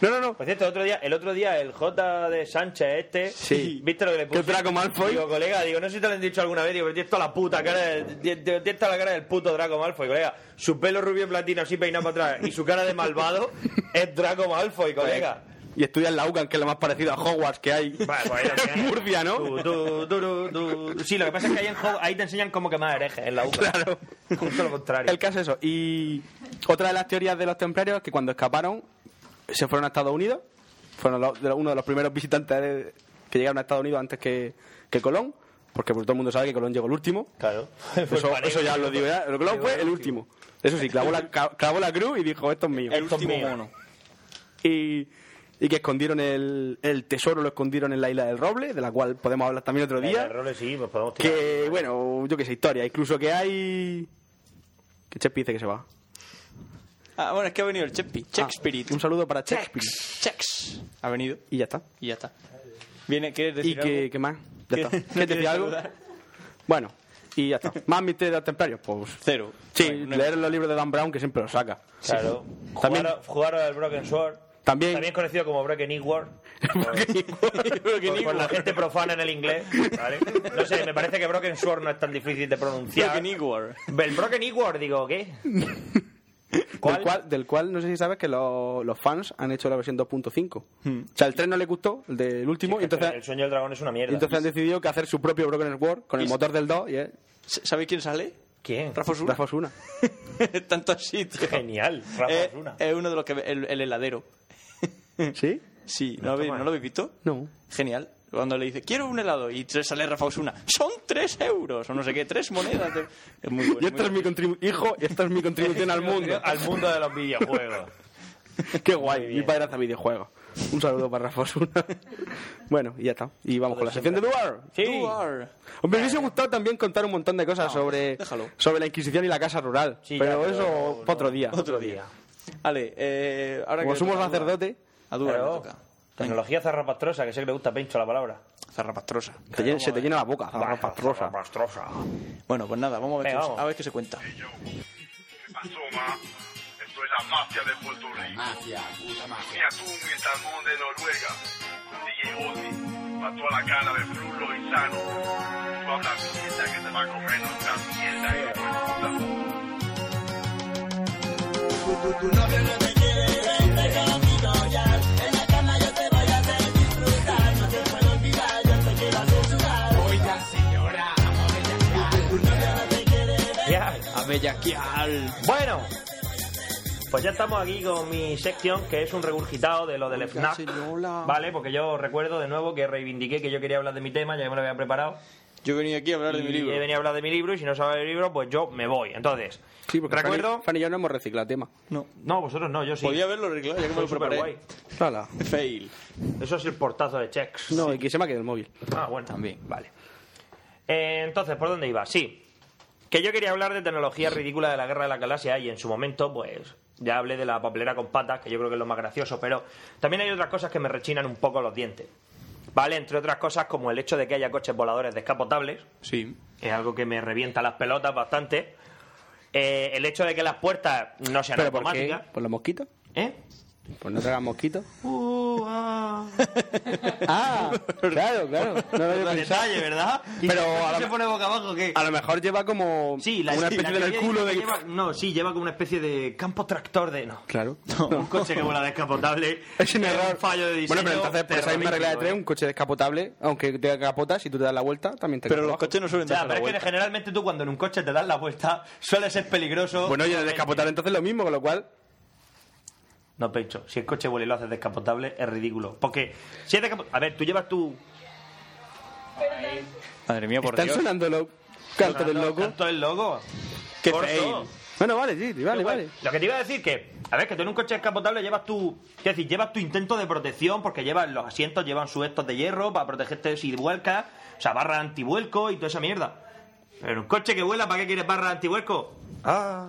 S8: No, no, no.
S7: Por cierto, el otro día, el otro día el J de Sánchez este,
S8: Sí.
S7: ¿viste lo que le puse?
S8: ¿Qué Draco Malfoy?
S7: Digo, colega, digo, no sé si te lo han dicho alguna vez, digo, pero tienes toda la puta cara, de- tienes tienes toda la cara del puto Draco Malfoy, colega. Su pelo rubio en platino así peinado para atrás y su cara de malvado es Draco Malfoy, colega.
S8: Y estudia en la UCAN, que es lo más parecido a Hogwarts que hay. en Murcia, ¿no?
S7: Tú, tú, tú, tú, tú. Sí, lo que pasa es que ahí, en Ho- ahí te enseñan como que más herejes en la UCA. Claro. Justo lo contrario.
S8: El caso es eso. Y otra de las teorías de los templarios es que cuando escaparon se fueron a Estados Unidos. Fueron los- de- uno de los primeros visitantes de- que llegaron a Estados Unidos antes que, que Colón. Porque pues, todo el mundo sabe que Colón llegó el último.
S7: Claro. Pues
S8: Eso, eso ya lo digo. ya. Pero Colón fue el último. Eso sí, clavó la, ca- clavó la cruz y dijo, esto es mío.
S6: El último mono.
S8: Y, y que escondieron el, el tesoro, lo escondieron en la isla del Roble, de la cual podemos hablar también otro
S7: El
S8: día.
S7: error sí, pues podemos tirar.
S8: Que, bueno, yo qué sé, historia. Incluso que hay... Que Chepi dice que se va.
S6: Ah, bueno, es que ha venido el Chepi. Shakespeare.
S8: Ah, Un saludo para Chepi.
S6: Chex. Ha venido.
S8: Y ya está.
S6: Y ya está. Viene, ¿quieres decir
S8: ¿Y qué,
S6: algo?
S8: qué más? Ya está.
S6: ¿Quieres-
S8: ¿Quieres decir algo?
S6: saludar?
S8: Bueno,
S6: Y ya está.
S8: Más misterio de los templarios, pues.
S6: Cero.
S8: Sí, leer los libros de Dan Brown que siempre lo saca.
S7: Claro.
S8: Sí.
S7: Jugaron,
S8: También.
S7: jugaron al Broken Sword.
S8: También.
S7: conocido como Broken Sword. por, por la gente profana en el inglés. ¿vale? No sé, me parece que Broken Sword no es tan difícil de pronunciar.
S6: Broken Sword.
S7: El Broken Sword, digo, ¿qué?
S8: Del, cual, del cual no sé si sabes que lo- los fans han hecho la versión 2.5. O sea, el 3 no le gustó, el del último, y entonces,
S7: El sueño del dragón es una
S8: y
S7: mierda.
S8: entonces han decidido que hacer su propio Broken Sword con el motor del 2. Y es
S6: ¿Sabéis quién sale?
S7: ¿Quién?
S6: Rafa Osuna.
S8: Rafa Osuna.
S6: Tanto así, tío.
S7: Genial, Rafa
S6: es,
S7: Osuna.
S6: es uno de los que... ve- El, el heladero.
S8: ¿Sí?
S6: Sí, ¿no, lo habéis- ¿no lo habéis visto?
S8: No.
S6: Genial. Cuando le dice, quiero un helado, y te sale Rafa Osuna, son tres euros, o no sé qué, tres monedas. de-". Es Pues muy bueno.
S8: Y esta es mi contribu- hijo, y esta es mi contribución al mundo.
S7: Al mundo de los videojuegos.
S8: Qué guay, mi padre hace videojuegos. Un saludo para Rafa Osuna. bueno, y ya está. Y vamos con la sección de Duar.
S7: Sí.
S6: Duar.
S8: Hombre, me hubiese gustado también contar un montón de cosas sobre,
S6: déjalo.
S8: sobre la Inquisición y la Casa Rural.
S7: Sí,
S8: pero,
S7: ya, pero
S8: eso
S7: no,
S8: para otro día.
S6: Otro día. Vale, eh, ahora
S8: Como
S6: que...
S8: somos
S6: le toca a Duar.
S8: sacerdote,
S6: A Duar le
S7: Claro.
S6: toca.
S7: Tecnología zarrapastrosa, que sé que le gusta a Pencho la palabra.
S6: Zarrapastrosa.
S8: te llena- se te llena la boca. Zarrapastrosa.
S7: Zarrapastrosa.
S6: Bueno, pues nada, vamos a ver,
S7: Venga,
S6: qué,
S7: vamos.
S6: a ver qué se cuenta.
S3: Asoma. Esto es la mafia de Puerto Rico. Mafia, puta mafia. Mira tú, mi salmón de Noruega. Con DJ Ozzy. Pa' toda la cara de Flurlo y Sano. Tú hablas mierda que te va a comer nuestra mierda, hijo de puta.
S7: Ya.
S6: A bellaquear.
S7: Bueno, pues ya estamos aquí con mi sección, que es un regurgitado de lo del FNAC. Vale, porque yo recuerdo de nuevo que reivindiqué que yo quería hablar de mi tema, ya que me lo había preparado.
S6: Yo he venido aquí a hablar de mi
S7: Y he
S6: libro.
S7: venido a hablar de mi libro, y si no sabe del libro, pues yo me voy. Entonces,
S8: Sí, porque
S7: recuerdo.
S8: Fanny, Fanny y yo no hemos reciclado tema.
S6: No.
S7: No, vosotros no, yo sí.
S6: Podía haberlo arreglado, ya que me lo
S7: Soy
S6: preparé.
S7: superguay.
S8: Hala.
S6: Fail.
S7: Eso es el portazo de checks.
S8: No, y que se me ha quedado el móvil.
S7: Ah, bueno.
S6: También.
S7: Vale. Eh, entonces, ¿por dónde iba? Sí. Que yo quería hablar de tecnología ridícula de la guerra de la galaxia y en su momento, pues, ya hablé de la papelera con patas, que yo creo que es lo más gracioso, pero también hay otras cosas que me rechinan un poco los dientes. ¿Vale? Entre otras cosas, como el hecho de que haya coches voladores descapotables,
S6: Sí.
S7: que es algo que me revienta las pelotas bastante. Eh, el hecho de que las puertas no sean
S8: ¿Pero por qué?
S7: automáticas.
S8: ¿Por los mosquitos?
S7: ¿Eh?
S8: Pues no traigan mosquitos. ah, claro, claro. No lo había pensado.
S7: Detalle, ¿verdad?
S8: Pero a
S7: ¿Y
S8: la-
S7: se pone boca abajo qué?
S8: A lo mejor lleva como
S7: Sí, la
S8: una especie
S7: la
S8: en el
S7: teoría
S8: culo
S7: dice
S8: de...
S7: que lleva- no, sí, lleva como una especie de campo tractor de. No.
S8: Claro.
S7: Un coche que vuela descapotable.
S8: Es un error.
S7: fallo de diseño. ¿eh?
S8: Bueno, pero entonces, pues esa misma regla de tres, un coche descapotable, aunque te capotas, si tú te das la vuelta, también te
S6: Pero los
S8: abajo.
S6: coches no suelen
S7: Ya,
S6: darse la
S7: pero es que
S6: vuelta.
S7: generalmente tú cuando en un coche te das la vuelta suele ser peligroso.
S8: Bueno, y en el descapotable entonces lo mismo, con lo cual...
S7: No, Pencho, si el coche vuela y lo haces descapotable es ridículo. Porque si es descapotable. A ver, tú llevas tu.
S6: Madre mía, por
S8: ¿Están
S6: Dios.
S8: sonando los cantos del loco?
S7: Tanto el loco.
S6: Qué
S7: Corto.
S6: fail.
S8: Bueno, vale, sí, sí, vale,
S7: Pero bueno,
S8: vale.
S7: pues, Lo que te iba a decir que, a ver, que tú en un coche escapotable llevas tu, quiero decir, llevas tu intento de protección porque llevas los asientos llevan sus estos de hierro para protegerte si vuelcas, o sea, barra antivuelco y toda esa mierda. Pero un coche que vuela, ¿para qué quieres barra antivuelco? Ah.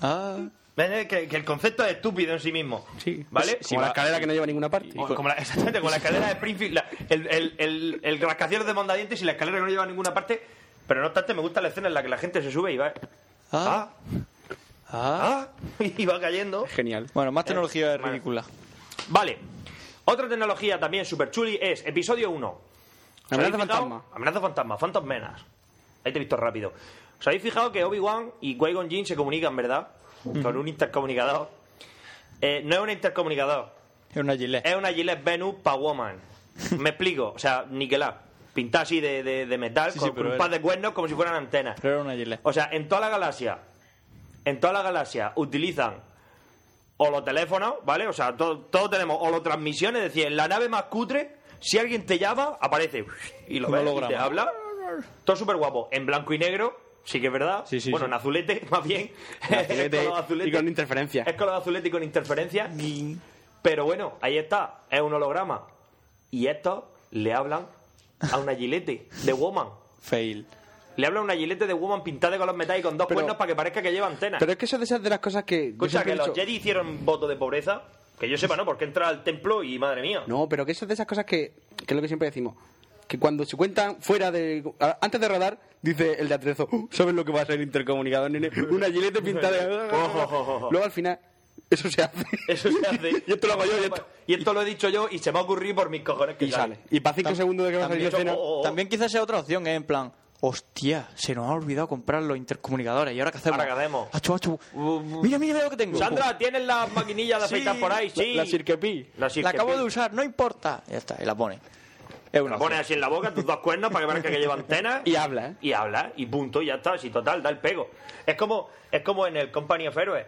S6: Ah.
S7: Ven, eh, Que, que el concepto es estúpido en sí mismo.
S8: Sí.
S7: ¿Vale?
S8: Como Pues, la escalera que no lleva a ninguna parte.
S7: O- como la, exactamente, con la escalera de Springfield, la- el, el, el, el rascacielos de Mondadientes y la escalera que no lleva a ninguna parte. Pero no obstante, me gusta la escena en la que la gente se sube y va.
S6: Ah. Ah.
S7: ah, y va cayendo.
S8: Genial.
S6: Bueno, más tecnología
S7: Eh, bueno.
S6: ridícula.
S7: Vale. Otra tecnología también super chuli es episodio 1. ¿Os
S8: Amenaza
S7: habéis fijado?
S8: fantasma.
S7: Amenaza fantasma, Phantom Menas. Ahí te he visto rápido. ¿Os habéis fijado que Obi-Wan y Qui-Gon Jinn se comunican, verdad? Con un intercomunicador. Eh, no es un intercomunicador,
S6: Es una gilet.
S7: es una Gillette Venus pa Woman. Me explico, o sea, niquelá. Pintada así de, de- de metal,
S6: Sí, sí,
S7: con,
S6: pero
S7: con un
S6: era-
S7: par de cuernos como si fueran antenas.
S6: Pero era una gilet.
S7: O sea, en toda la galaxia, en toda la galaxia utilizan o los teléfonos, ¿vale? O sea, to- todos tenemos o los transmisiones, es decir, en la nave más cutre, si alguien te llama, aparece y lo
S6: Un
S7: ves y
S6: holograma.
S7: te habla. Todo súper guapo, en blanco y negro, sí que es verdad.
S6: Sí, sí,
S7: bueno,
S6: sí.
S7: en azulete, más bien.
S8: Azulete
S7: Es color azulete.
S8: y con interferencia.
S7: Es color azulete y con interferencia. Pero bueno, ahí está, es un holograma. Y estos le hablan a una gilete de woman.
S6: Fail.
S7: Le habla una gilete de Woman pintada de color metal y con dos
S8: Pero-
S7: cuernos para que parezca que lleva antenas.
S8: Pero es que eso es de esas de las cosas que... yo
S7: Escucha, que
S8: siempre he
S7: los
S8: dicho-
S7: Jedi hicieron voto de pobreza. Que yo sepa, ¿no? Porque entra al templo y madre mía.
S8: No, pero que eso es de esas cosas que, que es lo que siempre decimos. que cuando se cuentan fuera de. a- Antes de rodar, dice el de atrezo, "Uh, ¿sabes lo que va a ser el intercomunicador, nene? Una gilete pintada de.
S7: Ojo, ojo, ojo.
S8: Luego al final, eso se hace.
S7: Eso se hace.
S8: y esto lo hago yo, y esto-
S7: y esto lo he dicho yo y se me ha ocurrido por mis cojones que
S8: Y sale. Y para cinco
S7: Tam-
S8: segundos de que va a salir
S7: también-
S8: escena.
S7: Oh, oh, oh.
S6: También quizás sea otra opción, ¿eh? En plan, hostia, se nos ha olvidado comprar los intercomunicadores. ¿Y ahora qué hacemos?
S7: Ahora qué hacemos. Uh,
S6: Achu, achu. Mira, mira, mira lo que tengo.
S7: Sandra, ¿tienes las maquinillas de
S6: Sí,
S7: afeitar por ahí?
S6: la-
S7: Sí.
S6: la Cirquepi.
S7: La
S6: La
S7: Cirquepi.
S6: acabo de usar, no importa. Ya está, y la pone. Es una
S7: La pones
S6: opción.
S7: así en la boca, tus dos cuernos, para que parezca que lleva antena.
S6: Y habla, ¿eh?
S7: Y habla, y punto, y ya está. Si total, da el pego. Es como, es como en el Company of Heroes.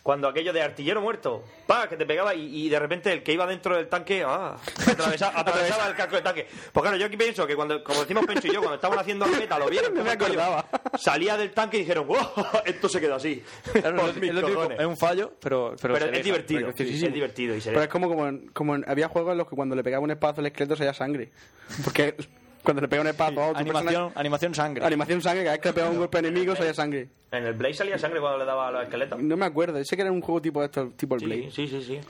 S7: Cuando aquello de artillero muerto, pa, que te pegaba y, y de repente el que iba dentro del tanque, ah, atravesa- atravesaba el casco del tanque. Pues claro, yo aquí pienso que cuando, como decimos Pencho y yo, cuando estaban haciendo alfeta, lo vieron,
S6: No me
S7: coño,
S6: acordaba.
S7: salía del tanque y dijeron, wow, esto se queda así.
S6: Claro,
S7: Por
S6: es lo-
S7: mis
S6: es lo típico,
S7: cojones.
S6: es un fallo, pero... Pero,
S7: Pero
S6: se
S7: es
S6: deja,
S7: divertido,
S6: porque
S7: sí,
S6: graciosísimo.
S7: es divertido y se
S8: Pero es como, como, en, como en- había juegos en los que cuando le pegaba un espacio al esqueleto salía sangre. Porque cuando le pegaba un espacio a otro
S6: Animación-
S8: personaje-
S6: animación sangre.
S8: Animación sangre, cada vez que le pegaba un golpe a enemigo salía sangre.
S7: En el Blaze salía sangre cuando le daba a los esqueletos.
S8: No me acuerdo, sé que era un juego tipo esto, tipo el Blade.
S7: Sí, sí, sí.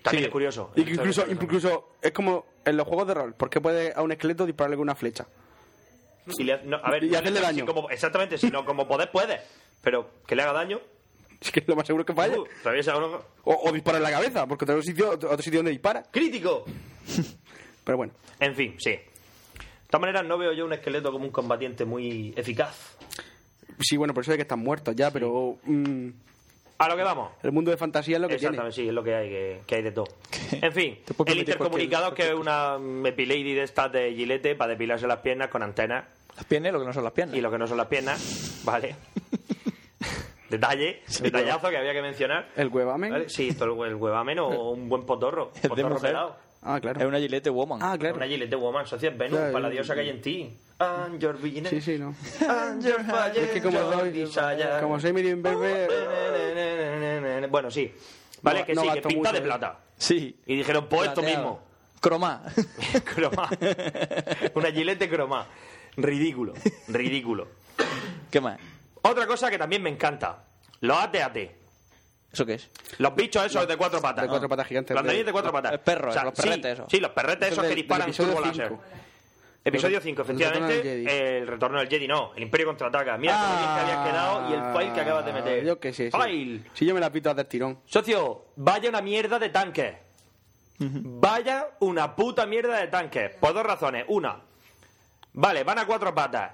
S7: También
S8: Sí.
S7: es curioso.
S8: Y que incluso, incluso es como en los juegos de rol, ¿por qué puede a un esqueleto dispararle con una flecha?
S7: Y, le- no, a ver,
S8: Y
S7: no
S8: hacerle
S7: es así
S8: daño.
S7: como- exactamente, sino como podés, puedes. Pero que le haga daño,
S8: Es que lo más seguro es que falla.
S7: uh, atraviesa uno.
S8: O, o dispara en la cabeza, porque otro sitio, otro, otro sitio donde dispara.
S7: ¡Crítico!
S8: Pero bueno.
S7: En fin, sí. De todas maneras, no veo yo un esqueleto como un combatiente muy eficaz.
S8: Sí, bueno, por eso es que están muertos ya, pero mm,
S7: A lo que vamos.
S8: el mundo de fantasía es lo que tiene.
S7: Exactamente, sí, es lo que hay, que, que hay de todo. En fin,
S8: puedes
S7: el
S8: meter
S7: intercomunicador que es una epilady de estas de gilete para depilarse las piernas con antenas.
S6: Las piernas, lo que no son las piernas.
S7: Y lo que no son las piernas, vale. Detalle, detallazo que había que mencionar.
S8: ¿El huevamen?
S7: ¿Vale? Sí, esto el, el huevamen o un buen potorro.
S6: de
S7: potorro
S6: mujer.
S7: pelado.
S8: Ah, claro.
S6: Es una gilete woman.
S8: Ah, claro.
S7: Una Gillette Woman, socia es Venus,
S6: Claro,
S7: para la
S6: yo-
S7: diosa que hay en ti. And your business.
S8: Sí, sí, no.
S7: And your fire, Pues
S8: Es que como
S7: your
S8: soy-
S7: desire.
S8: como soy medio
S7: Uh,
S8: eh, imberbe-
S7: Bueno, sí. Vale,
S8: No-
S7: que
S8: no
S7: sí, que
S8: gasto
S7: pinta
S8: mucho,
S7: de
S8: ¿eh?
S7: plata.
S6: Sí.
S7: Y dijeron, pues esto
S6: Plateado.
S7: mismo.
S6: Cromá.
S7: cromá. Una Gillette cromá. Ridículo, ridículo.
S6: ¿Qué más?
S7: Otra cosa que también me encanta. Los ATAT.
S6: ¿Eso qué es?
S7: Los bichos esos de cuatro patas.
S8: de cuatro patas gigantes.
S7: Los andalines de cuatro patas.
S6: El perro,
S7: O sea,
S6: los perretes
S7: sí,
S6: esos.
S7: Sí, los perretes
S8: Eso
S7: esos que
S8: del- del
S7: disparan
S8: episodio
S7: turbo
S8: cinco.
S7: láser. Episodio
S8: El-
S7: 5,
S8: el retorno
S7: efectivamente.
S8: del
S7: el retorno del Jedi, no. El Imperio contraataca. Mira lo bien que habías quedado y el file que acabas de meter.
S8: Ah, Yo qué sé. sí.
S7: File.
S8: Si yo me la pito a del tirón.
S7: Socio, vaya una mierda de tanque. Vaya una puta mierda de tanque. Por dos razones. Una, vale, van a cuatro patas.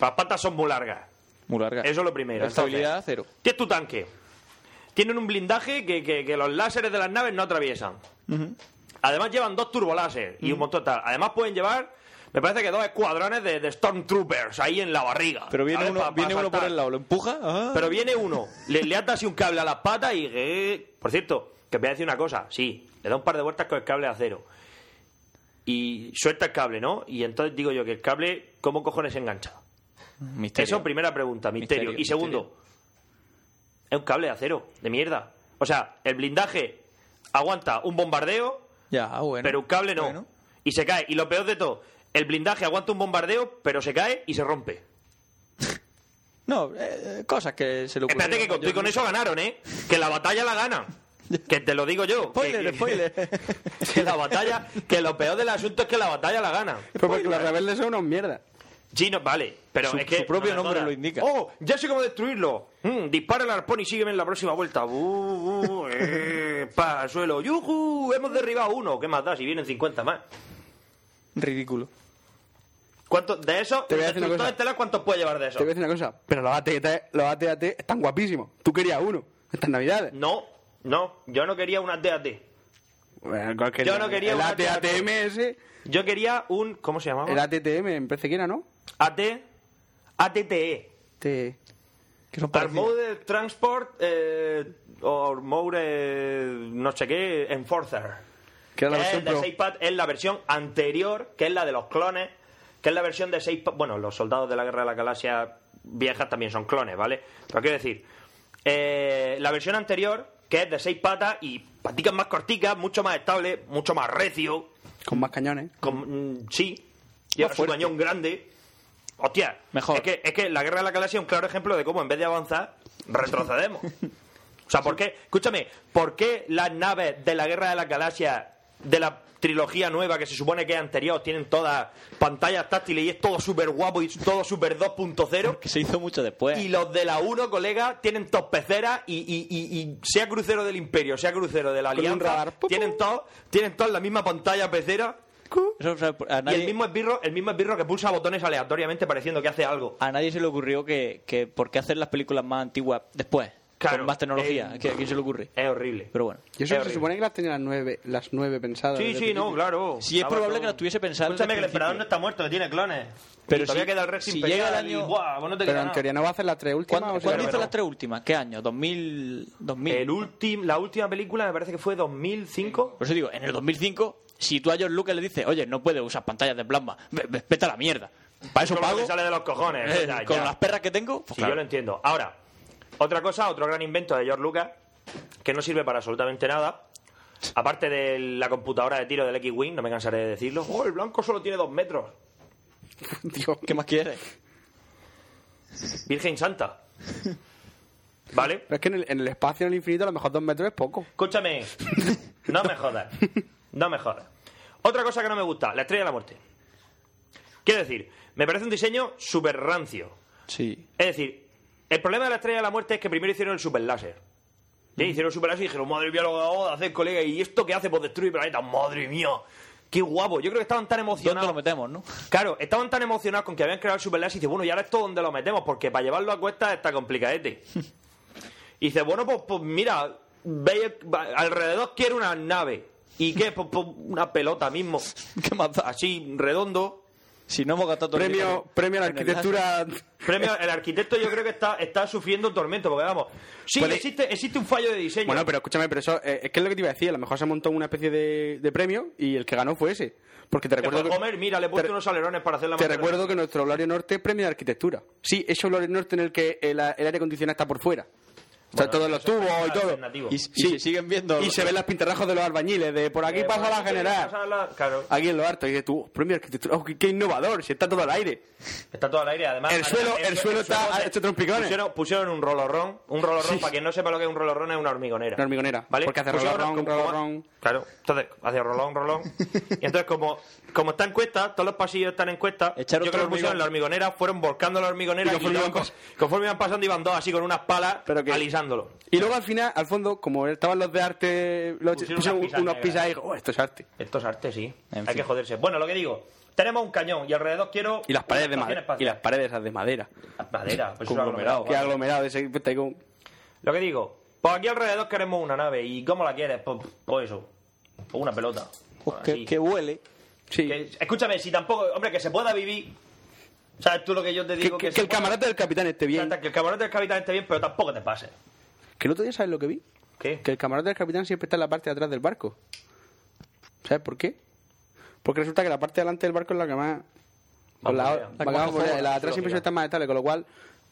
S7: Las patas son muy largas.
S6: Muy larga.
S7: Eso es lo primero.
S6: Estabilidad cero.
S7: Tienes tu tanque. Tienen un blindaje que, que- que los láseres de las naves no atraviesan. Además llevan dos turboláser y un
S6: Mm.
S7: montón de tal. Además pueden llevar, me parece que dos escuadrones de, de Stormtroopers ahí en la barriga.
S6: Pero viene
S7: ¿sabes?
S6: uno,
S7: Pa- pa
S6: viene uno por
S7: asaltar.
S6: el lado, lo empuja. ah.
S7: Pero viene uno, le, le ata así un cable a las patas y... eh, Por cierto, que os voy a decir una cosa. Sí, le da un par de vueltas con el cable de acero. Y suelta el cable, ¿no? Y entonces digo yo que el cable, ¿cómo cojones se engancha?
S6: Misterio.
S7: Eso, primera pregunta, misterio.
S6: Misterio,
S7: y segundo, es un cable de acero, de mierda. O sea, el blindaje aguanta un bombardeo,
S6: Ya, ah, bueno.
S7: pero un cable no.
S6: Bueno.
S7: Y se cae. Y lo peor de todo, el blindaje aguanta un bombardeo, pero se cae y se rompe.
S6: No, eh, eh, cosas que se le ocurren.
S7: Espérate que con, tú y con eso ganaron, ¿eh? Que la batalla la gana. Que te lo digo yo. Que-
S6: Spoiler,
S7: que-
S6: spoiler.
S7: Que la batalla, que lo peor del asunto es que la batalla la gana.
S8: Pero porque los rebeldes son unos mierdas.
S7: Sí, no, vale, pero
S6: Su-
S7: es que...
S6: su propio
S7: no me
S6: nombre
S7: jodas.
S6: lo indica.
S7: ¡Oh! Ya sé cómo destruirlo. Mm, dispara el arpón y sígueme en la próxima vuelta. Uh, uh, eh, pa, al suelo. ¡Yujú! Hemos derribado uno. ¿Qué más da si vienen 50 más?
S6: Ridículo.
S7: ¿Cuántos de esos?
S8: Te voy a
S7: los
S8: decir una
S7: destructores
S8: cosa.
S7: estelares, ¿Cuántos puede llevar de
S8: Te
S7: esos?
S8: voy a decir una cosa. Pero los ATT, los ATT están guapísimos. Tú querías uno. Estas navidades.
S7: No, no. Yo no quería unas DAT.
S8: Bueno, ¿cuál
S7: Yo no quería
S8: El
S7: una
S8: ATTM ese.
S7: Yo quería un... ¿Cómo se llamaba?
S8: El ATTM, me parece que era, ¿no?
S7: AT... ATTE.
S8: Te...
S6: Que son parecidos.
S7: Armored Transport... Eh, Armored... No sé qué... Enforcer.
S8: Que era
S7: Que
S8: la
S7: es
S8: versión
S7: el Eh, de
S8: pro.
S7: 6 pad es la versión anterior, que es la de los clones, que es la versión de 6 pad. Bueno, los soldados de la Guerra de la Galaxia viejas también son clones, ¿vale? Pero quiero decir, eh, la versión anterior, que es de 6 patas y paticas más corticas, mucho más estable, mucho más recio,
S8: Con más cañones.
S7: con, mm, sí, lleva su
S6: fuerte.
S7: cañón grande. Hostia,
S6: Mejor.
S7: Es, que, es que la Guerra de la Galaxia es un claro ejemplo de cómo en vez de avanzar, retrocedemos. o sea, ¿por qué? Escúchame, ¿por qué las naves de la Guerra de la Galaxia de la trilogía nueva que se supone que es anterior, tienen todas pantallas táctiles y es todo súper guapo y todo súper 2.0.
S6: Que se hizo mucho después.
S7: Y los de la 1, colega, tienen top peceras y, y- y- y sea crucero del Imperio, sea crucero de la
S6: Con un radar,
S7: Alianza, tienen todos tienen todos la misma pantalla pecera. Y el mismo esbirro, el mismo esbirro que pulsa botones aleatoriamente pareciendo que hace algo.
S6: A nadie se le ocurrió que, que por qué hacer las películas más antiguas después. con más tecnología.
S7: eh,
S6: ¿Qué- ¿A quién se le ocurre?
S7: Es horrible.
S6: Pero bueno.
S8: Y eso se supone que las tenía las nueve, las nueve pensadas.
S6: Sí,
S8: desde
S6: sí,
S8: el
S6: no,
S8: principio.
S6: claro. Sí, eh, es probable que las tuviese pensado
S20: Escúchame
S6: desde
S20: que
S6: el
S20: el emperador
S6: principio.
S20: no está muerto, que tiene clones.
S6: Pero
S20: Y todavía
S6: si-
S20: queda el Rex
S6: si
S20: Imperial
S6: llega el
S20: y,
S6: año-
S20: ¡buah! vos no te
S8: Pero
S20: queda
S8: en
S20: nada.
S8: teoría no va a hacer las tres últimas.
S6: ¿Cuándo,
S8: o sí?
S6: cuándo hizo las tres últimas? ¿Qué año? ¿2000? 2000.
S7: El ultim- la última película me parece que fue 2005.
S6: Por eso digo, en el 2005, si tú a George Lucas le dices, oye, no puedes usar pantallas de plasma, ve- ve- vete a la mierda. Para eso
S7: Con lo
S6: pago.
S7: que sale de los cojones,
S6: Eh,
S7: o sea,
S6: con
S7: ya.
S6: las perras que tengo, pues
S7: Sí,
S6: claro.
S7: yo lo entiendo. Ahora, otra cosa, otro gran invento de George Lucas, que no sirve para absolutamente nada. Aparte de la computadora de tiro del X-Wing, no me cansaré de decirlo. ¡Oh, el blanco solo tiene dos metros!
S6: ¿Qué más quieres?
S7: Virgen Santa. ¿Vale?
S8: Pero es que en el, en el espacio, en el infinito, a lo mejor dos metros es poco.
S7: Escúchame, no me jodas. No me jodas. Otra cosa que no me gusta, la estrella de la muerte. Quiero decir, me parece un diseño súper rancio.
S6: Sí.
S7: Es decir, el problema de la estrella de la muerte es que primero hicieron el super láser. Hicieron el super láser y dijeron, madre mía, lo que acabo de hacer, colega, ¿y esto qué hace por destruir planetas? Madre mía, qué guapo. Yo creo que estaban tan emocionados.
S6: lo metemos, no?
S7: Claro, estaban tan emocionados con que habían creado el super láser y dice, bueno, ¿y ahora esto dónde lo metemos? Porque para llevarlo a cuesta está complicadete. Y dice, bueno, pues, pues mira, ve- va- alrededor quiero una nave. ¿Y qué? Pues, pues, una pelota mismo. Así, redondo.
S6: Si no hemos gastado
S7: todo el
S8: Premio-
S7: dinero.
S8: premio a la arquitectura.
S7: Premio, el arquitecto yo creo que está, está sufriendo un tormento, porque vamos. Sí,
S8: Puede-
S7: existe, existe un fallo de diseño.
S8: Bueno, pero escúchame, pero eso eh, es que es lo que te iba a decir. A lo mejor se montó una especie de, de premio y el que ganó fue ese. Porque te
S7: Que
S8: recuerdo
S7: por
S8: que,
S7: Homer, "Pues, mira, le he puesto unos alerones para hacer la
S8: te
S7: manera.
S8: recuerdo que nuestro Olario Norte es premio de arquitectura. Sí, ese Olario Norte en el que el, el aire acondicionado está por fuera. O sea,
S7: Bueno,
S8: todos los
S7: eso es
S8: tubos y todo.
S7: alternativo.
S6: Y, y se siguen viendo.
S8: Y se ven las pintarrajos de los albañiles, de por aquí
S7: Eh,
S8: pasa
S7: por
S8: la
S7: aquí
S8: general.
S7: pasa la- Claro.
S8: Aquí en lo harto. Y dices tú, oh, premio de arquitectura, oh, qué, qué innovador, si está todo al aire.
S7: Está todo al aire, además.
S8: El suelo- el suelo está hecho trompicones.
S7: Pusieron, pusieron un rolorrón. Un rolorrón,
S8: Sí.
S7: para quien no sepa lo que es un rolorrón, es una hormigonera.
S8: Una hormigonera.
S7: ¿Vale? pues
S8: Porque hace
S7: Pusieron
S8: rolorrón,
S7: como- como-
S8: rolorrón.
S7: Claro, entonces hace rolón, rolón. Y entonces, como, como está en cuesta, todos los pasillos están en cuesta.
S6: Echaron
S7: yo creo
S6: otro
S7: que pusieron
S6: hormigón.
S7: la hormigonera, fueron volcando la hormigonera
S8: Y
S7: y,
S8: conforme
S7: iban
S8: iban
S7: con- conforme iban pasando, iban dos así con unas palas alisándolo.
S8: Y luego al final, al fondo, como estaban los de arte, los,
S7: Pusieron
S8: pusieron
S7: unas pisas
S8: unos
S7: negras.
S8: pisas ahí, oh, esto es arte.
S7: Esto es arte, sí.
S8: En
S7: Hay
S8: fin.
S7: que joderse. Bueno, lo que digo, tenemos un cañón y alrededor quiero.
S8: Y las paredes de
S7: una
S8: madera.
S7: estación
S8: Y las paredes esas de madera.
S7: Madera, pues es un aglomerado,
S8: aglomerado. Qué
S7: vale.
S8: aglomerado ese. pues, te digo,
S7: espacial. Lo que digo, pues aquí alrededor queremos una nave. ¿Y cómo la quieres? Pues, pues eso. Pues una pelota.
S6: Que, que huele.
S8: Sí.
S7: escúchame, si tampoco. Hombre, que se pueda vivir. ¿Sabes tú lo que yo te digo?
S8: que, que
S7: se
S8: el
S7: pueda-
S8: camarote del capitán esté bien.
S7: Que el camarote del capitán esté bien, pero tampoco te pase.
S8: Que el otro día, ¿sabes lo que vi?
S7: ¿Qué?
S8: Que el camarote del capitán siempre está en la parte de atrás del barco. ¿Sabes por qué? Porque resulta que la parte de delante del barco es la que más.
S7: Más
S8: o la,
S7: polea.
S8: la que más polea, y la de atrás siempre
S7: Lógica.
S8: suele estar más estable, con lo cual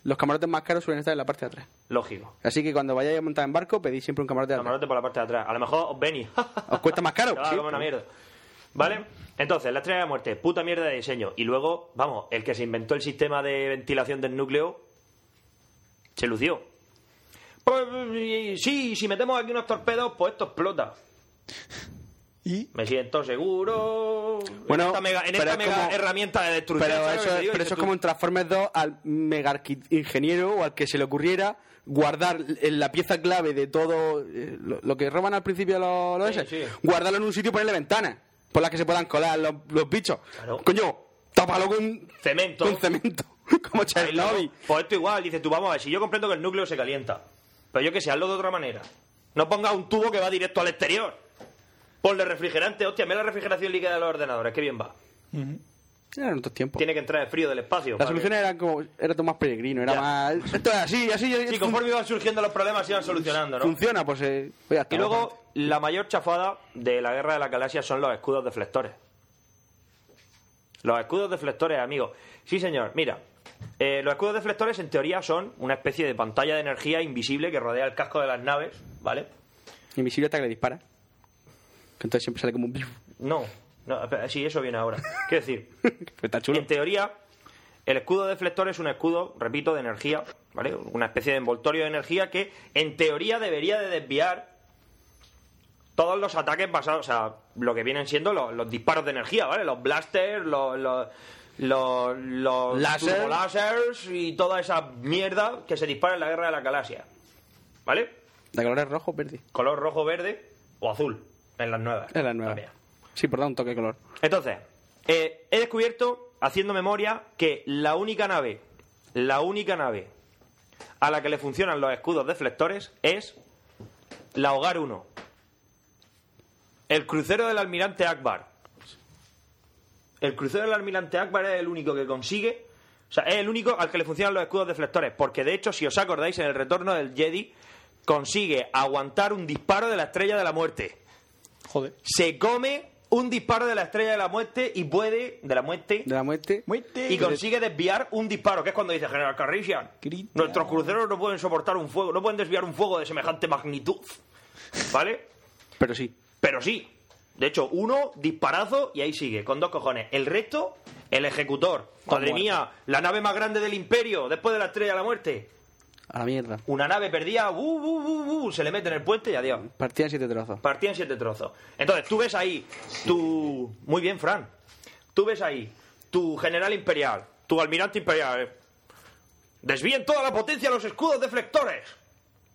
S8: los camarotes más caros suelen estar en la parte de atrás.
S7: Lógico.
S8: Así que cuando vayáis a montar en barco, pedís siempre un camarote de atrás.
S7: Camarote por la parte de atrás. A lo mejor os venís.
S8: Os cuesta más caro.
S7: Te vas a
S8: sí,
S7: comer Ah, una
S8: pero-
S7: mierda. ¿Vale? Entonces, la estrella de la muerte, puta mierda de diseño. Y luego, vamos, el que se inventó el sistema de ventilación del núcleo se lució. Pues, eh, sí, si metemos aquí unos torpedos, pues esto explota.
S6: ¿Y?
S7: Me siento seguro.
S8: Bueno,
S7: en esta mega, en
S8: pero
S7: esta
S8: es
S7: mega
S8: como-
S7: herramienta de destrucción.
S8: Pero
S7: ¿sabes lo
S8: eso,
S7: que te
S8: es-
S7: digo?
S8: pero
S7: Dices
S8: eso es
S7: tú,
S8: como en Transformers 2 al mega arqui- ingeniero o al que se le ocurriera guardar en la pieza clave de todo eh, lo, lo que roban al principio los, los
S7: Sí,
S8: ese,
S7: sí.
S8: guardarlo en un sitio y ponerle ventanas por las que se puedan colar los, los bichos. Coño, tápalo con
S7: Cemento.
S8: Con cemento. como Chernobyl.
S7: Pues esto igual, dices tú, vamos a ver, si yo comprendo que el núcleo se calienta, pero yo que sé, hazlo de otra manera. No pongas un tubo que va directo al exterior. Ponle refrigerante, hostia, me la refrigeración líquida de los ordenadores, qué bien va.
S8: Eran otros tiempos.
S7: Tiene que entrar el frío del espacio.
S8: Las
S7: para que-
S8: soluciones eran como. Era todo más peregrino, era
S7: Ya.
S8: más. Esto es así, así.
S7: Sí, conforme iban surgiendo los problemas, se iban solucionando, ¿no?
S8: Funciona, pues. eh, voy hasta
S7: Y luego, la mayor chafada de la guerra de las galaxias son los escudos deflectores. Los escudos deflectores, amigos. Sí, señor, mira. eh, los escudos deflectores, en teoría, son una especie de pantalla de energía invisible que rodea el casco de las naves, ¿vale?
S8: Invisible hasta que le dispara. Que entonces siempre sale como un.
S7: No, no, espera, sí, eso viene ahora. Quiero decir,
S8: Está chulo.
S7: en teoría, el escudo deflector es un escudo, repito, de energía, ¿vale? Una especie de envoltorio de energía que, en teoría, debería de desviar todos los ataques basados, o sea, lo que vienen siendo los, los disparos de energía, ¿vale? Los blasters, los, los, los, los
S21: Láser.
S7: turbolasers y toda esa mierda que se dispara en la guerra de la galaxia, ¿vale?
S8: ¿De color es rojo o verde?
S7: Color rojo, verde o azul en las nuevas.
S8: Es la nueva. Sí, por dar un toque de color.
S7: Entonces, eh, he descubierto, haciendo memoria, que la única nave, la única nave a la que le funcionan los escudos deflectores es la Hogar 1. El crucero del almirante Akbar. El crucero del almirante Akbar es el único que consigue. O sea, es el único al que le funcionan los escudos deflectores. Porque de hecho, si os acordáis, en el retorno del Jedi consigue aguantar un disparo de la estrella de la muerte.
S6: Joder.
S7: Se come un disparo de la estrella de la muerte y puede. De la muerte.
S8: De la muerte.
S7: Y consigue desviar un disparo, que es cuando dice General Carrician. Nuestros cruceros no pueden soportar un fuego, no pueden desviar un fuego de semejante magnitud. ¿Vale?
S8: Pero sí.
S7: Pero sí. De hecho, uno, disparazo y ahí sigue, con dos cojones. El resto, el ejecutor. Madre
S8: muerto.
S7: mía, la nave más grande del imperio, después de la estrella de la muerte.
S8: A la mierda.
S7: Una nave perdida, uh, uh, uh, uh, se le mete en el puente y adiós.
S8: Partida en siete trozos.
S7: Partía en siete trozos. Entonces, tú ves ahí tu... Muy bien, Fran. Tú ves ahí tu general imperial, tu almirante imperial. eh. Desvíen toda la potencia los escudos deflectores.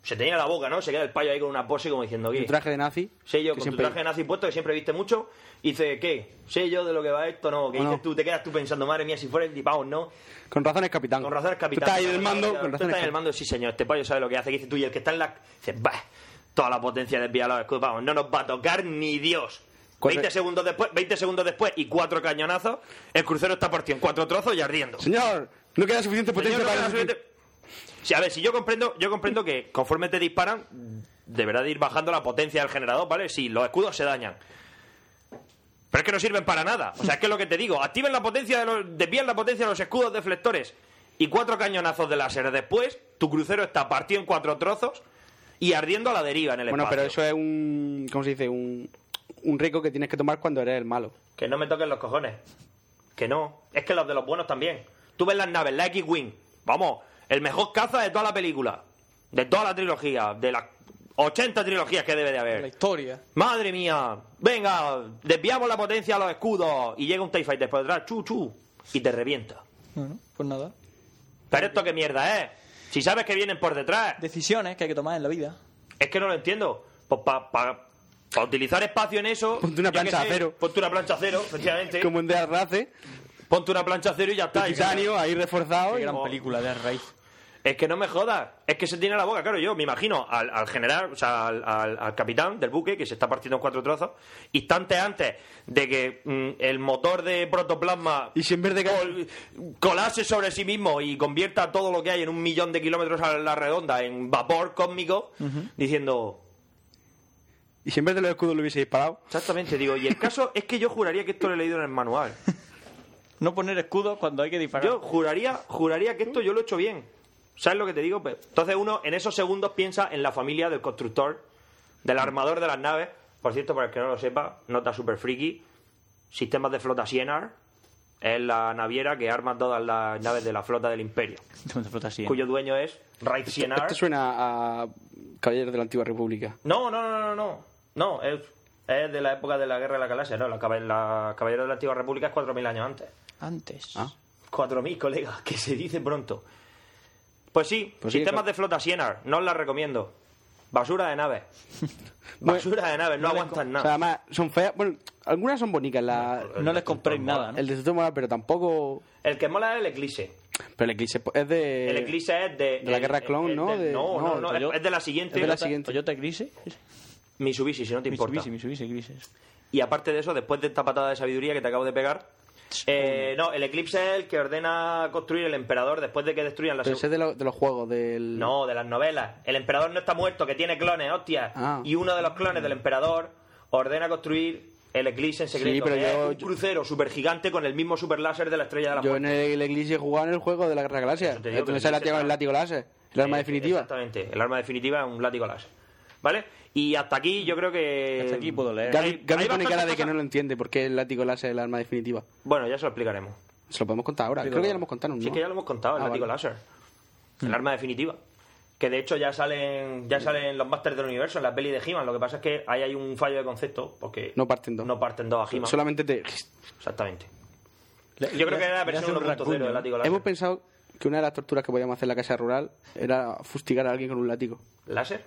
S7: Se tenía la boca, ¿no? Se queda el payo ahí con una pose como diciendo...
S8: Un
S7: ¿qué?
S8: traje de nazi.
S7: Sé yo,
S8: que
S7: con
S8: siempre-
S7: tu traje de nazi puesto, que siempre viste mucho, y dice, ¿qué? ¿Sé yo de lo que va esto? No, que
S8: No,
S7: dices
S8: no.
S7: tú, te quedas tú pensando, madre mía, si fuera el Dipao, ¿no?
S8: Con razón es capitán.
S7: Con razón el capitán.
S8: Tú estás ahí del
S7: Con
S8: mando.
S7: razón, Tú
S8: Con razón es
S7: estás en el
S8: capitán.
S7: mando, sí señor, este payo sabe lo que hace, que dices tú, y el que está en la... Dices, bah, toda la potencia desviada a los escudos, vamos, pues, no nos va a tocar ni Dios.
S8: Corre-
S7: 20 segundos después, 20 segundos después y cuatro cañonazos, el crucero está partido en cuatro trozos y ardiendo.
S8: Señor, no queda suficiente
S7: Señor,
S8: potencia
S7: no
S8: para...
S7: queda suficiente- Sí, a ver, si yo comprendo, yo comprendo que conforme te disparan, deberá de ir bajando la potencia del generador, ¿vale? Si los escudos se dañan. Pero es que no sirven para nada. O sea, es que es lo que te digo. Activen la potencia de los, desvían la potencia de los escudos deflectores. Y cuatro cañonazos de láser después, tu crucero está partido en cuatro trozos y ardiendo a la deriva en el
S8: Bueno,
S7: espacio.
S8: pero eso es un... ¿Cómo se dice? Un, un rico que tienes que tomar cuando eres el malo.
S7: Que no me toquen los cojones. Que no. Es que los de los buenos también. Tú ves las naves, la X-Wing. Vamos, el mejor caza de toda la película. De toda la trilogía. De las 80 trilogías que debe de haber.
S6: La historia.
S7: Madre mía. Venga, desviamos la potencia a los escudos. Y llega un TIE Fighter por detrás. Chu, chu. Y te revienta.
S6: Bueno, pues nada.
S7: Pero esto qué mierda es. Si sabes que vienen por detrás.
S6: Decisiones que hay que tomar en la vida.
S7: Es que no lo entiendo. Pues para utilizar espacio en eso.
S8: Ponte una
S7: yo qué
S8: plancha a cero.
S7: Ponte una planza cero, efectivamente.
S8: Como en The Arrace.
S7: Ponte una plancha cero y ya está.
S8: De
S7: y ya-
S8: titanio, ahí reforzado. y-
S7: Oh.
S6: de raíz.
S7: Es que no me jodas, es que se tiene la boca, claro, yo me imagino al, al general, o sea, al, al- al capitán del buque que se está partiendo en cuatro trozos, instantes antes de que mm, el motor de protoplasma
S8: Y si en vez de...
S7: col- colase sobre sí mismo y convierta todo lo que hay en un millón de kilómetros a la redonda en vapor cósmico,
S8: Ujú.
S7: diciendo,
S8: Y si en vez de los escudos lo hubiese disparado.
S7: exactamente, digo, y el caso es que yo juraría que esto lo he leído en el manual.
S6: No poner escudos cuando hay que disparar.
S7: Yo juraría, juraría que esto yo lo he hecho bien. ¿Sabes lo que te digo? Pues, Entonces uno en esos segundos piensa en la familia del constructor, del armador de las naves. Por cierto, para el que no lo sepa, nota super friki, sistemas de flota Sienar es la naviera que arma todas las naves de la flota del imperio,
S6: Se frota así, ¿eh?
S7: cuyo dueño es Raid
S8: Esto,
S7: Sienar.
S8: esto este suena a Caballeros de la Antigua República.
S7: No, no, no, no, no. No, es, es de la época de la Guerra de la Galaxia, ¿no? La, caba- la Caballero de la Antigua República es 4.000 años antes.
S6: Antes.
S7: Ah. 4.000, colegas, que se dice pronto. Pues sí,
S6: Pues sí,
S7: sistemas
S6: claro.
S7: de flota Sienar, no os las recomiendo. Basura de naves. Basura de naves, no pues, aguantan
S8: O sea,
S7: nada.
S8: además, son feas. Bueno, algunas son bonitas. La...
S6: No les compréis nada, ¿no?
S8: El de Soto mola, pero tampoco.
S7: El que mola es el Eclipse.
S8: Pero el Eclipse pues, es de.
S7: El Eclipse es de...
S8: eh, de la
S7: el-
S8: Guerra
S7: el-
S8: Clone,
S7: el
S8: ¿no?
S7: del-
S8: De-
S7: no,
S8: no,
S7: no, no,
S8: Toyota.
S7: es de la siguiente.
S8: Es de la siguiente.
S6: ¿Toyota grises?
S7: Mitsubishi, si no te importa.
S6: Mitsubishi, Mitsubishi grises.
S7: Y aparte de eso, después de esta patada de sabiduría que te acabo de pegar... eh, no, el Eclipse es el que ordena construir el emperador después de que destruyan la
S8: Pero ese es de, lo- de los juegos, del.
S7: No, de las novelas. El emperador no está muerto, que tiene clones, hostia.
S8: Ah.
S7: Y uno de los clones del emperador ordena construir el Eclipse en secreto.
S8: Sí, pero
S7: que
S8: yo-
S7: es un crucero supergigante con el mismo superláser de la estrella de la
S8: Yo
S7: muerte.
S8: en el, el Eclipse jugaba en el juego de la Guerra de la Galaxia.
S7: te digo
S8: Tú
S7: que
S8: me sale
S7: el Eclipse
S8: el látigo láser. El arma
S7: Eh,
S8: definitiva.
S7: Exactamente. El arma definitiva es un látigo láser. ¿Vale? Y hasta aquí yo creo que...
S6: Hasta aquí puedo leer.
S7: Hay-
S8: Gaby, Gaby
S7: hay
S8: pone
S7: bastantes
S8: cara de que
S7: cosas-
S8: no lo entiende porque el látigo láser es el arma definitiva.
S7: Bueno, ya se lo explicaremos.
S8: Se lo podemos contar ahora. Creo que ya lo hemos contado, ¿no?
S7: Sí, es que ya lo hemos contado, el
S8: Ah,
S7: látigo
S8: vale.
S7: láser. El arma definitiva. que de hecho ya salen
S8: Mm.
S7: ya salen los Masters del Universo en la peli de He-Man. Lo que pasa es que ahí hay un fallo de concepto porque
S8: No parten dos.
S7: no parten dos a He-Man.
S8: Solamente te.
S7: Exactamente. Yo creo que era la versión 1.0 del látigo láser.
S8: Hemos pensado que una de las torturas que podíamos hacer en la casa rural era fustigar a alguien con un látigo.
S7: ¿Láser?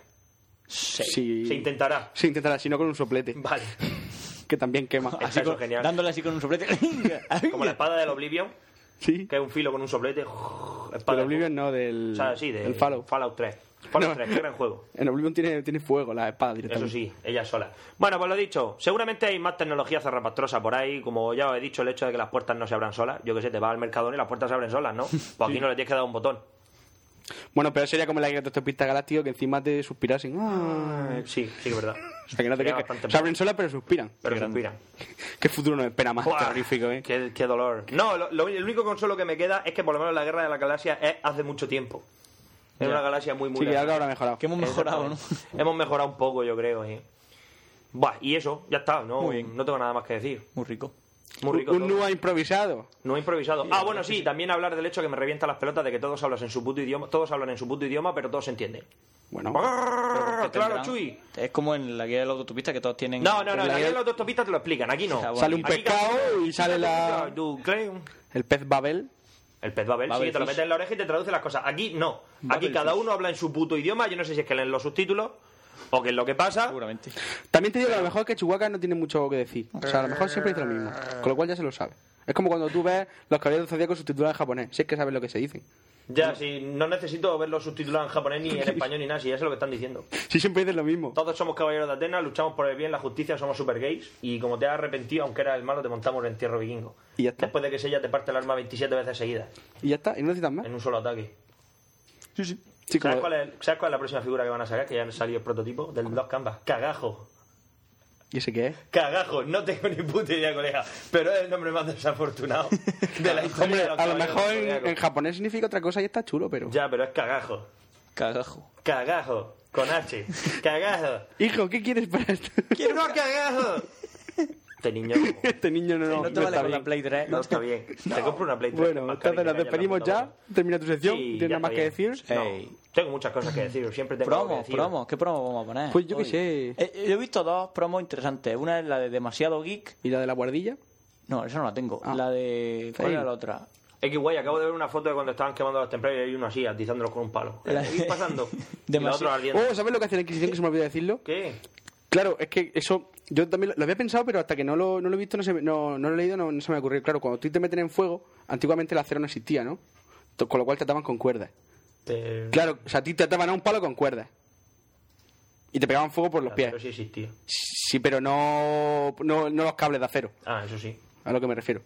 S8: Sí.
S7: Se intentará.
S8: Se intentará, si no con un soplete.
S7: Vale.
S8: Que también quema.
S7: Así con-
S6: Dándole así con un soplete.
S7: Como la espada del Oblivion.
S8: Sí.
S7: Que es un filo con un soplete.
S8: Pero
S7: Espada
S8: Oblivion no, del.
S7: O sea, sí, del
S8: del Fallout.
S7: Fallout 3. Fallout
S8: No.
S7: 3, qué gran juego.
S8: En Oblivion tiene, tiene fuego la espada
S7: Eso
S8: directamente.
S7: sí, ella sola. Bueno, pues lo dicho, seguramente hay más tecnología zarrapastrosa por ahí, como ya os he dicho, el hecho de que las puertas no se abran solas. Yo que sé, te vas al mercadón y las puertas se abren solas, ¿no? Pues aquí no le tienes que dar un botón.
S8: Bueno, pero sería como la autostopista galáctico que encima te suspirasen. Ah.
S7: Sí, sí que es verdad.
S8: O sea, que no te
S7: Sería
S8: quejes.
S7: bastante
S8: Se abren solas, pero suspiran.
S7: Pero
S8: Qué grande.
S7: suspiran.
S8: Qué futuro nos espera más
S7: Buah,
S8: terrorífico, ¿eh?
S7: Qué, qué dolor. No, lo, lo- el único consuelo que me queda es que por lo menos la guerra de la galaxia es hace mucho tiempo. Es
S8: Ya.
S7: una galaxia muy, muy
S8: Sí, que
S7: lejana.
S8: algo habrá mejorado. Que hemos mejorado, ¿no?
S7: Hemos mejorado un poco, yo creo. ¿eh? Buah, y eso, ya está. No,
S8: Muy bien.
S7: no tengo nada más que decir.
S6: Muy rico.
S7: Muy rico.
S8: Un
S7: todo.
S8: NUA improvisado.
S7: No he improvisado. Ah, bueno, sí, también hablar del hecho que me revienta las pelotas de que todos hablan en su puto idioma, todos hablan en su puto idioma, pero todos se entienden.
S8: Bueno.
S7: claro, Chuy.
S6: Es como en la guía de los autopistas que todos tienen.
S7: No, no, no, en la
S6: guía
S7: guía de los autopistas te lo explican, aquí no.
S6: Ah, bueno.
S8: Sale un
S7: Aquí
S8: pescado y sale la...
S7: tú, claro,
S8: el pez Babel.
S7: El pez Babel, sí,
S8: Babel
S7: que te lo
S8: Fish.
S7: metes en la oreja y te traduce las cosas. Aquí no. Aquí
S8: Babel
S7: cada
S8: Fish.
S7: uno habla en su puto idioma, yo no sé si es que leen los subtítulos o qué es lo que pasa.
S6: Seguramente.
S8: También te digo que a lo mejor es que Chihuahua no tiene mucho que decir. O sea, a lo mejor siempre dice lo mismo.
S7: Eh.
S8: Con lo cual ya se lo sabe. Es como cuando tú ves los caballeros zodíacos subtitulados en japonés. Si es que sabes lo que se dicen.
S7: Ya, si no necesito verlos subtitulados en japonés ni en español ni nada, si ya sé lo que están diciendo.
S8: Si siempre dicen lo mismo.
S7: Todos somos caballeros de Atenas, luchamos por el bien, la justicia, somos super gays. Y como te has arrepentido, aunque eras el malo, te montamos el entierro vikingo.
S8: Y ya está.
S7: Después de que Sella te parte el arma 27 veces seguidas,
S8: Y ya está. Y no necesitas más.
S7: en un solo ataque.
S8: Sí, sí. Ah.
S7: ¿Sabes,
S8: Sí, como-
S7: cuál es, sabes cuál es la próxima figura que van a sacar? Que ya han salido el prototipo del Block Canvas. Cagajo.
S8: ¿Y ese qué es?
S7: Cagajo. No tengo ni puta idea, colega. Pero es el nombre más desafortunado de la historia.
S8: Hombre,
S7: de los
S8: a lo
S7: caballeros
S8: mejor en,
S7: zodiacos.
S8: en japonés significa otra cosa y está chulo, pero...
S7: Ya, pero es cagajo.
S6: Cagajo.
S7: Cagajo. Con H. Cagajo.
S8: Hijo, ¿qué quieres para esto?
S7: ¡Quiero no cagajo! Este niño.
S8: este niño no, no,
S7: No te vale
S8: está
S7: con la
S8: bien.
S7: Play 3. No está bien. Te compro una Play 3.
S8: Bueno,
S7: Más carita, ya
S8: entonces nos
S7: la
S8: despedimos
S7: puta
S8: ya.
S7: madre.
S8: Termina tu sección.
S7: Sí,
S8: ¿Tienes
S7: ya
S8: nada más
S7: está
S8: que
S7: bien.
S8: decir?
S7: No, tengo muchas cosas que decir. Siempre tengo algo que
S6: Promos,
S7: decir.
S6: promos. ¿Qué promos vamos a poner?
S8: Pues yo qué sé.
S6: Eh, eh, yo he visto dos promos interesantes. Una es la de Demasiado Geek.
S8: ¿Y la de la guardilla?
S6: No, esa no la tengo. La de. ¿Cuál
S8: Fail.
S6: era la otra?
S7: Es que guay, acabo de ver una foto de cuando estaban quemando los templarios y hay uno así, atizándolos con un palo.
S6: La-
S7: ¿Qué pasando? y los
S6: Demasi-
S7: otros ardiendo.
S8: Oh, ¿sabes lo que hace la Inquisición que se me olvidó decirlo?
S7: ¿Qué?
S8: Claro, es que eso yo también lo, lo había pensado, pero hasta que no lo, no lo he visto, no, se me- no, no lo he leído, no, no se me ha ocurrido. Claro, cuando tú te meten en fuego, antiguamente el acero no existía, ¿no? To- Con lo cual te ataban con cuerdas.
S7: Te-
S8: Claro, o sea, a ti te ataban a un palo con cuerdas. Y te pegaban fuego por los pies.
S7: Ah, Pero sí existía.
S8: Sí, pero no, no, no los cables de acero,
S7: Ah, eso sí.
S8: a lo que me refiero.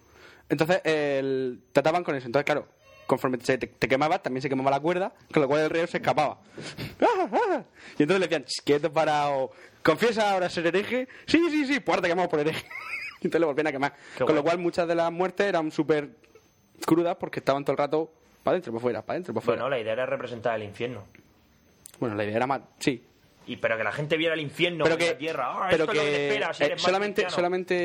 S8: Entonces, el, te ataban con eso. Entonces, claro, conforme se- te, te quemabas, también se quemaba la cuerda, con lo cual el reo se escapaba. ¡Ah, ah! y entonces le decían, "Ch, quieto parado, confiesa ahora ser hereje. Sí, sí, sí, pues ahora te quemamos por hereje. y entonces le volvían a quemar. con
S7: guay.
S8: lo cual, muchas de las muertes eran súper crudas porque estaban todo el rato para adentro, para afuera, para adentro, para afuera.
S7: Bueno, la idea era representar el infierno.
S8: Bueno, la idea era más. Sí,
S7: Y pero que la gente viera el infierno
S8: pero
S7: en
S8: que,
S7: la tierra. Ah,
S8: pero
S7: esto es lo que te
S8: que,
S7: espera si
S8: eh,
S7: eres más
S8: solamente
S7: cristiano.
S8: solamente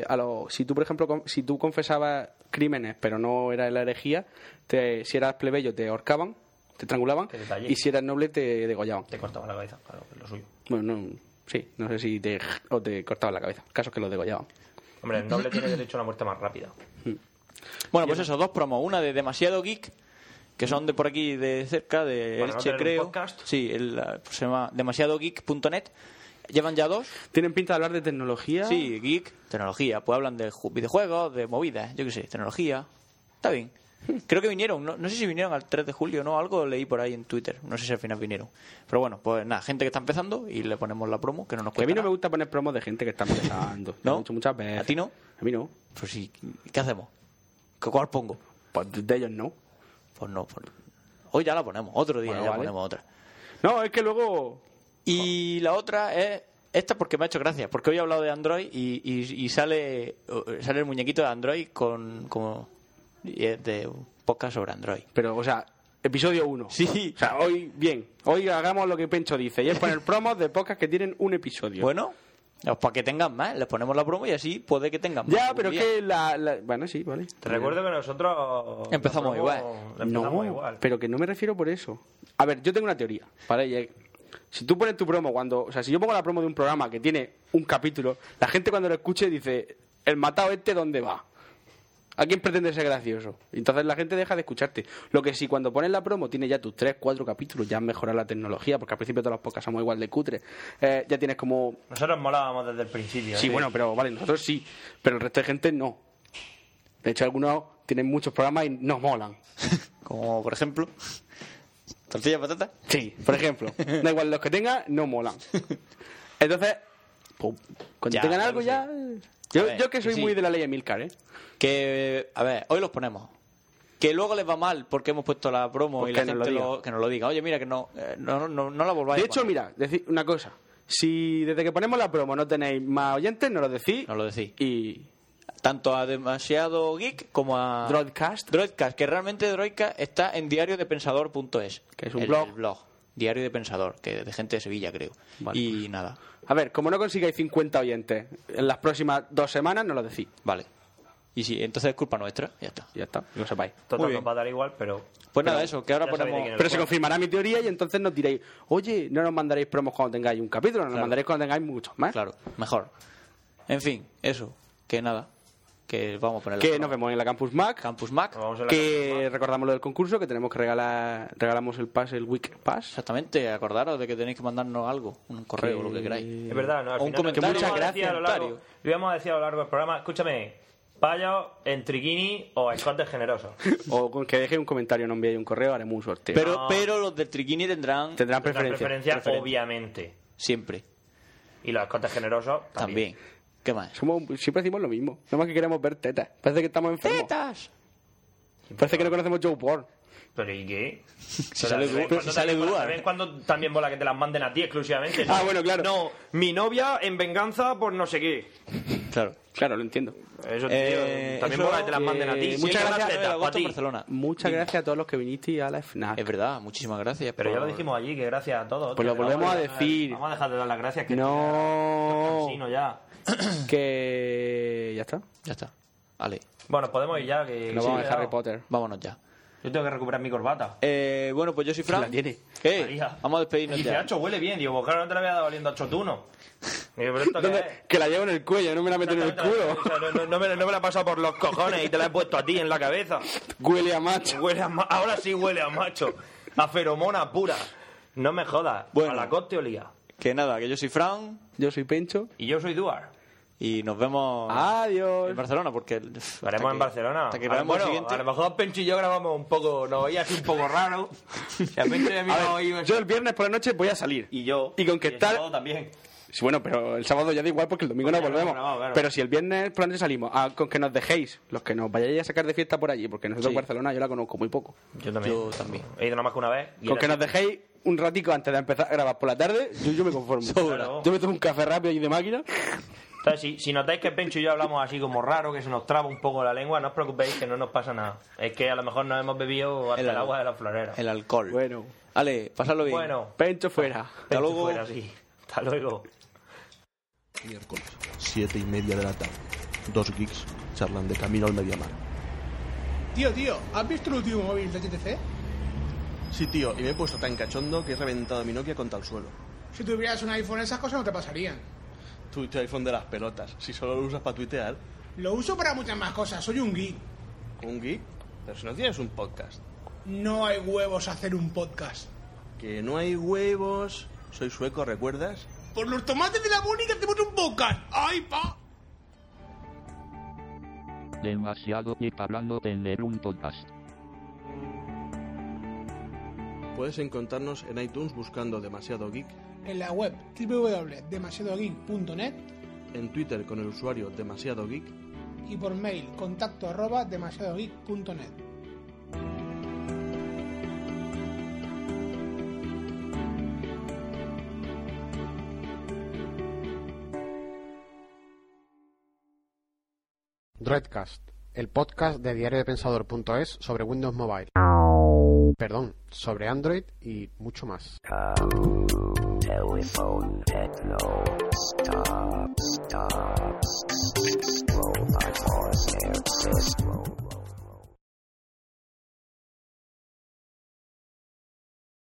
S8: eh, a lo- si tú por ejemplo con- si tú confesabas crímenes pero no era la herejía te- si eras plebeyo te ahorcaban te estrangulaban
S7: Qué detalle.
S8: y si eras noble te degollaban
S7: Te cortaba la cabeza, claro, que es lo suyo.
S8: bueno no, sí no sé si te o te cortaban la cabeza casos que los degollaban
S7: Hombre, el noble tiene derecho a una muerte más rápida.
S6: Bueno, pues eso, dos promos. Una de Demasiado Geek, que son de por aquí de cerca, de
S7: Bueno,
S6: Elche,
S7: ¿no tienen
S6: creo.
S7: un podcast?
S6: Sí, el, la- pues se llama demasiadogeek.net. Llevan ya dos.
S8: tienen pinta de hablar de tecnología
S6: Sí, geek, tecnología. Pues hablan de ju- videojuegos, de movidas, yo qué sé, tecnología. Está bien. Creo que vinieron, no, no sé si vinieron al 3 de julio o no, algo leí por ahí en Twitter. No sé si al final vinieron. Pero bueno, pues nada, gente que está empezando y le ponemos la promo, que no nos
S8: que a
S6: cuesta
S8: mí no me
S6: nada.
S8: gusta poner promos de gente que está empezando
S6: ¿No?
S8: lo he dicho muchas veces
S6: ¿A ti no?
S8: a mí no
S6: Pues sí, ¿qué hacemos? ¿Qué- ¿Cuál pongo?
S8: pues de ellos no
S6: Pues no, pues- hoy ya la ponemos, otro día
S8: Bueno,
S6: ya
S8: vale.
S6: ponemos otra.
S8: no es que luego
S6: Y la otra es. Esta porque me ha hecho gracia, porque hoy he hablado de Android y, y- y sale, sale el muñequito de Android con. como. y es de un podcast sobre Android.
S8: Pero, o sea, episodio 1.
S6: Sí.
S8: O sea, hoy, bien. Hoy hagamos lo que Pencho dice. Y es poner promos de podcast que tienen un episodio.
S6: Bueno, pues para que tengan más, les ponemos la promo y así puede que tengan más.
S8: Ya,
S6: algún
S8: pero
S6: día.
S8: que la, la- Bueno, sí, vale.
S7: Te recuerdo que nosotros...
S6: Empezamos
S7: la promo-
S6: igual.
S7: la
S8: No,
S7: Empezamos igual.
S8: pero que no me refiero por eso. A ver, yo tengo una teoría, ¿vale? Y, eh, Si tú pones tu promo cuando... O sea, si yo pongo la promo de un programa que tiene un capítulo, la gente cuando lo escuche dice, el matado este, ¿dónde va? ¿A quién pretende ser gracioso? Y Entonces la gente deja de escucharte. Lo que sí, cuando pones la promo, tienes ya tus tres, cuatro capítulos, ya has mejorado la tecnología, porque al principio todos los podcasts somos igual de cutres. Eh, ya tienes como
S7: Nosotros molábamos desde el principio. ¿eh?
S8: Sí, bueno, pero vale, nosotros sí, pero el resto de gente no. De hecho, algunos tienen muchos programas y nos molan. Como por ejemplo, tortilla de patata. Sí, por ejemplo. Da igual los que tengan, no molan. Entonces, pues, cuando
S6: Ya,
S8: tengan
S6: ya
S8: algo
S6: lo
S8: ya.
S6: A
S8: Yo,
S6: ver,
S8: yo que soy
S6: sí.
S8: muy de la ley Emilcar, ¿eh?
S6: Que, a ver, hoy los ponemos. Que luego les va mal porque hemos puesto la promo
S8: Pues
S6: y
S8: que
S6: la
S8: nos
S6: gente
S8: lo diga.
S6: lo- que nos lo diga. Oye, mira, que no, eh, no, no, no la volváis
S8: De
S6: a
S8: hecho,
S6: poner.
S8: mira, decir una cosa. Si desde que ponemos la promo no tenéis más oyentes, no lo decís. No lo decís. Y.
S6: Tanto a Demasiado Geek como a...
S8: Droidcast.
S6: Droidcast, que realmente Droidcast está en diariodepensador.es. Que
S8: es un
S6: el,
S8: blog.
S6: el blog. Diario de Pensador, que de gente de Sevilla, creo. Y
S8: pues.
S6: nada.
S8: A ver, como no consigáis 50 oyentes en las próximas dos semanas, no lo decís.
S6: Vale. Y sí, entonces es culpa nuestra. Ya está.
S8: Ya está, que lo sepáis.
S6: Muy
S7: Total,
S6: bien.
S7: nos va a dar igual, pero.
S6: Pues nada,
S7: pero
S6: eso, que ahora
S7: ya
S6: ponemos-
S7: sabéis de quién es el
S8: Pero se
S7: juego.
S8: confirmará mi teoría y entonces nos diréis, oye, no nos mandaréis promos cuando tengáis un capítulo, nos
S6: Claro.
S8: mandaréis cuando tengáis muchos más.
S6: Claro, mejor. En fin, eso. Que nada. Que vamos a poner la
S8: Que
S6: promo.
S8: nos vemos en la Campus Mac.
S6: Campus Mac.
S8: Que recordamos lo del concurso, que tenemos que regalar, regalamos el pass, el Week Pass.
S6: Exactamente, acordaros de que tenéis que mandarnos algo, un correo, lo que queráis.
S7: Es verdad, ¿no? Al
S6: O un
S7: final-
S6: comentario.
S7: Lo
S6: Muchas
S7: íbamos a decir
S6: gracias,
S7: a lo largo-
S6: comentario.
S7: Lo íbamos a decir a lo largo del programa. Escúchame, payo, entriquini o escotes generosos.
S8: O con que dejéis un comentario, no enviéis un correo, haremos un sorteo.
S6: Pero, pero los del Triquini tendrán,
S8: Tendrán
S7: Una
S8: preferencia.
S7: preferencia,
S8: Preferencia.
S7: obviamente.
S6: siempre.
S7: Y los escotes generosos también.
S6: También. ¿Qué más?
S8: Somos, siempre decimos lo mismo. Nada más que queremos ver tetas. Parece que estamos enfermos.
S6: ¡Tetas!
S8: Parece que no conocemos Joe Born.
S7: ¿Pero y qué?
S8: Si sale Dua- si sale Dua.
S7: cuando también bola que te las manden a ti exclusivamente.
S8: Ah, bueno, claro.
S7: No, mi novia en venganza por no sé qué.
S6: Claro. Eh,
S8: Claro, lo entiendo.
S7: Eso, tío, también mola que te las manden a ti.
S8: Eh, Muchas
S7: Sí,
S8: gracias, eh,
S7: las tetas, pa' ti.
S8: Muchas gracias a todos los que vinisteis a la FNAC.
S6: Es verdad, muchísimas gracias.
S7: Pero ya lo dijimos allí, que gracias a todos.
S8: Pues lo
S7: tío,
S8: volvemos
S7: vamos
S8: a
S7: dejar-
S8: decir.
S7: Vamos a dejar de dar las gracias. Que
S8: No.
S7: Sí, no, ya.
S8: que ya está.
S6: Ya está. Vale.
S7: Bueno, podemos ir ya. Que
S8: Nos
S7: sí,
S8: vamos a
S7: cuidado.
S8: Harry Potter.
S6: Vámonos ya.
S7: Yo tengo que recuperar mi corbata.
S6: Eh, bueno, pues yo soy Fran.
S7: La tiene.
S6: ¿Qué?
S7: María.
S6: Vamos a despedirnos
S7: Y dice,
S6: ya.
S7: Hacho, huele bien. Digo, pues claro, no te la había dado oliendo a chotuno. Digo, pero esto qué
S8: ¿Dónde-
S7: es?
S8: que la llevo en el cuello, no me la meto en el
S7: O sea,
S8: culo.
S7: no, no- no me, la- no me la he pasado por los cojones y te la he puesto a ti en la cabeza.
S8: Huele a macho.
S7: Huele a ma- Ahora sí huele a macho. A feromona pura. No me jodas. Bueno. A la coste olía.
S6: Que nada, que yo soy Fran.
S8: Yo soy Pencho.
S7: Y yo soy Duar.
S6: Y nos vemos
S8: Adiós.
S6: en Barcelona, porque. Lo
S7: Haremos en Barcelona.
S6: Hasta que
S7: a, lo-
S6: grabemos el
S7: bueno,
S6: siguiente.
S7: a lo mejor Pencho y yo grabamos un poco, nos oía así un poco raro. Y a Pencho y a mí nos oía-
S8: Yo el viernes por la noche voy a salir.
S7: Y yo.
S8: Y con que
S7: el
S8: tal-
S7: sábado también.
S8: Sí, bueno, pero el sábado ya da igual porque el domingo no
S7: ya no
S8: volvemos.
S7: grabamos, claro.
S8: Pero si el viernes por la noche salimos, ah, con que nos dejéis, los que nos vayáis a sacar de fiesta por allí, porque nosotros
S7: Sí.
S8: Barcelona yo la conozco muy poco.
S7: Yo también.
S6: Yo también.
S7: He ido nada más que una vez. y
S8: Con
S7: era
S8: que nos
S7: así.
S8: dejéis un ratico antes de empezar a grabar por la tarde, yo, yo me conformo.
S7: Sobra.
S8: Yo me tomo un café rápido y de máquina.
S7: Entonces, si, si notáis que Pencho y yo hablamos así como raro, que se nos traba un poco la lengua, no os preocupéis que no nos pasa nada. Es que a lo mejor nos hemos bebido hasta
S6: El
S7: el,
S6: al-
S7: agua de la florera.
S6: El alcohol.
S8: Bueno.
S6: Ale, pasadlo bien.
S7: Bueno.
S8: Pencho fuera.
S6: Hasta luego.
S7: Fuera, sí. Hasta luego.
S22: Miércoles, 7 y media de la tarde. Dos geeks charlan de camino al mediamar.
S23: Tío, tío, ¿has visto el último móvil de HTC?
S22: Sí, tío, y me he puesto tan cachondo que he reventado mi Nokia contra el suelo.
S23: Si tuvieras un iPhone esas cosas no te pasarían.
S22: Tu tu iPhone de las pelotas, si solo lo usas para tuitear.
S23: Lo uso para muchas más cosas, soy un geek.
S22: ¿Un geek? Pero si no tienes un podcast.
S23: No hay huevos a hacer un podcast.
S22: Que no hay huevos. Soy sueco, ¿recuerdas?
S23: Por los tomates de la Mónica hacemos un podcast. ¡Ay, pa!
S24: Demasiado y hablando tener un podcast.
S22: Puedes encontrarnos en iTunes buscando Demasiado Geek,
S23: En la web www.demasiadogeek.net
S22: en Twitter con el usuario Demasiado Geek
S23: y por mail contacto arroba demasiadogeek.net.
S25: Dreadcast, el podcast de diariodepensador.es sobre Windows Mobile. Perdón, sobre Android y mucho más.
S26: telephone techno stops.